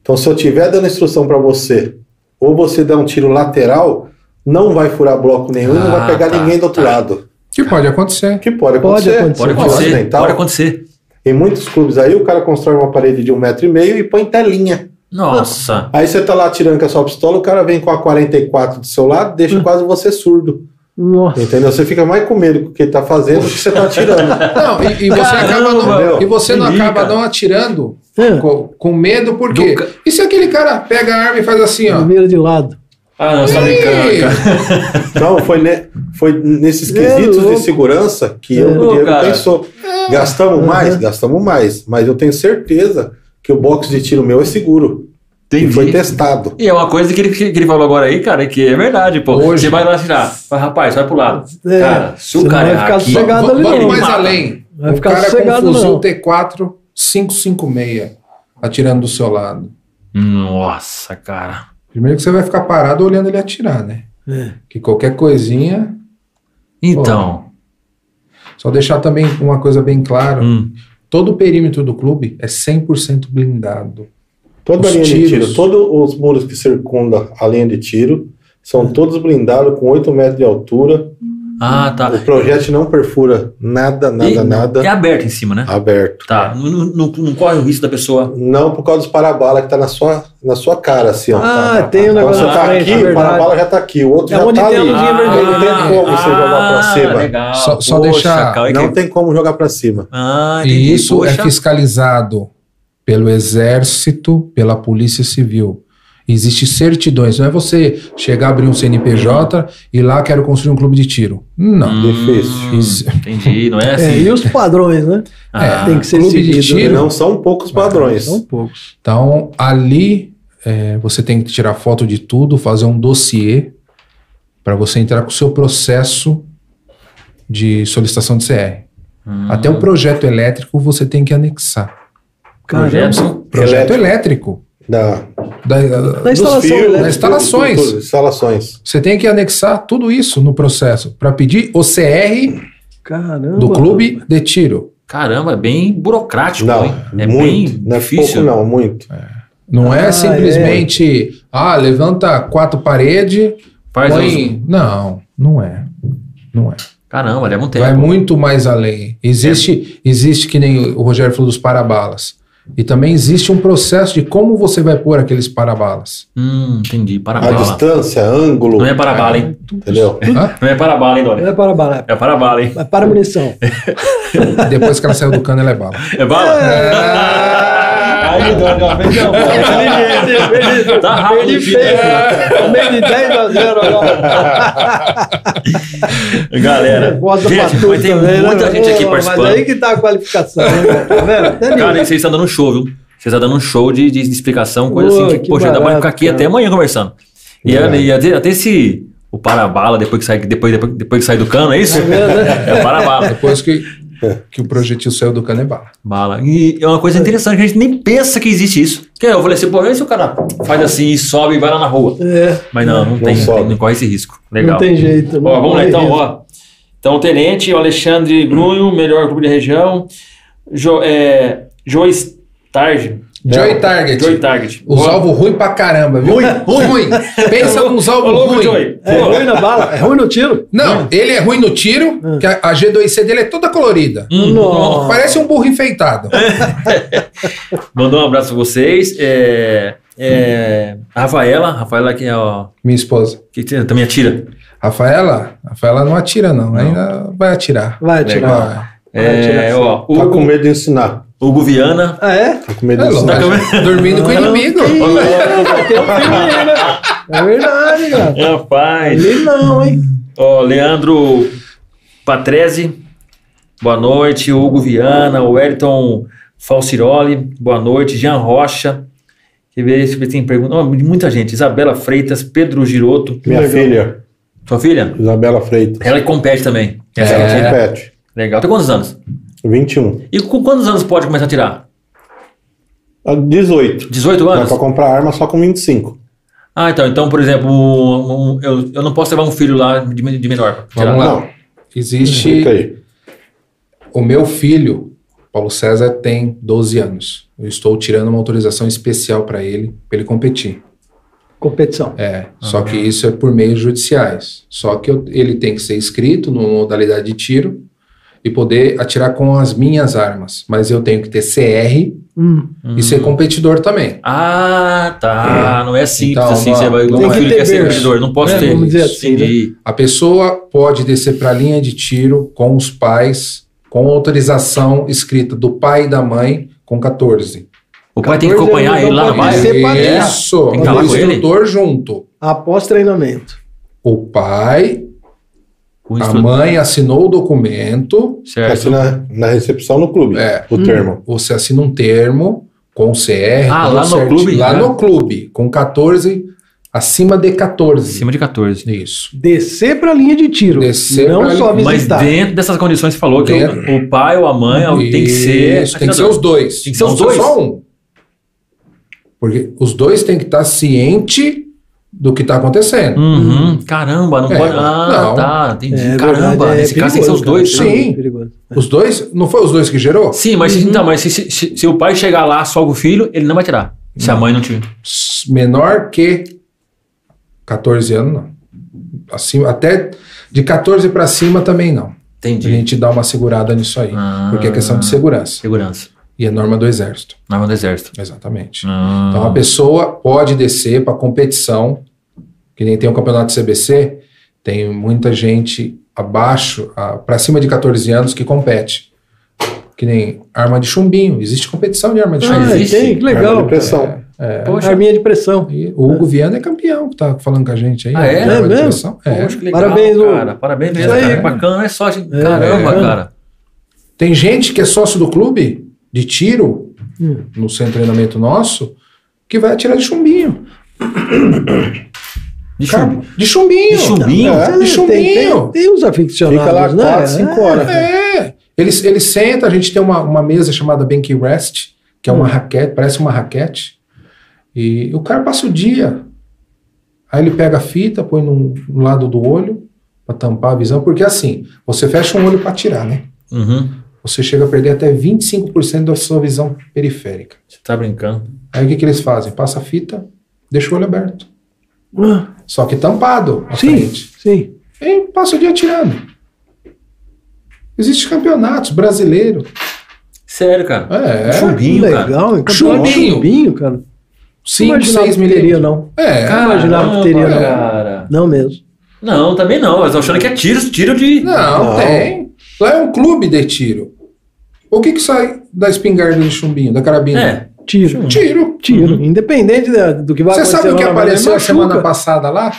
Speaker 4: Então se eu estiver dando instrução para você, ou você dá um tiro lateral, não vai furar bloco nenhum, não
Speaker 1: Ah,
Speaker 4: vai pegar
Speaker 1: tá,
Speaker 4: ninguém do outro
Speaker 1: tá.
Speaker 4: lado.
Speaker 3: que pode acontecer.
Speaker 4: Que pode
Speaker 2: Pode
Speaker 4: acontecer.
Speaker 2: acontecer.
Speaker 1: Pode
Speaker 4: Um
Speaker 1: acontecer,
Speaker 4: acidental.
Speaker 1: pode acontecer.
Speaker 4: Em muitos clubes aí, o cara constrói uma parede de um metro e meio e põe telinha.
Speaker 1: Nossa.
Speaker 4: Aí você tá lá atirando com a sua pistola, o cara vem com a 44 do seu lado, deixa
Speaker 2: Hum.
Speaker 4: quase você surdo.
Speaker 2: Nossa.
Speaker 4: Entendeu? Você fica mais com medo do que ele tá fazendo do que você tá atirando.
Speaker 3: Não, e, e você acaba não,
Speaker 4: Caramba,
Speaker 3: e você não
Speaker 1: entendi,
Speaker 3: acaba
Speaker 1: cara.
Speaker 3: não atirando
Speaker 2: É,
Speaker 3: com, com medo, por quê?
Speaker 1: Nunca.
Speaker 3: E se aquele cara pega a arma e faz assim, ó?
Speaker 2: vira de lado.
Speaker 1: Ah, não, você tá brincando, cara.
Speaker 3: Ih,
Speaker 4: Então, foi, ne- foi nesses
Speaker 2: É
Speaker 4: quesitos de
Speaker 2: louco.
Speaker 4: segurança que eu,
Speaker 2: É
Speaker 4: o
Speaker 1: louco,
Speaker 4: Diego,
Speaker 1: cara.
Speaker 4: pensou. Gastamos
Speaker 2: Uhum.
Speaker 4: mais? Gastamos mais. Mas eu tenho certeza que o box de tiro meu é seguro. E foi testado.
Speaker 1: E é uma coisa que ele, que ele falou agora aí, cara, que é verdade, pô.
Speaker 3: Hoje.
Speaker 1: Você vai lá tirar. Fala, rapaz, vai pro lado.
Speaker 2: É,
Speaker 1: cara, se o
Speaker 2: você
Speaker 1: cara
Speaker 2: não vai
Speaker 1: errar
Speaker 2: ficar
Speaker 1: aqui...
Speaker 2: sossegado. Pegado ali né?
Speaker 3: vamos
Speaker 1: não.
Speaker 3: mais
Speaker 1: Mata.
Speaker 3: além.
Speaker 2: Vai
Speaker 3: o
Speaker 2: ficar
Speaker 3: cara
Speaker 2: sossegado,
Speaker 3: com um fuzil
Speaker 2: não.
Speaker 3: T4 556 atirando do seu lado.
Speaker 1: Nossa, cara.
Speaker 3: Primeiro que você vai ficar parado olhando ele atirar, né?
Speaker 2: É.
Speaker 3: Que qualquer coisinha.
Speaker 1: Então...
Speaker 3: Só deixar também uma coisa bem clara:
Speaker 1: hum,
Speaker 3: todo o perímetro do clube é 100% blindado.
Speaker 4: Toda
Speaker 3: Os
Speaker 4: a linha de
Speaker 3: tiros.
Speaker 4: tiro, todos os muros que circundam a linha de tiro são todos blindados com 8 metros de altura,
Speaker 1: Ah, tá.
Speaker 4: O projeto não perfura nada, nada,
Speaker 1: E-
Speaker 4: nada.
Speaker 1: É aberto em cima, né?
Speaker 4: Aberto.
Speaker 1: Tá. Não, não- não- não corre o risco da pessoa.
Speaker 4: Não por causa dos parabala que tá na sua, na sua cara, assim, ó.
Speaker 2: Ah, tem um
Speaker 4: Então
Speaker 2: negócio
Speaker 4: você
Speaker 2: na
Speaker 4: tá
Speaker 2: frente,
Speaker 4: aqui,
Speaker 2: é
Speaker 4: o
Speaker 2: verdade.
Speaker 4: parabala já tá aqui, o outro
Speaker 2: É
Speaker 4: já
Speaker 2: onde
Speaker 4: tá
Speaker 2: tem a
Speaker 4: ali.
Speaker 2: luzinha
Speaker 4: não
Speaker 2: vermelha.
Speaker 4: tem como você jogar pra cima.
Speaker 1: Ah, né? Legal.
Speaker 3: Só- só
Speaker 1: Poxa,
Speaker 3: deixar-
Speaker 1: cara, é
Speaker 4: Não
Speaker 1: que-
Speaker 4: tem como jogar pra cima.
Speaker 1: Ah, entendi.
Speaker 3: E isso
Speaker 1: Poxa.
Speaker 3: é fiscalizado pelo Exército, pela Polícia Civil. Existe certidões, não é você chegar abrir um CNPJ e lá quero construir um clube de tiro. Não.
Speaker 1: Hum,
Speaker 4: Difícil.
Speaker 3: Isso.
Speaker 1: Entendi, não é
Speaker 2: É,
Speaker 1: assim.
Speaker 2: e os padrões, né?
Speaker 1: Ah,
Speaker 2: tem que ser
Speaker 3: clube de
Speaker 2: seguido.
Speaker 4: E
Speaker 3: tiro.
Speaker 2: né?
Speaker 4: não são poucos padrões.
Speaker 2: São poucos.
Speaker 3: Então, ali é, você tem que tirar foto de tudo, fazer um dossiê para você entrar com o seu processo de solicitação de CR.
Speaker 1: hum.
Speaker 3: Até um o projeto elétrico você tem que anexar.
Speaker 2: Caramba.
Speaker 1: projeto.
Speaker 3: Projeto elétrico.
Speaker 4: Da,
Speaker 3: Da-
Speaker 2: Da instalação
Speaker 4: dos fios,
Speaker 2: elétrica.
Speaker 3: né? instalações.
Speaker 4: tudo, tudo, instalações.
Speaker 3: você tem que anexar tudo isso no processo para pedir o CR
Speaker 2: Caramba.
Speaker 3: do clube de tiro.
Speaker 1: Caramba, é bem burocrático,
Speaker 4: Não,
Speaker 1: hein? É
Speaker 4: muito.
Speaker 1: bem
Speaker 4: não é pouco,
Speaker 1: difícil.
Speaker 4: não, muito.
Speaker 3: Não
Speaker 2: Ah,
Speaker 3: é simplesmente, ah, levanta quatro paredes,
Speaker 1: Faz uns-
Speaker 3: põe. Não, não é. Não é.
Speaker 1: Caramba, leva um tempo.
Speaker 3: Vai muito mais além. Existe, existe que nem o Rogério falou dos parabalas. E também existe um processo de como você vai pôr aqueles parabalas.
Speaker 1: Hum, entendi.
Speaker 3: Ah,
Speaker 1: Para
Speaker 4: A
Speaker 1: bala.
Speaker 4: distância, ângulo,
Speaker 1: Não é para bala, hein?
Speaker 4: entendeu?
Speaker 3: Hã?
Speaker 1: Não é para bala, hein, Dória?
Speaker 2: Não é para bala,
Speaker 1: É para bala, hein?
Speaker 2: é para munição.
Speaker 3: Depois que ela saiu do cano, ela é bala.
Speaker 1: É bala? Aí, Dória, não, vem não. Tá rápido,
Speaker 2: Perdi
Speaker 1: filho.
Speaker 2: feio. Tomei de 10 a 0 agora.
Speaker 1: Galera,
Speaker 2: Bota pra
Speaker 1: gente,
Speaker 2: tudo
Speaker 1: mas tem
Speaker 2: também, né,
Speaker 1: muita
Speaker 2: meu?
Speaker 1: gente aqui
Speaker 2: Ô,
Speaker 1: participando.
Speaker 2: Mas aí que tá a qualificação, né, cara? Tá vendo? Até
Speaker 1: Cara,
Speaker 2: mim.
Speaker 1: vocês estão dando um show, viu? Vocês estão dando um show de, de explicação, coisa
Speaker 2: Ô,
Speaker 1: assim que,
Speaker 2: que
Speaker 1: poxa, dá pra
Speaker 2: barato,
Speaker 1: ficar aqui
Speaker 2: cara. É.
Speaker 1: até amanhã conversando. E,
Speaker 4: Verdade.
Speaker 1: e até, até se o parabala, depois que sai, depois, depois, depois que sai do cano, é isso?
Speaker 2: Tá vendo, né?
Speaker 1: É o parabala.
Speaker 3: Depois que, que o projetil saiu do cano, é bala.
Speaker 1: Bala. E é uma coisa interessante que a gente nem pensa que existe isso. Que eu falei assim, pô, e se o cara faz assim e sobe e vai lá na rua?
Speaker 2: É,
Speaker 1: Mas não, não, tem,
Speaker 4: sobe.
Speaker 1: tem- não corre esse risco. Legal.
Speaker 2: não tem jeito. não
Speaker 1: Ó, vamos lá
Speaker 2: corre
Speaker 1: então,
Speaker 2: risco.
Speaker 1: ó. Então, Tenente, o Alexandre Grunho, melhor clube da região. Jo, é, Joe Starge.
Speaker 3: Joy Target.
Speaker 1: Joe Target.
Speaker 3: Os alvos ruim pra caramba, viu? Ruim, ruim. Pensa nos
Speaker 1: Ô,
Speaker 3: alvos
Speaker 1: louco,
Speaker 3: ruins.
Speaker 1: Joey.
Speaker 2: É
Speaker 1: Pô.
Speaker 2: ruim na bala, é ruim no tiro.
Speaker 3: Não, ele é ruim no tiro, que a a G2C dele é toda colorida.
Speaker 1: Hum,
Speaker 2: Nossa.
Speaker 3: Parece um burro enfeitado.
Speaker 1: Mandou um abraço pra vocês. É, é, a Rafaela, Rafaela que, é, ó,
Speaker 3: Minha esposa.
Speaker 1: que tira- também atira.
Speaker 3: Rafaela, Rafaela não atira, não. Ainda vai atirar.
Speaker 2: Vai
Speaker 1: Legal.
Speaker 2: tirar.
Speaker 3: Ah,
Speaker 1: É, ó,
Speaker 4: Tá com
Speaker 1: Hugo,
Speaker 4: medo de ensinar.
Speaker 1: Hugo Viana.
Speaker 2: Ah, é?
Speaker 4: Tá com medo
Speaker 3: é
Speaker 4: de ensinar.
Speaker 3: lógico. Dormindo com o inimigo.
Speaker 2: Tem um filme aí, né? É verdade, cara.
Speaker 1: Rapaz.
Speaker 2: Ali não, hein?
Speaker 1: Ó, Leandro Patrese, boa noite. Hugo Viana, Wellington Falciroli, boa noite. Jean Rocha, que vê se tem pergunta. Ó, muita gente. Isabela Freitas, Pedro Giroto.
Speaker 4: Minha
Speaker 2: Legal.
Speaker 4: filha,
Speaker 1: Sua filha?
Speaker 4: Isabela Freitas.
Speaker 1: Ela que compete também. Essa
Speaker 3: É.
Speaker 1: ela tira.
Speaker 4: Repete.
Speaker 1: Legal. Tem quantos anos?
Speaker 4: 21.
Speaker 1: E com quantos anos pode começar a tirar?
Speaker 4: Ah, 18.
Speaker 1: 18
Speaker 4: Dá
Speaker 1: anos?
Speaker 4: pra comprar arma só com 25.
Speaker 1: Ah, então. Então, por exemplo, um- um- eu, eu não posso levar um filho lá de, de menor. pra tirar.
Speaker 3: Vamos lá.
Speaker 4: Não,
Speaker 3: Existe.
Speaker 4: fica aí.
Speaker 3: O meu filho, Paulo César, tem 12 anos. Eu estou tirando uma autorização especial para ele, para ele competir.
Speaker 2: Competição.
Speaker 3: É, só que isso é por meios judiciais. Só que eu- ele tem que ser inscrito numa modalidade de tiro e poder atirar com as minhas armas. Mas eu tenho que ter CR
Speaker 2: Hum.
Speaker 3: e ser competidor também.
Speaker 1: Ah, tá. Não é simples
Speaker 3: Então,
Speaker 1: assim. Você
Speaker 3: não-
Speaker 1: vai
Speaker 3: não
Speaker 1: meu
Speaker 3: é.
Speaker 1: filho
Speaker 2: Tem que
Speaker 1: quer
Speaker 2: ter
Speaker 1: ser
Speaker 2: berço,
Speaker 1: competidor. Não posso
Speaker 2: né?
Speaker 1: ter.
Speaker 2: Vamos dizer assim, né?
Speaker 1: Entendi.
Speaker 3: A pessoa pode descer para a linha de tiro com os pais, com autorização escrita do pai e da mãe, com 14.
Speaker 1: O pai tem que
Speaker 2: 14
Speaker 1: acompanhar
Speaker 2: anos,
Speaker 1: ele lá
Speaker 2: não
Speaker 1: na
Speaker 2: pode
Speaker 1: base.
Speaker 2: ser. padrinho.
Speaker 3: Isso,
Speaker 1: Tem que estar lá
Speaker 3: o
Speaker 1: com ele?
Speaker 3: instrutor junto.
Speaker 2: Após treinamento.
Speaker 3: O pai,
Speaker 1: O
Speaker 3: a
Speaker 1: instrutor-
Speaker 3: mãe assinou o documento,
Speaker 4: Tá
Speaker 1: Certo.
Speaker 4: aqui na, na recepção no clube.
Speaker 3: É.
Speaker 2: Hum.
Speaker 4: O termo.
Speaker 3: você assina um termo com o CR.
Speaker 1: Ah,
Speaker 3: tudo
Speaker 1: lá no clube,
Speaker 3: Lá
Speaker 1: né?
Speaker 3: no clube, com 14, acima de 14.
Speaker 1: Acima de 14.
Speaker 3: Isso.
Speaker 2: Descer pra linha de tiro.
Speaker 3: Descer
Speaker 2: não
Speaker 3: pra
Speaker 2: só
Speaker 3: linha-
Speaker 1: Mas
Speaker 2: visitar.
Speaker 1: dentro dessas condições, você falou que
Speaker 3: Tá, Dentro.
Speaker 1: o, o pai ou a mãe tem que ser.
Speaker 3: Isso, tem que ser os dois.
Speaker 1: Tem que ser
Speaker 3: Não
Speaker 1: os dois?
Speaker 3: Só um. Porque os dois têm que estar ciente do que está acontecendo.
Speaker 1: Uhum, caramba, não
Speaker 3: É,
Speaker 1: pode. Ah,
Speaker 3: não.
Speaker 1: tá, entendi.
Speaker 2: É
Speaker 1: caramba,
Speaker 2: verdade, é
Speaker 1: nesse caso tem que ser os
Speaker 2: perigoso,
Speaker 1: dois. né?
Speaker 2: cara, Uhum.
Speaker 3: Sim.
Speaker 2: é perigoso.
Speaker 3: Os dois, não foi os dois que gerou?
Speaker 1: Sim, mas, se- então, mas se, se- se- se o pai chegar lá só com o filho, ele não vai tirar. Se a mãe não tiver.
Speaker 3: menor que 14 anos, não. Assim, até De 14 para cima também não. A
Speaker 1: Entendi.
Speaker 3: gente dá uma segurada nisso aí.
Speaker 1: Ah.
Speaker 3: Porque é questão de segurança.
Speaker 1: Segurança.
Speaker 3: E é norma do exército.
Speaker 1: Na arma do exército.
Speaker 3: Exatamente.
Speaker 1: Ah.
Speaker 3: Então a pessoa pode descer para competição, que nem tem o campeonato CBC, tem muita gente abaixo, para cima de 14 anos que compete. Que nem arma de chumbinho, existe competição de arma de
Speaker 1: Ah,
Speaker 3: chumbinho. É.
Speaker 1: existe?
Speaker 2: tem, que
Speaker 4: Arma
Speaker 2: legal.
Speaker 4: de pressão.
Speaker 1: Poxa,
Speaker 2: Arminha de pressão.
Speaker 3: E o Hugo Viana é campeão, que tá falando com a gente aí.
Speaker 1: Ah, é?
Speaker 3: de arma
Speaker 2: É
Speaker 3: de
Speaker 2: mesmo?
Speaker 3: pressão. É.
Speaker 1: poxa, que legal,
Speaker 2: Parabéns, Hugo.
Speaker 1: cara. Parabéns mesmo,
Speaker 2: Isso aí,
Speaker 1: cara.
Speaker 2: cara.
Speaker 1: Bacana, é só... gente-
Speaker 2: É,
Speaker 1: Caramba,
Speaker 2: bacana.
Speaker 1: cara.
Speaker 3: Tem gente que é sócio do clube de tiro,
Speaker 2: Hum.
Speaker 3: no centro de treinamento nosso, que vai atirar de chumbinho.
Speaker 1: De
Speaker 3: Cara,
Speaker 1: chumbo.
Speaker 3: de chumbinho.
Speaker 1: De chumbinho?
Speaker 4: É.
Speaker 3: de
Speaker 2: Tem, tem,
Speaker 3: chumbinho.
Speaker 2: tem os aficionados,
Speaker 4: Fica lá
Speaker 2: né?
Speaker 4: 4, 5 horas.
Speaker 1: né?
Speaker 3: É. Eles, eles sentam, a gente tem uma, uma mesa chamada Bank Rest, que é uma
Speaker 2: Hum.
Speaker 3: raquete, parece uma raquete. E o cara passa o dia. Aí ele pega a fita, põe num lado do olho para tampar a visão, porque assim, você fecha um olho para atirar, né?
Speaker 1: Uhum.
Speaker 3: Você chega a perder até 25% da sua visão periférica.
Speaker 1: Você tá brincando.
Speaker 3: Aí o que, que eles fazem? Passa a fita, deixa o olho aberto.
Speaker 2: Ah,
Speaker 3: Só que tampado à
Speaker 2: Sim,
Speaker 3: frente.
Speaker 2: sim.
Speaker 3: E passa o dia atirando. Existem campeonatos brasileiros.
Speaker 1: Sério, cara.
Speaker 3: É.
Speaker 1: Chumbinho,
Speaker 2: Que
Speaker 1: cara.
Speaker 2: legal. hein? Campeonato de
Speaker 3: Chumbinho.
Speaker 2: Chumbinho, cara. Não
Speaker 3: 5,
Speaker 2: imaginava
Speaker 3: 6
Speaker 2: que teria,
Speaker 3: milhões.
Speaker 2: não.
Speaker 3: É.
Speaker 2: Cara, imaginava que teria, né?
Speaker 3: não.
Speaker 1: cara.
Speaker 2: Não mesmo.
Speaker 1: Não, também não. Eles achando que é tiro, tiro de.
Speaker 3: Não,
Speaker 4: Não.
Speaker 3: tem. Lá é um clube de tiro. O que que sai da espingarda de chumbinho, da carabina?
Speaker 1: É.
Speaker 2: Tiro.
Speaker 3: Tiro.
Speaker 2: Tiro. Independente da- do que vai
Speaker 3: Você
Speaker 2: acontecer.
Speaker 3: sabe o que
Speaker 2: lá na
Speaker 3: apareceu a
Speaker 2: Bahia, é
Speaker 3: semana
Speaker 2: machuca.
Speaker 3: passada lá?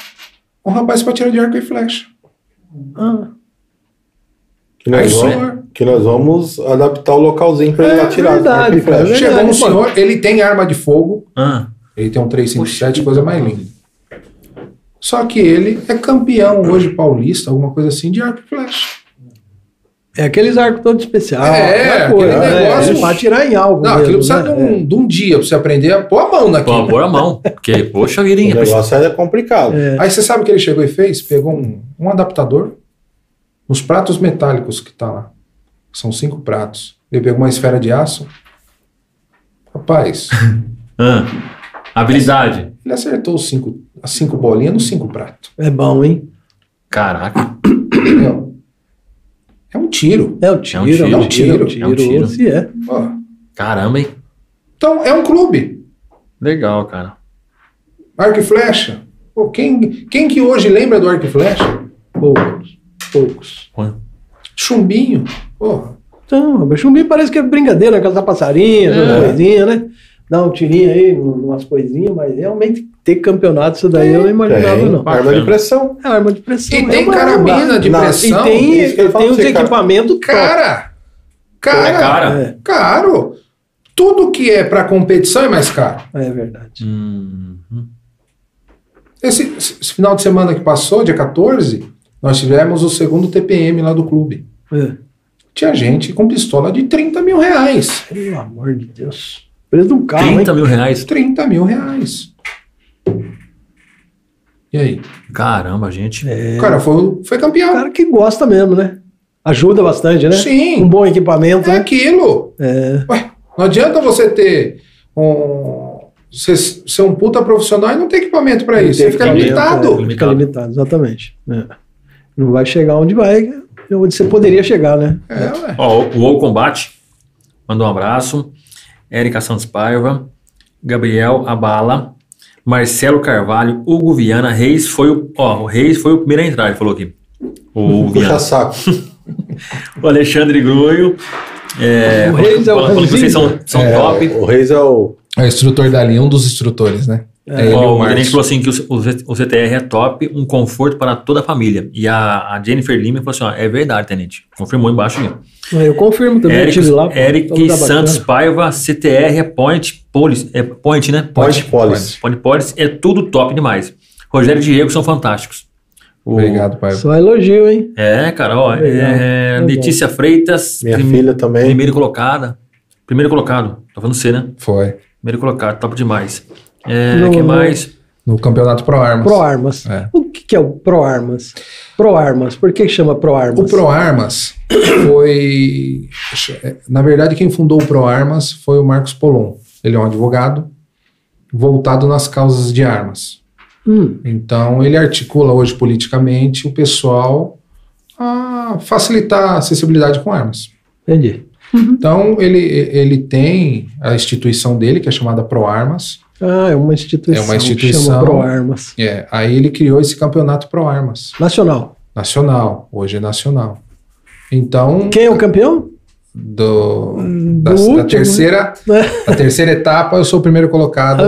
Speaker 3: Um rapaz para tirar de arco e flecha.
Speaker 2: Ah,
Speaker 4: Que nós,
Speaker 3: Aí,
Speaker 4: vamos,
Speaker 3: senhor.
Speaker 4: que nós vamos adaptar o localzinho para ele
Speaker 2: É
Speaker 4: atirar.
Speaker 2: verdade,
Speaker 4: arco e flecha.
Speaker 2: cara.
Speaker 3: Chegou
Speaker 2: verdade,
Speaker 3: um
Speaker 2: pô.
Speaker 3: senhor, ele tem arma de fogo,
Speaker 1: Ah,
Speaker 3: ele tem um 357, coisa mais linda. Só que ele é campeão hoje paulista, alguma coisa assim, de arco e flecha.
Speaker 2: É aqueles arcos todos especiais.
Speaker 3: É,
Speaker 2: aquela
Speaker 3: aquele negócio-
Speaker 2: é Pra atirar em alvo.
Speaker 3: Não, aquilo
Speaker 2: mesmo,
Speaker 3: precisa
Speaker 2: né?
Speaker 3: de, um, de um dia pra você aprender a pôr a mão
Speaker 1: pô,
Speaker 3: naquilo.
Speaker 1: pôr a mão. Porque, poxa vida, hein?
Speaker 4: O negócio é complicado.
Speaker 2: É.
Speaker 3: Aí você sabe o que ele chegou e fez? Pegou um, um adaptador nos pratos metálicos que tá lá. São cinco pratos. Ele pegou uma esfera de aço. Rapaz,
Speaker 1: Ah, habilidade.
Speaker 3: ele acertou os cinco, as cinco bolinhas nos cinco pratos.
Speaker 2: É. é bom, hein?
Speaker 1: Caraca.
Speaker 3: Entendeu? É um tiro.
Speaker 2: É o tiro.
Speaker 1: É
Speaker 2: É
Speaker 1: um
Speaker 2: o
Speaker 3: tiro,
Speaker 2: tiro.
Speaker 1: é um tiro.
Speaker 2: Se é.
Speaker 3: Ó.
Speaker 1: Caramba, hein?
Speaker 3: Então, é um clube.
Speaker 1: Legal, cara.
Speaker 3: Arco e flecha. Pô, quem, quem que hoje lembra do arco e flecha?
Speaker 2: Poucos. Poucos.
Speaker 3: Chumbinho. Porra.
Speaker 2: Então, o chumbinho parece que é brincadeira, né? Caçar passarinhos, essas
Speaker 4: É.
Speaker 2: coisinhas, né? Dá um tirinho aí, umas coisinhas, mas realmente ter campeonato, isso daí eu não imaginava,
Speaker 4: Tem
Speaker 2: não.
Speaker 4: arma
Speaker 1: Bacana.
Speaker 4: de pressão.
Speaker 2: É arma de pressão.
Speaker 3: E
Speaker 2: é
Speaker 3: tem
Speaker 2: uma arma.
Speaker 3: carabina de
Speaker 4: Não, e
Speaker 2: E
Speaker 3: pressão.
Speaker 2: tem,
Speaker 4: isso que eu ia falar
Speaker 2: tem
Speaker 4: pra
Speaker 2: os
Speaker 4: você, cara.
Speaker 2: equipamentos top.
Speaker 3: Cara,
Speaker 1: É
Speaker 3: cara,
Speaker 1: cara.
Speaker 2: É,
Speaker 3: caro. Tudo que é para competição é mais caro.
Speaker 2: é verdade.
Speaker 1: Hum,
Speaker 3: Esse, esse final de semana que passou, dia 14, nós tivemos o segundo TPM lá do clube.
Speaker 2: É.
Speaker 3: Tinha gente com pistola de 30 mil reais.
Speaker 2: Pelo amor de Deus. Preço de um carro, hein?
Speaker 1: 30 mil reais.
Speaker 3: 30 mil reais. E aí?
Speaker 1: Caramba, gente.
Speaker 2: É.
Speaker 3: O
Speaker 2: Cara,
Speaker 3: cara foi, foi campeão.
Speaker 2: que gosta mesmo, né? Ajuda bastante, né? Um
Speaker 3: Sim,
Speaker 2: bom equipamento,
Speaker 3: é
Speaker 2: né?
Speaker 3: aquilo.
Speaker 2: É.
Speaker 3: Não adianta você ter um. Ser, ser um puta profissional e não ter equipamento para
Speaker 2: Não
Speaker 3: isso.
Speaker 2: tem
Speaker 3: Você fica
Speaker 2: equipamento,
Speaker 3: limitado.
Speaker 2: é, Fica limitado, exatamente. É. Não vai chegar onde vai, é onde você poderia chegar, né?
Speaker 3: É, ué.
Speaker 1: Ó, o O Combate mandou um abraço. Érica Santos Paiva, Gabriel Abala, Marcelo Carvalho, Hugo Viana, Reis foi o. Ó, o Reis foi o primeiro a entrar, ele falou aqui. O Hugo Viana.
Speaker 4: Puxa saco.
Speaker 1: O Alexandre Grulho. É,
Speaker 2: O Reis é o
Speaker 1: falando- falando que vocês são,
Speaker 2: Ranzinho.
Speaker 1: são top.
Speaker 4: O Reis é o.
Speaker 3: É o instrutor da linha, um dos instrutores, né? É, ele e
Speaker 1: Ó, o
Speaker 3: o
Speaker 1: Tenente
Speaker 3: Marcos.
Speaker 1: falou assim que o, C- o C- o CTR é top, um conforto para toda a família. E a, a Jennifer Lima falou assim: ó, é verdade, Tenente. Confirmou embaixo mesmo.
Speaker 2: Eu confirmo também, eu
Speaker 1: Eric,
Speaker 2: estive lá. pô,
Speaker 1: Eric
Speaker 2: todo lugar
Speaker 1: Santos
Speaker 2: bacana.
Speaker 1: Paiva, CTR é Point Polis. É Point, né?
Speaker 4: Point Polis.
Speaker 1: Point Polis é tudo top demais. Rogério e Diego são fantásticos. O-
Speaker 3: Obrigado, pai.
Speaker 2: Só elogio, hein?
Speaker 1: É, cara, ó.
Speaker 2: Legal.
Speaker 1: é,
Speaker 2: Tá bom.
Speaker 1: Letícia Freitas,
Speaker 4: Minha
Speaker 1: prim-
Speaker 4: filha também.
Speaker 1: primeiro colocada. Primeiro colocado. Tá falando C, né?
Speaker 3: Foi.
Speaker 1: Primeiro colocado, top demais. É,
Speaker 2: No-
Speaker 1: que
Speaker 2: no-
Speaker 1: mais?
Speaker 3: No campeonato Pro Armas.
Speaker 2: Pro Armas.
Speaker 3: É.
Speaker 2: O que, que é o Pro Armas? Pro Armas, por que chama Pro Armas?
Speaker 3: O Pro Armas foi. é, Na verdade, quem fundou o Pro Armas foi o Marcos Polon. Ele é um advogado voltado nas causas de armas.
Speaker 2: Hum,
Speaker 3: Então, ele articula hoje politicamente o pessoal a facilitar a acessibilidade com armas.
Speaker 2: Entendi.
Speaker 3: Então, ele, ele tem a instituição dele, que é chamada ProArmas.
Speaker 2: Ah, é uma instituição.
Speaker 3: É uma instituição.
Speaker 2: Chama ProArmas.
Speaker 3: É, aí ele criou esse campeonato ProArmas,
Speaker 2: Nacional.
Speaker 3: nacional, hoje é nacional. Então,
Speaker 2: Quem é o campeão?
Speaker 3: do,
Speaker 2: Do
Speaker 3: da, da
Speaker 2: último, né?
Speaker 3: terceira,
Speaker 2: Né?
Speaker 3: da terceira etapa, eu sou o primeiro colocado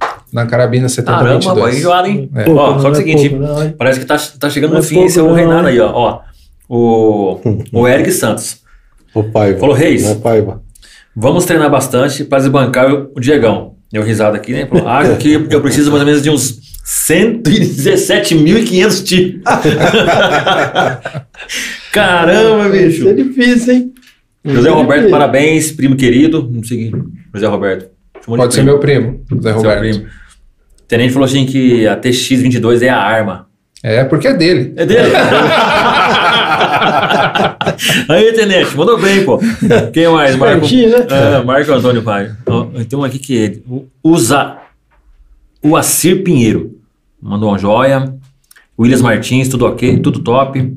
Speaker 2: Ah,
Speaker 3: na carabina
Speaker 4: Tá
Speaker 3: 7022.
Speaker 1: Caramba, aí joada, hein?
Speaker 3: É.
Speaker 2: pouco,
Speaker 1: Ó, só
Speaker 2: não
Speaker 1: que
Speaker 2: é
Speaker 1: o seguinte,
Speaker 2: pouco, não, hein?
Speaker 1: Parece que tá, tá chegando
Speaker 2: Não
Speaker 1: no
Speaker 2: é
Speaker 1: fim
Speaker 2: pouco,
Speaker 1: esse é o
Speaker 2: não,
Speaker 1: reinado
Speaker 2: hein?
Speaker 1: aí, ó. ó. O, o Eric Santos.
Speaker 4: Ô Paiva.
Speaker 1: Falou, Reis.
Speaker 4: Né, Paiva?
Speaker 1: Vamos treinar bastante para desbancar o Diegão. Deu risada aqui, né? Falou, acho que eu preciso mais ou menos de uns 117.500 tipos. Caramba,
Speaker 2: Isso é
Speaker 1: bicho.
Speaker 2: difícil, hein?
Speaker 1: José
Speaker 2: Isso é
Speaker 1: Roberto,
Speaker 2: difícil.
Speaker 1: parabéns, primo querido. Não sei quem. José Roberto. Chamou de
Speaker 3: Pode ser
Speaker 1: primo.
Speaker 3: meu primo, Zé
Speaker 1: Seu
Speaker 3: Roberto.
Speaker 1: primo. O Tenente falou assim que a TX-22 é a arma.
Speaker 3: É, porque é dele.
Speaker 1: É dele. Aí, Tenente, mandou bem, pô. Quem mais? Marco,
Speaker 2: Espertinho, né?
Speaker 1: É, Marco Antônio Pai. Ó, Tem um aqui que ele usa o Acir Pinheiro. Mandou uma joia. O Williams Martins, tudo ok, tudo top.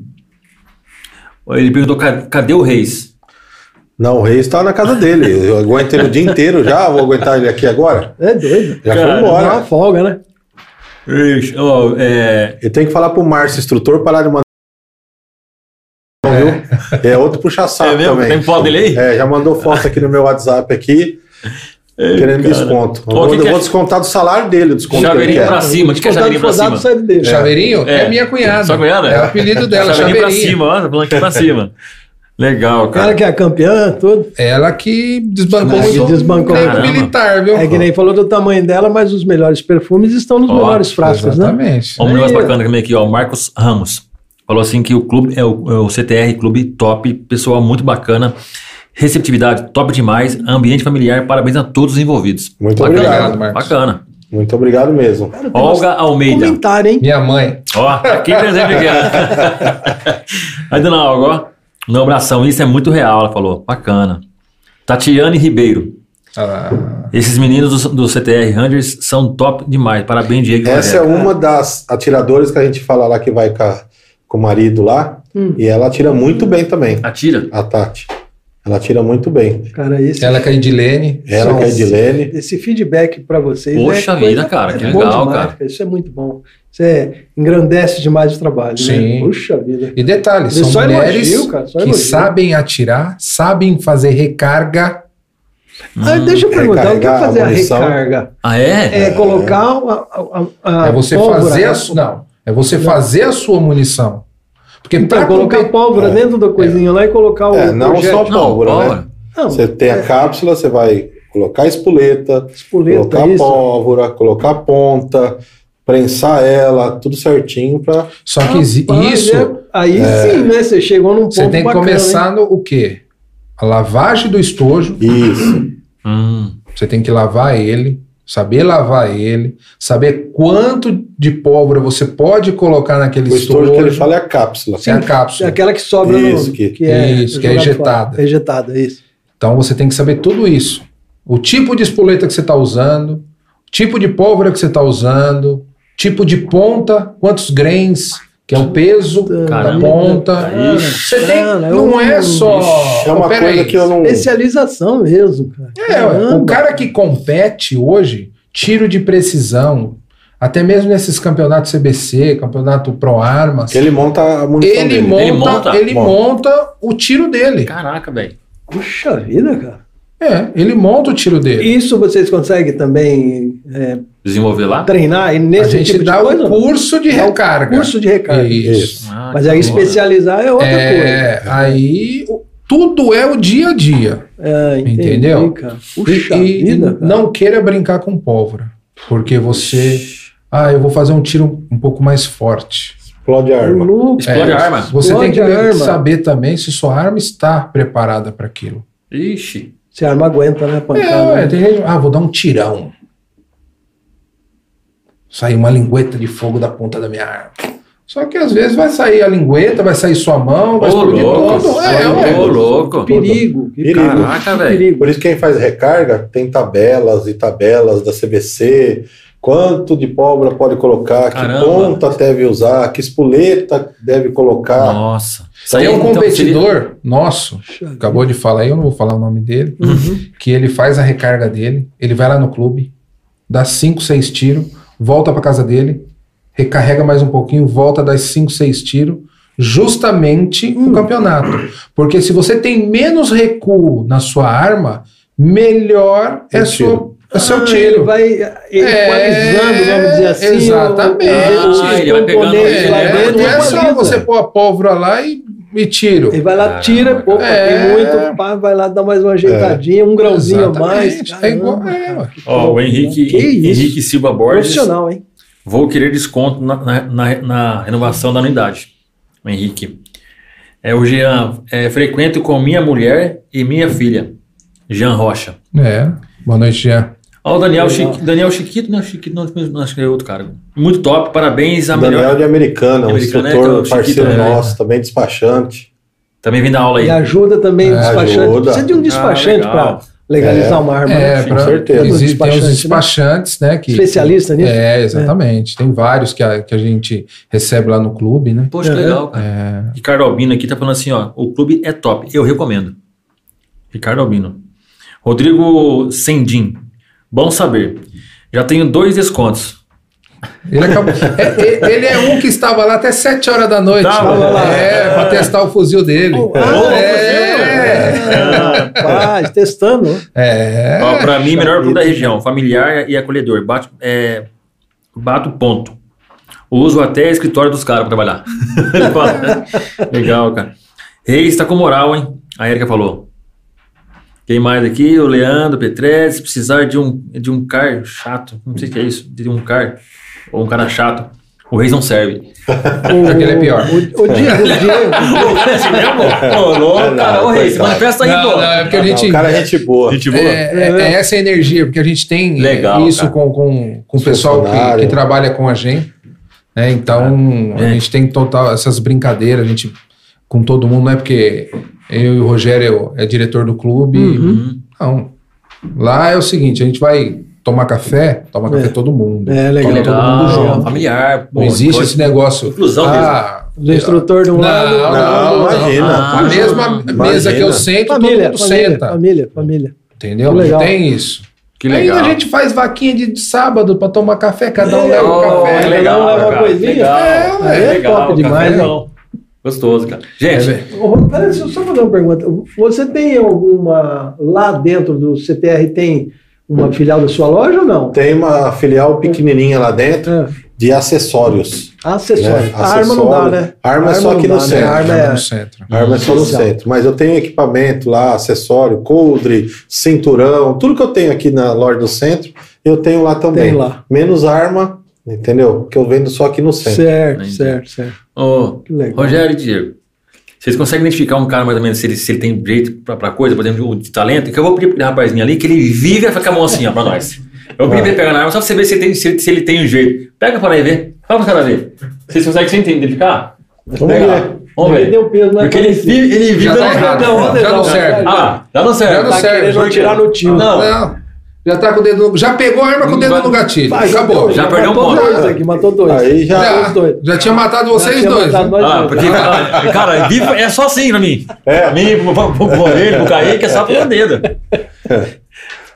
Speaker 1: Ele perguntou: "Ca- cadê o Reis?
Speaker 4: Não, o Reis tá na casa dele. Eu aguento ele o dia inteiro já. Vou aguentar ele aqui agora.
Speaker 2: É doido.
Speaker 4: Já
Speaker 1: Cara,
Speaker 4: foi
Speaker 2: Dá
Speaker 4: embora.
Speaker 2: uma folga, né?
Speaker 1: Ixi, ó, é,
Speaker 4: Eu tenho que falar pro Márcio, instrutor, parar de mandar. Não, viu? É outro puxa saco
Speaker 1: É mesmo?
Speaker 4: também.
Speaker 1: Tem foto dele aí?
Speaker 4: É, já mandou foto aqui no meu WhatsApp aqui, querendo desconto. Eu
Speaker 1: Ô,
Speaker 4: vou,
Speaker 1: que
Speaker 4: eu
Speaker 1: que
Speaker 4: vou
Speaker 1: é?
Speaker 4: descontar do salário dele, o desconto que ele
Speaker 1: Chaveirinho
Speaker 4: quer.
Speaker 1: pra cima. O que que é chaveirinho pra
Speaker 2: Descontado
Speaker 1: cima?
Speaker 2: fodado, sai dele.
Speaker 3: Chaveirinho é.
Speaker 1: É.
Speaker 3: minha cunhada.
Speaker 1: Sua cunhada?
Speaker 3: É o apelido dela,
Speaker 1: Chaveirinho pra
Speaker 3: Chaveirinho.
Speaker 1: cima, ó, tá falando que é pra cima. Legal,
Speaker 2: O
Speaker 1: cara.
Speaker 2: cara que é campeã, tudo.
Speaker 3: Ela que desbancou
Speaker 2: Ela que
Speaker 3: muito
Speaker 2: desbancou.
Speaker 3: o tempo
Speaker 1: Caramba.
Speaker 3: militar, viu?
Speaker 2: É que nem falou do tamanho dela, mas os melhores perfumes estão nos
Speaker 1: Ó,
Speaker 2: melhores frascos, né?
Speaker 3: Exatamente.
Speaker 1: Ó, Um negócio
Speaker 2: Aí, ó.
Speaker 1: bacana também aqui, ó. o Marcos Ramos. Falou assim que o clube é o, é o CTR Clube top, pessoal muito bacana. Receptividade top demais, ambiente familiar, parabéns a todos os envolvidos.
Speaker 4: Muito
Speaker 1: bacana,
Speaker 3: obrigado, Marcos.
Speaker 1: Bacana.
Speaker 4: Muito obrigado mesmo.
Speaker 2: Cara, tem
Speaker 1: Olga
Speaker 2: um
Speaker 1: Almeida.
Speaker 2: Comentário, hein?
Speaker 3: Minha mãe.
Speaker 1: Ó, tá aqui presente aqui. ó. Aí, dona Olga, ó. Não, abração, isso é muito real, ela falou. Bacana. Tatiane Ribeiro.
Speaker 3: Ah,
Speaker 1: Esses meninos do, do CTR Rangers são top demais. Parabéns, Diego. e
Speaker 4: Essa é
Speaker 1: Rogério.
Speaker 4: uma das atiradoras que a gente fala lá que vai com, a- com o marido lá.
Speaker 2: Hum.
Speaker 4: E ela atira muito bem também,
Speaker 1: Atira.
Speaker 4: a Tati. Ela atira muito bem.
Speaker 2: Cara, esse,
Speaker 3: ela que é a Edilene.
Speaker 4: Ela
Speaker 2: Sim.
Speaker 4: que é a Edilene.
Speaker 2: esse feedback pra vocês.
Speaker 1: Poxa
Speaker 2: é coisa-
Speaker 1: vida, cara, que
Speaker 2: bom
Speaker 1: legal,
Speaker 2: demais,
Speaker 1: cara.
Speaker 2: Isso é muito bom. Isso é, engrandece demais o trabalho, né?
Speaker 3: Sim.
Speaker 2: Puxa vida.
Speaker 3: E detalhe, são
Speaker 2: Só elogio,
Speaker 3: mulheres
Speaker 2: cara, só
Speaker 3: que
Speaker 2: elogio.
Speaker 3: sabem atirar, sabem fazer recarga.
Speaker 2: Ah, deixa eu perguntar, o que é
Speaker 4: Recarregar a
Speaker 2: fazer a
Speaker 4: munição.
Speaker 2: recarga?
Speaker 1: Hum. Ah, é?
Speaker 2: É, colocar a, a, a, a
Speaker 3: é você
Speaker 2: pólvora,
Speaker 3: fazer
Speaker 2: né?
Speaker 3: a sua. Não. É você fazer a sua munição. Porque
Speaker 2: Então,
Speaker 3: pra É.
Speaker 2: colocar a
Speaker 3: compe-
Speaker 2: pólvora dentro da coisinha lá e colocar o
Speaker 4: É, não
Speaker 2: projétil.
Speaker 4: só a pólvora,
Speaker 1: Não,
Speaker 4: né?
Speaker 1: pólvora.
Speaker 2: Não,
Speaker 4: Você tem a cápsula, você vai colocar a espoleta,
Speaker 2: espoleta,
Speaker 4: colocar a
Speaker 2: isso.
Speaker 4: pólvora, colocar a ponta, prensar ela, tudo certinho pra.
Speaker 3: Só que exi-
Speaker 2: Rapaz,
Speaker 3: isso
Speaker 2: é- aí sim, né? Você chegou num ponto
Speaker 3: você tem que
Speaker 2: bacana,
Speaker 3: começar no o quê? A lavagem do estojo.
Speaker 4: Isso.
Speaker 1: Hum.
Speaker 3: Você tem que lavar ele, saber lavar ele, saber quanto de pólvora você pode colocar naquele
Speaker 4: O estojo
Speaker 3: estojo.
Speaker 4: que ele fala é a cápsula.
Speaker 3: sem a
Speaker 2: É
Speaker 3: cápsula.
Speaker 2: aquela que sobra
Speaker 4: Isso,
Speaker 2: no,
Speaker 4: que-
Speaker 3: isso, que é
Speaker 2: jogada
Speaker 3: ejetada.
Speaker 2: fora. É ejetada, isso.
Speaker 3: Então você tem que saber tudo isso. O tipo de espoleta que você está usando, o tipo de pólvora que você está usando, tipo de ponta, quantos grains, que é o peso da
Speaker 2: Tá
Speaker 1: Caramba.
Speaker 3: ponta.
Speaker 1: Cara,
Speaker 3: Você tem,
Speaker 2: cara,
Speaker 3: não
Speaker 2: eu-
Speaker 3: é só.
Speaker 4: É uma
Speaker 3: Oh, pera
Speaker 4: coisa
Speaker 3: aí.
Speaker 4: que eu não.
Speaker 2: Especialização mesmo, cara.
Speaker 3: É, ué, o
Speaker 2: Caramba.
Speaker 3: cara que compete hoje, tiro de precisão, até mesmo nesses campeonatos CBC, campeonato Pro Armas,
Speaker 4: Que ele monta a munição
Speaker 3: é- ele,
Speaker 4: dele.
Speaker 3: monta, ele
Speaker 1: Ele
Speaker 3: monta,
Speaker 1: monta.
Speaker 3: o tiro dele.
Speaker 1: Caraca, velho.
Speaker 2: Puxa vida, cara.
Speaker 3: É, ele monta o tiro dele.
Speaker 2: Isso vocês conseguem também é,
Speaker 1: Desenvolver lá?
Speaker 2: treinar e
Speaker 3: A
Speaker 2: nesse
Speaker 3: gente
Speaker 2: tipo
Speaker 3: dá
Speaker 2: de coisa?
Speaker 3: o curso de
Speaker 2: Dá o
Speaker 3: recarga.
Speaker 2: curso de recarga.
Speaker 3: Isso.
Speaker 1: Ah,
Speaker 2: Mas
Speaker 1: que
Speaker 2: aí
Speaker 1: da hora.
Speaker 2: especializar é outra coisa.
Speaker 3: É, aí o- tudo é o dia a dia.
Speaker 2: É, entendi,
Speaker 3: Entendeu?
Speaker 2: cara. Puxa
Speaker 3: e, e-
Speaker 2: vida,
Speaker 3: e
Speaker 2: cara.
Speaker 3: não queira brincar com pólvora. Porque você. Ah, eu vou fazer um tiro um pouco mais forte.
Speaker 4: Explode a arma.
Speaker 2: Louco.
Speaker 1: Explode
Speaker 3: É,
Speaker 1: a arma.
Speaker 3: Você
Speaker 2: Explode
Speaker 3: tem que
Speaker 2: a
Speaker 3: ver-
Speaker 2: arma.
Speaker 3: saber também se sua arma está preparada para aquilo.
Speaker 1: Ixi.
Speaker 2: Se a arma aguenta, né,
Speaker 3: É,
Speaker 2: pancada?
Speaker 3: ué, tem gente. Ah, vou dar um tirão. Sair uma lingueta de fogo da ponta da minha arma. Só que às vezes vai sair a lingueta, vai sair sua mão, vai
Speaker 1: Ô,
Speaker 3: explodir
Speaker 1: louco. um
Speaker 3: tudo. É,
Speaker 1: Ô,
Speaker 3: ué.
Speaker 1: louco.
Speaker 2: né? Perigo. que
Speaker 4: Perigo.
Speaker 1: Caraca, velho.
Speaker 2: Perigo.
Speaker 4: Por isso quem faz recarga tem tabelas e tabelas da CBC, Quanto de pólvora pode colocar,
Speaker 1: Caramba.
Speaker 4: que ponta deve usar, que espoleta deve colocar.
Speaker 1: Nossa. Isso
Speaker 3: Tem um
Speaker 1: então, seria-
Speaker 3: competidor nosso, acabou de falar aí, eu não vou falar o nome dele,
Speaker 2: Uhum.
Speaker 3: que ele faz a recarga dele, ele vai lá no clube, dá 5, 6 tiros, volta pra casa dele, recarrega mais um pouquinho, volta, dá 5, 6 tiros, justamente
Speaker 2: Hum.
Speaker 3: no campeonato. Porque se você tem menos recuo na sua arma, melhor é,
Speaker 4: Tem
Speaker 3: sua, é seu
Speaker 2: Ah,
Speaker 3: tiro.
Speaker 2: Ele vai equalizando, vamos dizer assim.
Speaker 3: É, exatamente.
Speaker 2: Ah,
Speaker 1: ele vai pegando
Speaker 3: É,
Speaker 2: lá
Speaker 1: ele, né?
Speaker 2: dentro,
Speaker 3: não é
Speaker 2: equaliza.
Speaker 3: só você pôr a pólvora lá e, e tiro.
Speaker 2: Ele vai lá,
Speaker 1: Caramba,
Speaker 2: tira,
Speaker 1: cara.
Speaker 2: opa,
Speaker 3: É.
Speaker 2: tem muito, pá, vai lá dar mais uma ajeitadinha, um grauzinho a mais.
Speaker 3: Exatamente, É igual.
Speaker 2: Caramba,
Speaker 3: É,
Speaker 2: cara.
Speaker 3: ué.
Speaker 1: Ó, o Henrique,
Speaker 2: Que isso?
Speaker 1: Henrique Silva Borges.
Speaker 2: Profissional, hein?
Speaker 1: Vou querer desconto na, na- na- na renovação da anuidade. O Henrique. É, o Jean, é, frequento com minha mulher e minha filha. Jean Rocha.
Speaker 3: É. Boa noite, Jean.
Speaker 1: Ó, o Daniel,
Speaker 2: Legal.
Speaker 1: Chiqui- Daniel Chiquito, não, é Chiquito não, não, acho que é outro cara. Muito top, parabéns a
Speaker 4: Daniel
Speaker 1: melhor.
Speaker 4: de Americana, um
Speaker 1: Americana,
Speaker 4: instrutor,
Speaker 1: né, que é o
Speaker 4: parceiro
Speaker 1: Chiquito, né?
Speaker 4: nosso, também despachante.
Speaker 1: Também vem da aula aí.
Speaker 2: E ajuda também o
Speaker 3: É,
Speaker 2: despachante.
Speaker 4: ajuda.
Speaker 2: Precisa de um despachante
Speaker 1: Ah,
Speaker 2: para
Speaker 1: legal.
Speaker 2: legalizar
Speaker 4: É.
Speaker 2: uma arma.
Speaker 3: É,
Speaker 2: né?
Speaker 4: com certeza.
Speaker 3: Existem
Speaker 2: Despachante,
Speaker 3: os
Speaker 2: né?
Speaker 3: despachantes, né? que-
Speaker 2: Especialista nisso?
Speaker 3: É, exatamente. Tem vários que a, que a gente recebe lá no clube, né?
Speaker 1: Uhum. Poxa, que
Speaker 2: É.
Speaker 1: legal, cara.
Speaker 3: É,
Speaker 1: Ricardo Albino aqui tá falando assim, ó, o clube é top, eu recomendo. Ricardo Albino. Rodrigo Sendim, bom saber. Já tenho dois descontos.
Speaker 3: ele, acabou- é, é, ele é um que estava lá até 7 horas da noite.
Speaker 1: Tava
Speaker 2: lá.
Speaker 3: É, para testar o fuzil dele.
Speaker 2: Oh,
Speaker 1: Ah,
Speaker 3: é.
Speaker 2: Ah, Rapaz, testando. né?
Speaker 3: É. né?
Speaker 1: Ó, pra mim, melhor clube
Speaker 2: vida.
Speaker 1: da região, familiar e acolhedor. Bato, é, bato ponto. Uso até escritório dos caras pra trabalhar. Ele fala. né? Legal, cara. Reis tá com moral, hein? A Erika falou. Quem mais aqui? O Leandro Petretti. Se precisar de um, de um car chato, não sei o que é isso, de um car, ou um cara chato, o Reis não serve.
Speaker 2: O,
Speaker 3: Aquele é pior.
Speaker 2: O, o Diego, o Diego.
Speaker 1: Ô, louco, cara. Ô, Reis,
Speaker 4: Coitado.
Speaker 1: manifesta aí,
Speaker 3: Não,
Speaker 1: pô.
Speaker 3: não, é porque a
Speaker 4: Ah, não,
Speaker 3: gente.
Speaker 4: o cara é gente boa.
Speaker 1: Gente
Speaker 3: É, é- é essa a energia, porque a gente tem é,
Speaker 1: Legal,
Speaker 3: isso
Speaker 1: cara.
Speaker 3: com, com, com o
Speaker 4: Os
Speaker 3: pessoal que,
Speaker 4: funcionários.
Speaker 3: que trabalha com a gente. né? Então,
Speaker 1: É.
Speaker 3: a gente tem total essas brincadeiras, a gente com todo mundo, não é porque eu e o Rogério é diretor do clube.
Speaker 1: Uhum.
Speaker 3: Não. Lá é o seguinte, a gente vai tomar café, toma
Speaker 2: É.
Speaker 3: café todo mundo.
Speaker 2: É, legal.
Speaker 3: Toma todo mundo
Speaker 1: Legal,
Speaker 3: junto.
Speaker 1: familiar. pô,
Speaker 3: não existe
Speaker 1: coisa-
Speaker 3: esse negócio.
Speaker 1: Inclusão
Speaker 3: ah,
Speaker 2: Do instrutor de um
Speaker 3: Não,
Speaker 2: lado.
Speaker 3: não,
Speaker 4: Não,
Speaker 3: não, Ah,
Speaker 4: imagina.
Speaker 1: não.
Speaker 3: a mesma mesa que eu sento,
Speaker 2: Família,
Speaker 3: todo mundo
Speaker 2: família,
Speaker 3: senta.
Speaker 2: família, família.
Speaker 3: Entendeu?
Speaker 2: Legal.
Speaker 3: Não tem isso.
Speaker 1: Que legal.
Speaker 3: Ainda a gente faz vaquinha de de sábado pra tomar café, cada um leva um
Speaker 1: Oh,
Speaker 3: café.
Speaker 1: que
Speaker 2: Cada É um leva uma
Speaker 1: cara.
Speaker 2: coisinha.
Speaker 1: Legal,
Speaker 2: É, é top
Speaker 1: cara.
Speaker 2: demais, hein?
Speaker 1: Legal. Gostoso, cara. Gente,
Speaker 3: É,
Speaker 2: Ô, Rô, Peraí, deixa eu só fazer uma pergunta. Você tem alguma. Lá dentro do CTR tem uma filial da sua loja ou não?
Speaker 4: Tem uma filial pequenininha lá dentro
Speaker 2: Ah,
Speaker 4: de acessórios.
Speaker 2: Acessório.
Speaker 4: Né?
Speaker 2: A arma não dá,
Speaker 4: Acessório.
Speaker 2: né?
Speaker 4: Arma é só aqui no
Speaker 2: A
Speaker 4: centro.
Speaker 2: arma
Speaker 3: é,
Speaker 2: é.
Speaker 3: no centro.
Speaker 4: A arma é só no
Speaker 2: Legal.
Speaker 4: centro. Mas eu tenho equipamento lá, acessório, coldre, cinturão, tudo que eu tenho aqui na loja do centro, eu tenho lá também.
Speaker 2: Tem lá.
Speaker 4: Menos arma, entendeu? Que eu vendo só aqui no centro.
Speaker 2: Certo,
Speaker 1: Entendi.
Speaker 2: certo, certo.
Speaker 1: ô,
Speaker 2: Que legal.
Speaker 1: Rogério e Diego, vocês conseguem identificar um cara mais ou menos se ele, se ele tem direito pra, pra coisa, por exemplo, de talento? Que eu vou pedir pra aquele rapazinho ali que ele vive com a mão assim, ó, pra nós. Eu vou pedir pra ele pegar na arma só pra você ver se ele tem, se ele, se ele tem um jeito. Pega pra aí ver. Fala pro cara ver. Vocês conseguem se identificar?
Speaker 2: Vamos
Speaker 1: Legal.
Speaker 2: ver.
Speaker 1: Vamos
Speaker 2: Ele
Speaker 1: ver.
Speaker 2: deu peso, né?
Speaker 1: Porque ele vive, ele vive
Speaker 3: Já tá errado.
Speaker 2: então,
Speaker 3: Já não serve.
Speaker 1: Ah, já não serve.
Speaker 3: Já não
Speaker 1: Tá
Speaker 3: serve.
Speaker 1: querendo
Speaker 2: Não tirar no tio.
Speaker 1: Não,
Speaker 3: Não. Já tá com o dedo no... Já pegou a arma com o dedo
Speaker 1: Vai-
Speaker 3: no gatilho.
Speaker 2: Vai,
Speaker 3: Acabou.
Speaker 1: Já
Speaker 3: Já,
Speaker 1: perdeu um
Speaker 2: matou
Speaker 1: ponto.
Speaker 2: dois aqui, matou dois.
Speaker 4: Aí já-
Speaker 2: Matou
Speaker 3: já,
Speaker 2: os dois.
Speaker 3: tinha matado vocês
Speaker 2: Já tinha
Speaker 3: dois.
Speaker 2: matado
Speaker 3: né?
Speaker 2: nós
Speaker 1: Ah,
Speaker 2: dois.
Speaker 1: porque, ah, cara, vivo é só assim pra mim.
Speaker 4: É.
Speaker 1: Pra mim, pro, pro, pro Morelho, pro Kaique, é só pelo dedo.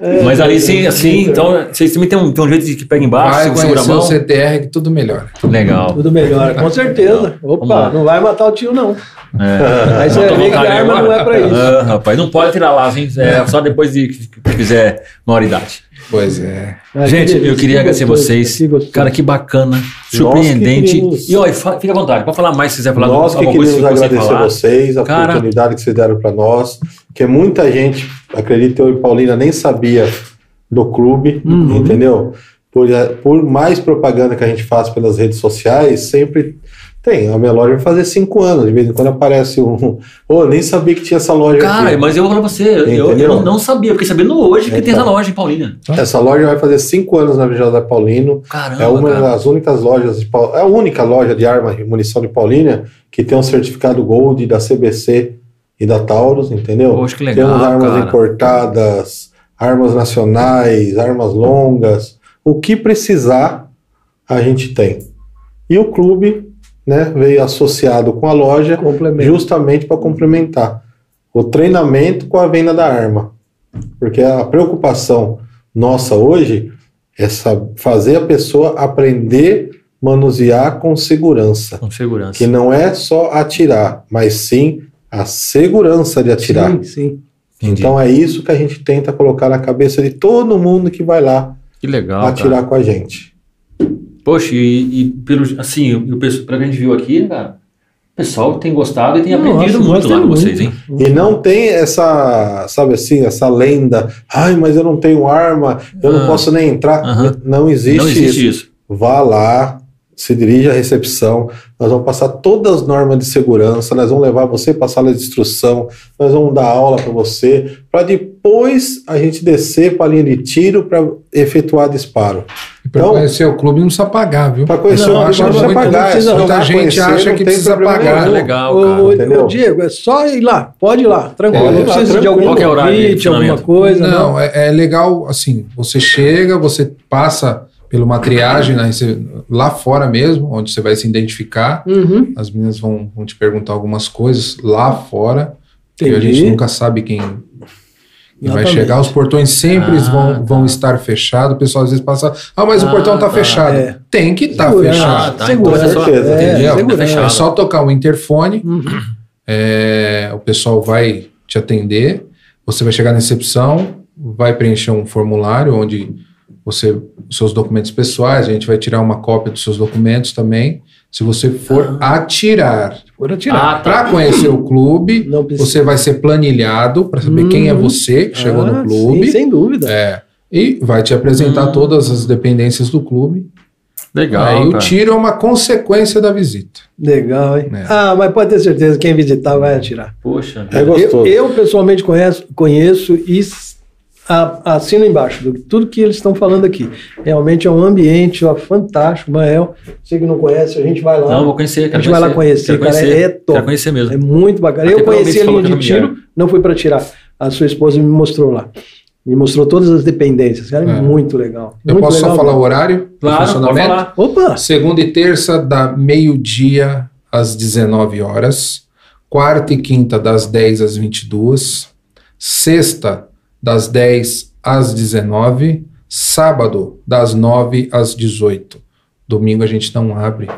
Speaker 2: É.
Speaker 1: Mas ali sim, assim, então, vocês também tem um, tem um jeito de que pega embaixo,
Speaker 3: Vai
Speaker 1: você segura a
Speaker 3: conhecer
Speaker 1: mão.
Speaker 3: o CTR que tudo melhora.
Speaker 1: Legal.
Speaker 2: Tudo melhor, com certeza.
Speaker 1: lá.
Speaker 2: Opa, não vai matar o tio, não.
Speaker 1: É.
Speaker 2: Aí você
Speaker 1: Vamos
Speaker 2: vê que
Speaker 1: tocar
Speaker 2: a arma
Speaker 1: agora?
Speaker 2: não é pra isso.
Speaker 1: Ah, rapaz, não pode tirar lá, hein? É só depois de que que fizer maioridade.
Speaker 3: Pois é.
Speaker 2: Ah, que
Speaker 1: Gente,
Speaker 2: delícia,
Speaker 1: eu
Speaker 2: que
Speaker 1: queria agradecer
Speaker 2: gostoso,
Speaker 1: vocês.
Speaker 2: que gostoso.
Speaker 1: Cara, que bacana, surpreendente.
Speaker 4: queremos-
Speaker 1: E olha, fa- fica à vontade, pode falar mais se quiser falar
Speaker 4: Nós que
Speaker 1: alguma coisa
Speaker 4: queremos
Speaker 1: você
Speaker 4: agradecer
Speaker 1: falar.
Speaker 4: a vocês, a
Speaker 1: Cara.
Speaker 4: oportunidade que vocês deram para nós, que muita gente, acredito eu e Paulina, nem sabia do clube,
Speaker 1: Uhum.
Speaker 4: entendeu? Por, eh, por mais propaganda que a gente faz pelas redes sociais, sempre tem. A minha loja vai fazer cinco anos, de vez em quando aparece um. Ô, nem sabia que tinha essa loja
Speaker 1: Cara,
Speaker 4: aqui.
Speaker 1: mas eu vou falar pra você, eu- eu,
Speaker 4: Entendeu?
Speaker 1: não- não sabia, fiquei sabendo hoje que tem essa
Speaker 4: Então.
Speaker 1: loja em Paulina.
Speaker 4: Essa loja vai fazer cinco anos na Vigília da Paulino.
Speaker 1: Caramba,
Speaker 4: É uma
Speaker 1: cara.
Speaker 4: das únicas lojas de Pau- é a única loja de arma e munição de Paulínia que tem um certificado Gold da CBC e da Taurus, entendeu?
Speaker 1: Poxa, que legal,
Speaker 4: Temos armas
Speaker 1: cara.
Speaker 4: importadas, armas nacionais, armas longas, O que precisar, a gente tem. E o clube né, veio associado com a loja
Speaker 2: Complemento.
Speaker 4: justamente para complementar o treinamento com a venda da arma. Porque a preocupação nossa hoje é sa- fazer a pessoa aprender a manusear com segurança.
Speaker 1: Com segurança.
Speaker 4: Que não é só atirar, mas sim a segurança de atirar.
Speaker 2: Sim, sim.
Speaker 1: Entendi.
Speaker 4: Então é isso que a gente tenta colocar na cabeça de todo mundo que vai lá
Speaker 1: que legal.
Speaker 4: atirar
Speaker 1: Cara.
Speaker 4: com a gente.
Speaker 1: Poxa, e, e pelo, assim, o, o pessoal- pelo que a gente viu aqui, cara, o pessoal tem gostado e tem
Speaker 2: Nossa,
Speaker 1: aprendido muito
Speaker 2: gostei
Speaker 1: lá com
Speaker 2: muito.
Speaker 1: vocês, hein?
Speaker 4: E não tem essa, sabe assim, essa lenda, ai, mas eu não tenho arma, eu
Speaker 1: Ah.
Speaker 4: não posso nem entrar.
Speaker 1: Aham.
Speaker 4: Não existe,
Speaker 1: não
Speaker 4: isso.
Speaker 1: existe isso.
Speaker 4: Vá lá, se dirija à recepção, nós vamos passar todas as normas de segurança, nós vamos levar você para a sala de instrução, nós vamos dar aula para você, para depois a gente descer para a linha de tiro para efetuar disparo.
Speaker 3: E pra
Speaker 4: Então-
Speaker 3: conhecer o clube não precisa pagar, viu?
Speaker 4: Para conhecer
Speaker 2: Não,
Speaker 4: o
Speaker 2: acho que
Speaker 4: acha que
Speaker 2: não
Speaker 4: precisa
Speaker 2: precisa,
Speaker 4: pagar, é só
Speaker 2: não.
Speaker 4: ir lá
Speaker 3: Muita gente
Speaker 4: conhecer,
Speaker 3: acha
Speaker 4: não
Speaker 3: que
Speaker 4: tem
Speaker 3: precisa
Speaker 4: problema
Speaker 3: pagar. né?
Speaker 4: nenhum.
Speaker 1: Legal,
Speaker 2: Ô,
Speaker 1: cara.
Speaker 2: ô,
Speaker 4: entendeu?
Speaker 2: ô, Diego, é só ir lá, pode ir lá, tranquilo.
Speaker 4: É,
Speaker 2: não precisa
Speaker 4: tá
Speaker 2: de algum
Speaker 4: tranquilo.
Speaker 2: Qual
Speaker 1: Qual que é o horário de
Speaker 2: convite, alguma
Speaker 1: funcionamento?
Speaker 2: coisa.
Speaker 3: Não,
Speaker 1: né?
Speaker 3: é, é legal, assim, você chega, você passa pela uma triagem né, você- lá fora mesmo, onde você vai se identificar.
Speaker 2: Uhum,
Speaker 3: As meninas vão, vão te perguntar algumas coisas lá fora, que a
Speaker 2: entendi.
Speaker 3: gente nunca sabe quem, quem vai
Speaker 2: Exatamente.
Speaker 3: chegar. Os portões sempre
Speaker 1: Ah,
Speaker 3: vão, vão
Speaker 1: tá.
Speaker 3: estar fechados. O pessoal às vezes passa, ah, mas
Speaker 1: Ah,
Speaker 3: o portão tá,
Speaker 1: tá,
Speaker 3: fechado.
Speaker 2: é. Ah,
Speaker 3: Tem que estar
Speaker 2: Segurança,
Speaker 3: fechado.
Speaker 1: tá,
Speaker 2: segurança,
Speaker 4: então é só-
Speaker 2: é,
Speaker 3: Entendeu?
Speaker 2: segurança.
Speaker 1: Fechado.
Speaker 3: É só tocar o interfone,
Speaker 2: Uhum.
Speaker 3: é, o pessoal vai te atender, você vai chegar na recepção, vai preencher um formulário onde você os seus documentos pessoais, a gente vai tirar uma cópia dos seus documentos também. Se você for atirar,
Speaker 2: Foram atirar.
Speaker 1: Ah, tá.
Speaker 3: para conhecer o clube,
Speaker 2: não precisa.
Speaker 3: você vai ser planilhado para saber
Speaker 2: Hum.
Speaker 3: quem é você que chegou
Speaker 2: Ah,
Speaker 3: no clube
Speaker 2: sim, sem dúvida.
Speaker 3: É, e vai te apresentar
Speaker 1: Hum.
Speaker 3: todas as dependências do clube.
Speaker 1: Legal.
Speaker 3: Aí o
Speaker 1: cara.
Speaker 3: tiro é uma consequência da visita.
Speaker 2: Legal, hein?
Speaker 3: É.
Speaker 2: Ah, mas pode ter certeza, quem visitar vai atirar.
Speaker 1: Poxa.
Speaker 4: É
Speaker 2: Eu,
Speaker 4: gostoso.
Speaker 2: eu, pessoalmente conheço, conheço e s- a- assino embaixo do tudo que eles estão falando aqui. Realmente é um ambiente ó, fantástico, Mael. Você que não conhece, a gente vai lá.
Speaker 1: Não, vou conhecer.
Speaker 2: a
Speaker 1: Quero
Speaker 2: gente vai lá conhecer,
Speaker 1: Quero
Speaker 2: cara. É top.
Speaker 1: Quero conhecer mesmo.
Speaker 2: É muito bacana.
Speaker 1: Até
Speaker 2: eu
Speaker 1: pela vez
Speaker 2: conheci
Speaker 1: que
Speaker 2: a
Speaker 1: falou
Speaker 2: linha
Speaker 1: que
Speaker 2: de
Speaker 1: eu não me
Speaker 2: tiro, não fui para tirar. A sua esposa me mostrou lá. Me mostrou todas as dependências. Cara, é,
Speaker 3: É.
Speaker 2: muito legal.
Speaker 3: Eu
Speaker 2: muito
Speaker 3: posso
Speaker 2: legal. né?
Speaker 3: só falar o horário?
Speaker 1: Claro, pode
Speaker 3: funcionamento?
Speaker 1: falar.
Speaker 2: Opa!
Speaker 3: Segunda e terça, da meio-dia às 19 horas. Quarta e quinta, das 10 às 22. Sexta, das 10 às 19. Sábado, das 9 às 18. Domingo a gente não abre.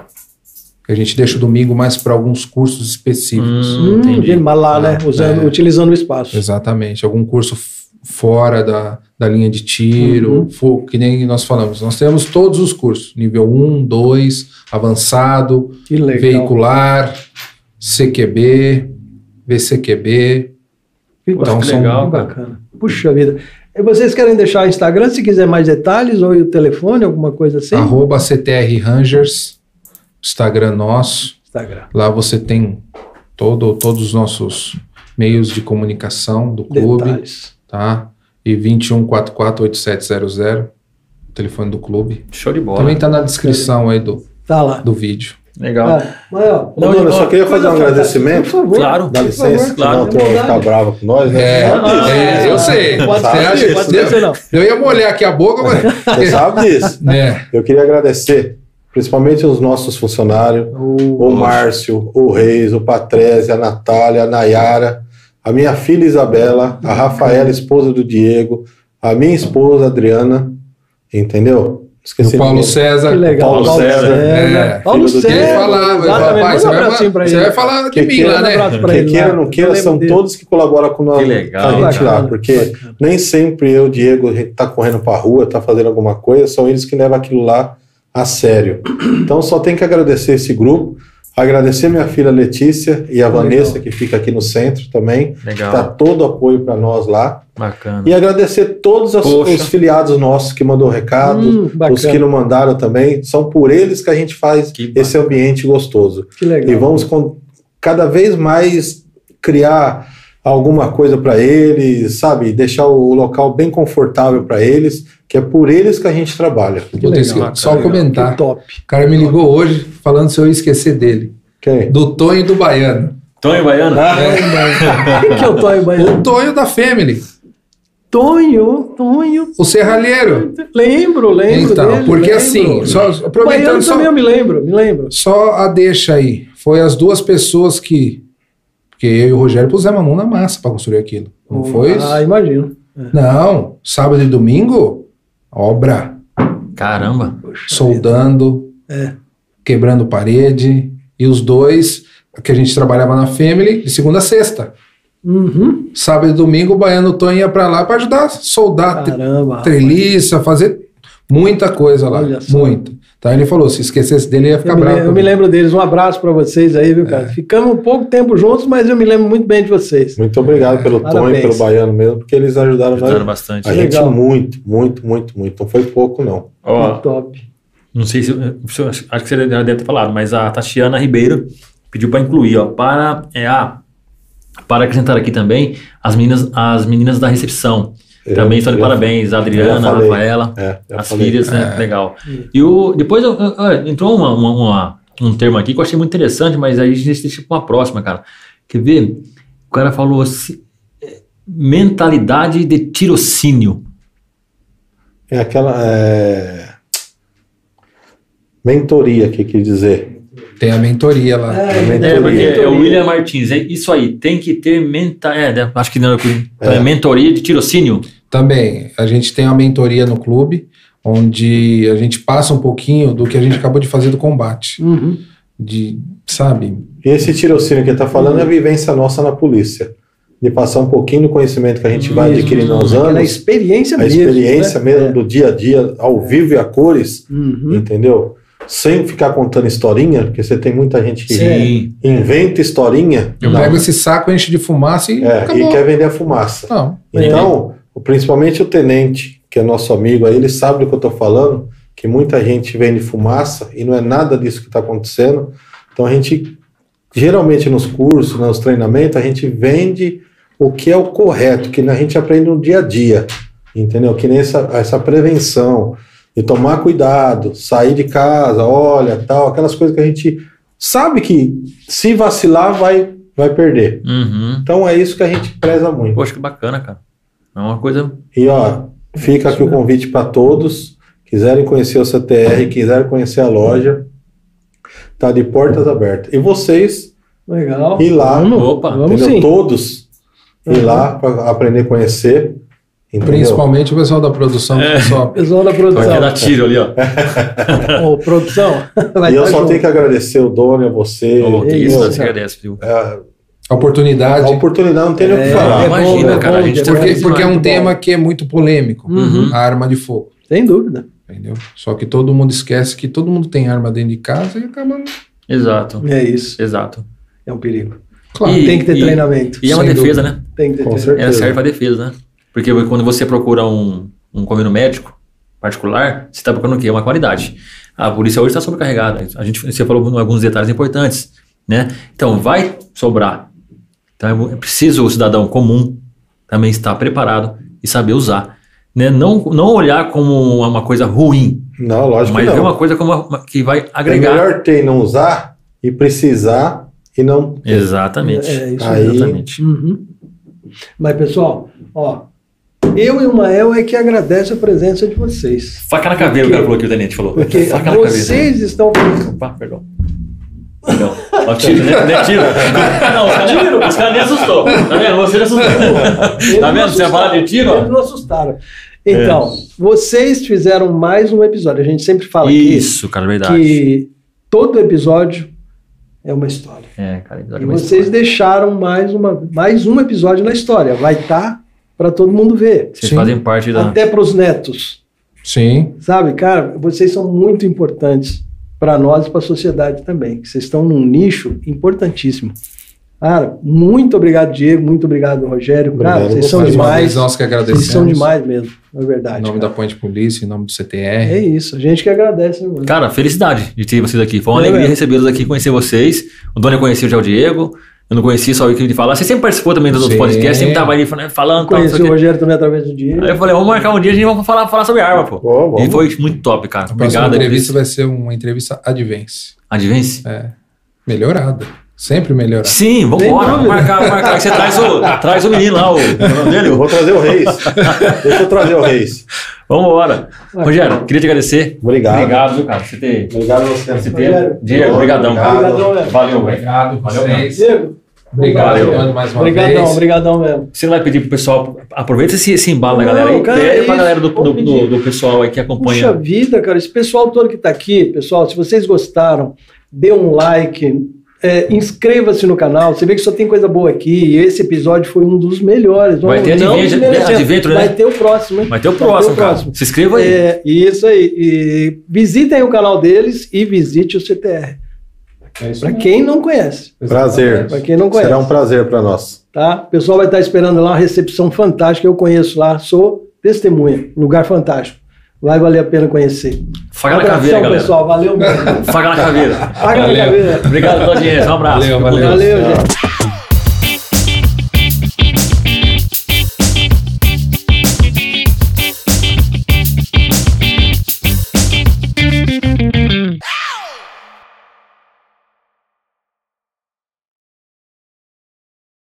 Speaker 3: A gente deixa o domingo mais para alguns cursos específicos.
Speaker 1: Hum, entendi. Ah,
Speaker 2: Hum, mas lá, né? Usando,
Speaker 3: É.
Speaker 2: Utilizando o espaço.
Speaker 3: Exatamente. Algum curso f- fora da, da linha de tiro, fo- que nem nós falamos. Nós temos todos os cursos: nível 1, 2, avançado,
Speaker 2: Que legal.
Speaker 3: veicular, CQB, VCQB.
Speaker 2: Que
Speaker 3: Então,
Speaker 2: bacana.
Speaker 3: são-
Speaker 1: legal, cara.
Speaker 2: bacana. Puxa vida. E vocês querem deixar o Instagram, se quiser mais detalhes, ou o telefone, alguma coisa assim?
Speaker 3: Arroba CTR Rangers, Instagram nosso.
Speaker 2: Instagram.
Speaker 3: Lá você tem todo, todos os nossos meios de comunicação do clube,
Speaker 2: Detalhes.
Speaker 3: tá? E 21448700, telefone do clube.
Speaker 1: Show de bola.
Speaker 3: Também tá na descrição aí do,
Speaker 2: Tá lá.
Speaker 3: do vídeo.
Speaker 1: Legal.
Speaker 2: Ah, Mael,
Speaker 4: Ô, Bruno, eu só queria fazer um
Speaker 2: coisa fantástica.
Speaker 4: agradecimento.
Speaker 2: Por favor. é
Speaker 1: Claro.
Speaker 4: Dá
Speaker 2: por
Speaker 4: licença,
Speaker 2: favor.
Speaker 1: claro.
Speaker 4: senão a turma vai ficar brava com nós, né?
Speaker 3: É,
Speaker 4: Você sabe disso.
Speaker 3: é, eu sei.
Speaker 2: Pode
Speaker 3: Você
Speaker 4: ser,
Speaker 3: acha
Speaker 2: ser,
Speaker 3: isso?
Speaker 2: pode
Speaker 4: né?
Speaker 2: ser,
Speaker 3: Eu-
Speaker 2: não.
Speaker 3: Eu ia molhar aqui a boca, mas.
Speaker 4: Você sabe disso.
Speaker 3: né?
Speaker 4: Eu queria agradecer, principalmente os nossos funcionários, o Márcio, o Reis, o Patrese, a Natália, a Nayara, a minha filha Isabela, a Rafaela, esposa do Diego, a minha esposa Adriana, entendeu? Esqueci
Speaker 3: O Paulo
Speaker 4: ninguém.
Speaker 3: César.
Speaker 2: Que é. legal.
Speaker 4: Paulo César.
Speaker 3: É,
Speaker 2: Paulo
Speaker 4: filho do
Speaker 2: César.
Speaker 4: Diego.
Speaker 3: Ele falava,
Speaker 2: exatamente.
Speaker 3: papai,
Speaker 2: Manda
Speaker 3: você
Speaker 2: um
Speaker 3: vai,
Speaker 2: abraço pra
Speaker 3: você
Speaker 2: ele.
Speaker 3: vai falar de
Speaker 4: Que
Speaker 3: mim lá,
Speaker 4: queira,
Speaker 3: né?
Speaker 2: abraço pra
Speaker 4: Quem
Speaker 2: ele.
Speaker 4: queira
Speaker 2: lá.
Speaker 4: ou não queira,
Speaker 2: Eu lembro
Speaker 4: são
Speaker 2: dele.
Speaker 4: todos que colaboram com nós,
Speaker 1: Que legal,
Speaker 4: com a gente
Speaker 2: cara.
Speaker 4: lá, porque nem sempre eu, Diego, a gente tá correndo pra rua, tá fazendo alguma coisa, são eles que levam aquilo lá a sério. Então só tem que agradecer esse grupo, agradecer minha filha Letícia e a
Speaker 2: Legal.
Speaker 4: Vanessa, que fica aqui no centro
Speaker 2: Ah,
Speaker 4: também, que tá
Speaker 1: Legal.
Speaker 4: todo o apoio para nós lá.
Speaker 1: Bacana.
Speaker 4: E agradecer todos as-
Speaker 1: Poxa.
Speaker 4: os filiados nossos que mandou recado,
Speaker 2: Hum, bacana.
Speaker 4: os que não mandaram também, são por eles que a gente faz
Speaker 1: Que
Speaker 4: esse ambiente gostoso.
Speaker 2: Que legal.
Speaker 4: E vamos com- cada vez mais criar alguma coisa para eles, sabe? Deixar o local bem confortável para eles, que é por eles que a gente trabalha.
Speaker 3: Vou ter
Speaker 2: legal,
Speaker 3: que-
Speaker 1: cara,
Speaker 3: só
Speaker 1: legal.
Speaker 3: comentar.
Speaker 2: Que top.
Speaker 3: O cara me ligou hoje falando se eu ia esquecer dele.
Speaker 4: Quem?
Speaker 3: Do Tonho e do Baiano.
Speaker 1: Tonho Baiano?
Speaker 2: O que, que é o Toy
Speaker 3: O
Speaker 2: Baiano?
Speaker 3: Tonho da Family.
Speaker 2: Tonho, Tonho.
Speaker 3: O serralheiro.
Speaker 2: Lembro, lembro.
Speaker 3: então,
Speaker 2: dele,
Speaker 3: porque
Speaker 2: lembro.
Speaker 3: assim, só,
Speaker 2: Baiano
Speaker 3: aproveitando só,
Speaker 2: também eu me lembro, me lembro.
Speaker 3: só a deixa aí. Foi as duas pessoas que. Porque eu e o Rogério pusemos a mão na massa para construir aquilo. Não foi isso?
Speaker 2: Ah, imagino.
Speaker 3: Não. Sábado e domingo, obra.
Speaker 1: Caramba.
Speaker 4: Tá.
Speaker 3: soldando,
Speaker 2: É.
Speaker 3: quebrando parede. E os dois, que a gente trabalhava na Family, de segunda a sexta.
Speaker 2: Uhum.
Speaker 3: Sábado e domingo, o Baiano Tonho ia pra lá pra ajudar a soldar tre-
Speaker 2: Caramba.
Speaker 3: treliça, fazer muita coisa lá.
Speaker 2: Olha só.
Speaker 3: Muita. Então ele falou: se esquecesse dele, ia
Speaker 2: Eu
Speaker 3: ficar
Speaker 2: me, lembro,
Speaker 3: bravo.
Speaker 2: eu me lembro deles. Um abraço pra vocês aí,
Speaker 3: É.
Speaker 2: viu, cara? Ficamos um pouco tempo juntos, mas eu me lembro muito bem de vocês.
Speaker 4: Muito obrigado pelo Tonho,
Speaker 2: Parabéns.
Speaker 4: pelo Baiano mesmo, porque eles ajudaram,
Speaker 1: Ajudaram
Speaker 4: nós-
Speaker 1: bastante.
Speaker 4: a gente
Speaker 2: Legal.
Speaker 4: muito, muito, muito, muito. Não foi pouco, não.
Speaker 1: Ó,
Speaker 2: Top.
Speaker 1: não sei se. eh, se eu- Acho acho que você já deve ter falado, mas a Tatiana Ribeiro pediu para incluir, ó. Para. É a. Para acrescentar aqui também as meninas, as meninas da recepção.
Speaker 4: Eu-
Speaker 1: também estão de
Speaker 4: eu-
Speaker 1: parabéns. A Adriana, a
Speaker 4: falei.
Speaker 1: Rafaela,
Speaker 4: É, já
Speaker 1: as
Speaker 4: falei.
Speaker 1: filhas, né? Legal. E o, depois eu- eu- eu- entrou uma- uma- uma- um termo aqui que eu achei muito interessante, mas aí a gente deixa para uma próxima, cara. Quer ver? O cara falou assim, é, mentalidade de tirocínio.
Speaker 4: É aquela. é, Mentoria que quis dizer.
Speaker 3: Tem a mentoria lá.
Speaker 1: É,
Speaker 4: Mentoria.
Speaker 1: porque é o
Speaker 2: Mentoria.
Speaker 1: William Martins. É isso aí, tem que ter menta, é, né, acho que não, é. mentoria de tirocínio.
Speaker 3: Também, a gente tem a mentoria no clube, onde a gente passa um pouquinho do que a gente acabou de fazer do combate.
Speaker 2: Uhum.
Speaker 3: De, sabe?
Speaker 4: E esse tirocínio que ele está falando
Speaker 2: Uhum.
Speaker 4: é a vivência nossa na polícia. De passar um pouquinho do conhecimento que a gente vai
Speaker 2: Hum,
Speaker 4: adquirindo aos
Speaker 2: Aquela
Speaker 4: anos,
Speaker 2: experiência
Speaker 4: a
Speaker 2: mesmo.
Speaker 4: experiência
Speaker 2: né?
Speaker 4: mesmo do dia a dia, ao vivo e a cores,
Speaker 2: É. Uhum.
Speaker 4: entendeu? Sem ficar contando historinha, porque você tem muita gente
Speaker 2: É.
Speaker 4: que
Speaker 1: Sim.
Speaker 4: inventa historinha
Speaker 3: Eu
Speaker 1: Não.
Speaker 3: pego esse saco, encho de fumaça
Speaker 2: Uhum.
Speaker 3: e
Speaker 4: é,
Speaker 3: acabou.
Speaker 4: e quer vender a fumaça.
Speaker 3: Não.
Speaker 4: Então, o- principalmente o tenente, que é nosso amigo aí, ele sabe do que eu estou falando, que muita gente vende fumaça e não é nada disso que está acontecendo. Então, a gente, geralmente nos cursos, né, nos treinamentos, a gente vende o que é o correto, que a gente aprende no dia a dia, entendeu? Que nem essa, essa prevenção, de tomar cuidado, sair de casa, olha, tal, aquelas coisas que a gente sabe que se vacilar vai, vai perder.
Speaker 1: Uhum.
Speaker 4: Então, é isso que a gente preza muito.
Speaker 1: Poxa, que bacana, cara. É uma coisa.
Speaker 4: E ó, fica aqui o convite para todos. Quiserem conhecer o
Speaker 2: Uhum.
Speaker 4: CTR, quiserem conhecer a loja, tá de portas abertas. E vocês
Speaker 2: Legal.
Speaker 4: ir lá,
Speaker 1: Opa,
Speaker 2: Hum, vamos
Speaker 4: entendeu?
Speaker 2: sim.
Speaker 4: Todos ir
Speaker 2: Uhum.
Speaker 4: lá para aprender a conhecer. Entendeu?
Speaker 3: Principalmente o pessoal da produção.
Speaker 1: É.
Speaker 3: Pessoal,
Speaker 2: Pessoal da
Speaker 1: vai dar
Speaker 2: produção.
Speaker 1: tiro ali, ó.
Speaker 2: É, Ô, produção. Vai
Speaker 4: E eu
Speaker 2: tá
Speaker 4: só
Speaker 2: junto.
Speaker 4: tenho que agradecer o dono e a você.
Speaker 1: Ô, que isso,
Speaker 4: entendeu?
Speaker 1: você agradece, viu?
Speaker 3: a
Speaker 4: a
Speaker 3: oportunidade.
Speaker 4: oportunidade não tem nem o que
Speaker 2: É,
Speaker 4: falar.
Speaker 2: é bom,
Speaker 1: Imagina,
Speaker 2: é
Speaker 1: cara, a gente
Speaker 2: bom,
Speaker 1: tem
Speaker 3: Porque,
Speaker 1: Isso
Speaker 3: porque é
Speaker 2: muito
Speaker 3: um
Speaker 2: bom.
Speaker 3: tema que é muito polêmico.
Speaker 1: Uhum.
Speaker 3: A arma de fogo.
Speaker 2: Sem dúvida.
Speaker 3: Entendeu? Só que todo mundo esquece que todo mundo tem arma dentro de casa e acaba.
Speaker 1: Exato,
Speaker 2: É isso.
Speaker 1: exato.
Speaker 2: É um perigo.
Speaker 3: Claro.
Speaker 1: E-
Speaker 2: Tem que ter
Speaker 1: e-
Speaker 2: treinamento.
Speaker 1: E é uma
Speaker 3: Sem
Speaker 1: defesa, né?
Speaker 2: Tem que ter
Speaker 4: Com
Speaker 2: treinamento.
Speaker 1: Ela
Speaker 4: certeza.
Speaker 1: serve para defesa, né? Porque quando você procura um, um convênio médico particular, você está procurando o quê? Uma qualidade. A polícia hoje está sobrecarregada. A gente, você falou alguns detalhes importantes, né? Então, vai sobrar. Então, é preciso o cidadão comum também estar preparado e saber usar. Né? Não, não olhar como uma coisa ruim,
Speaker 4: Não, lógico
Speaker 1: mas
Speaker 4: que
Speaker 1: ver
Speaker 4: não.
Speaker 1: uma coisa como uma- uma- que vai
Speaker 4: É
Speaker 1: agregar.
Speaker 4: melhor ter e não usar e precisar e não.
Speaker 1: Exatamente.
Speaker 2: É, isso
Speaker 4: Aí-
Speaker 1: Exatamente.
Speaker 2: Uhum. Mas, pessoal, ó, eu e o Mael é que agradece a presença de vocês.
Speaker 1: Faca na caveira, o cara falou aqui, o Tenente falou.
Speaker 2: Porque
Speaker 1: Faca na cabeça. né?
Speaker 2: vocês estão.
Speaker 1: Opa, perdão. Perdão. Ó, tiro, né? Não é tiro. Não, os caras tiro. Os caras nem assustou. Tá vendo? Você já assustou. Tá vendo? Você fala de tiro, É.
Speaker 2: Eles
Speaker 1: ó.
Speaker 2: não assustaram. Então, vocês fizeram mais um episódio. A gente sempre fala aqui
Speaker 1: Isso, cara, é verdade.
Speaker 2: que todo episódio é uma história.
Speaker 1: É, cara, é verdade.
Speaker 2: E vocês deixaram mais, uma, mais um episódio na história. Vai estar para todo mundo ver.
Speaker 1: Vocês
Speaker 3: Sim.
Speaker 1: fazem parte da.
Speaker 2: Até para os netos.
Speaker 3: Sim.
Speaker 2: Sabe, cara, vocês são muito importantes para nós e para a sociedade também. que Vocês estão num nicho importantíssimo. Cara, muito obrigado, Diego. Muito obrigado, Rogério. Cara,
Speaker 4: Obrigado,
Speaker 2: vocês são
Speaker 3: Mais uma
Speaker 2: demais.
Speaker 3: vez nós que agradecemos.
Speaker 2: Vocês são demais mesmo, na
Speaker 3: Em
Speaker 2: verdade.
Speaker 3: nome da
Speaker 2: cara.
Speaker 3: Ponte Polícia, em nome do
Speaker 2: É
Speaker 3: CTR.
Speaker 2: isso. A gente que agradece, né, mano?
Speaker 1: Cara, felicidade de ter vocês aqui. Foi uma
Speaker 2: É
Speaker 1: alegria
Speaker 2: mesmo.
Speaker 1: recebê-los aqui, conhecer vocês. O Doni conheceu já o Diego. Eu não conhecia, só ouvi ele falar. Você sempre participou também dos outros
Speaker 3: Sim.
Speaker 1: podcasts, sempre tava ali falando, falando tal, não
Speaker 2: Conheci
Speaker 1: sei o
Speaker 2: o
Speaker 1: quê.
Speaker 2: Rogério também através do Diego.
Speaker 1: Aí eu falei, vamos marcar um dia, a gente vai falar, falar sobre arma, pô.
Speaker 4: Ó, vamos.
Speaker 1: E foi muito top, cara.
Speaker 3: A próxima
Speaker 1: Obrigado.
Speaker 3: entrevista vai ser uma entrevista advance.
Speaker 1: Advance?
Speaker 3: Melhorada. Sempre melhorar.
Speaker 1: Sim, vambora.
Speaker 2: dúvida.
Speaker 1: Marcar, marcar. Você traz o, traz o menino lá, o, o nome dele?
Speaker 4: Eu vou trazer o Reis. Deixa eu trazer o Reis.
Speaker 1: Vambora. Rogério, queria te agradecer.
Speaker 4: Obrigado.
Speaker 1: Obrigado, viu, cara, por você ter
Speaker 4: Obrigado a você.
Speaker 1: esse tempo. Diego, obrigadão.
Speaker 4: Obrigado.
Speaker 1: Valeu, velho.
Speaker 3: Obrigado,
Speaker 1: Valeu,
Speaker 3: vocês.
Speaker 2: Diego,
Speaker 3: Obrigado,
Speaker 1: Valeu.
Speaker 3: Evandro, mais uma
Speaker 2: obrigadão,
Speaker 3: vez.
Speaker 2: obrigadão mesmo.
Speaker 1: Você vai pedir pro pessoal, aproveita esse, esse embalo da
Speaker 2: Não,
Speaker 1: galera aí,
Speaker 2: cara,
Speaker 1: pede
Speaker 2: é
Speaker 1: pra
Speaker 2: isso.
Speaker 1: galera do,
Speaker 2: Vou
Speaker 1: do, do,
Speaker 2: pedir.
Speaker 1: do pessoal aí que acompanha.
Speaker 2: Puxa vida, cara, esse pessoal todo que está aqui, pessoal, se vocês gostaram, dê um like, é, inscreva-se no canal, você vê que só tem coisa boa aqui, e esse episódio foi um dos melhores.
Speaker 1: Vai
Speaker 2: não-
Speaker 1: ter
Speaker 2: não
Speaker 1: Adventure-
Speaker 2: desmerecendo.
Speaker 1: Adventure, né?
Speaker 2: Vai ter o próximo, hein?
Speaker 1: Vai ter o próximo,
Speaker 2: o
Speaker 1: cara.
Speaker 2: próximo.
Speaker 1: Se inscreva aí.
Speaker 2: É, isso aí. E visitem o canal deles e visite o CTR.
Speaker 3: É isso
Speaker 2: Para
Speaker 3: mesmo.
Speaker 2: quem não conhece,
Speaker 4: Prazer.
Speaker 2: para quem não conhece,
Speaker 4: Será um prazer para nós.
Speaker 2: tá? O pessoal vai estar esperando lá uma recepção fantástica. Eu conheço lá, sou testemunha, lugar fantástico. Vai valer a pena conhecer.
Speaker 1: Faga na caveira,
Speaker 2: Abração,
Speaker 1: galera.
Speaker 2: pessoal. Valeu mesmo.
Speaker 1: Faga na caveira.
Speaker 2: Paga na
Speaker 3: Valeu.
Speaker 2: caveira.
Speaker 1: Obrigado pela audiência. Um abraço.
Speaker 3: Valeu,
Speaker 1: Fica com
Speaker 3: valeu.
Speaker 1: Deus.
Speaker 2: Valeu, gente.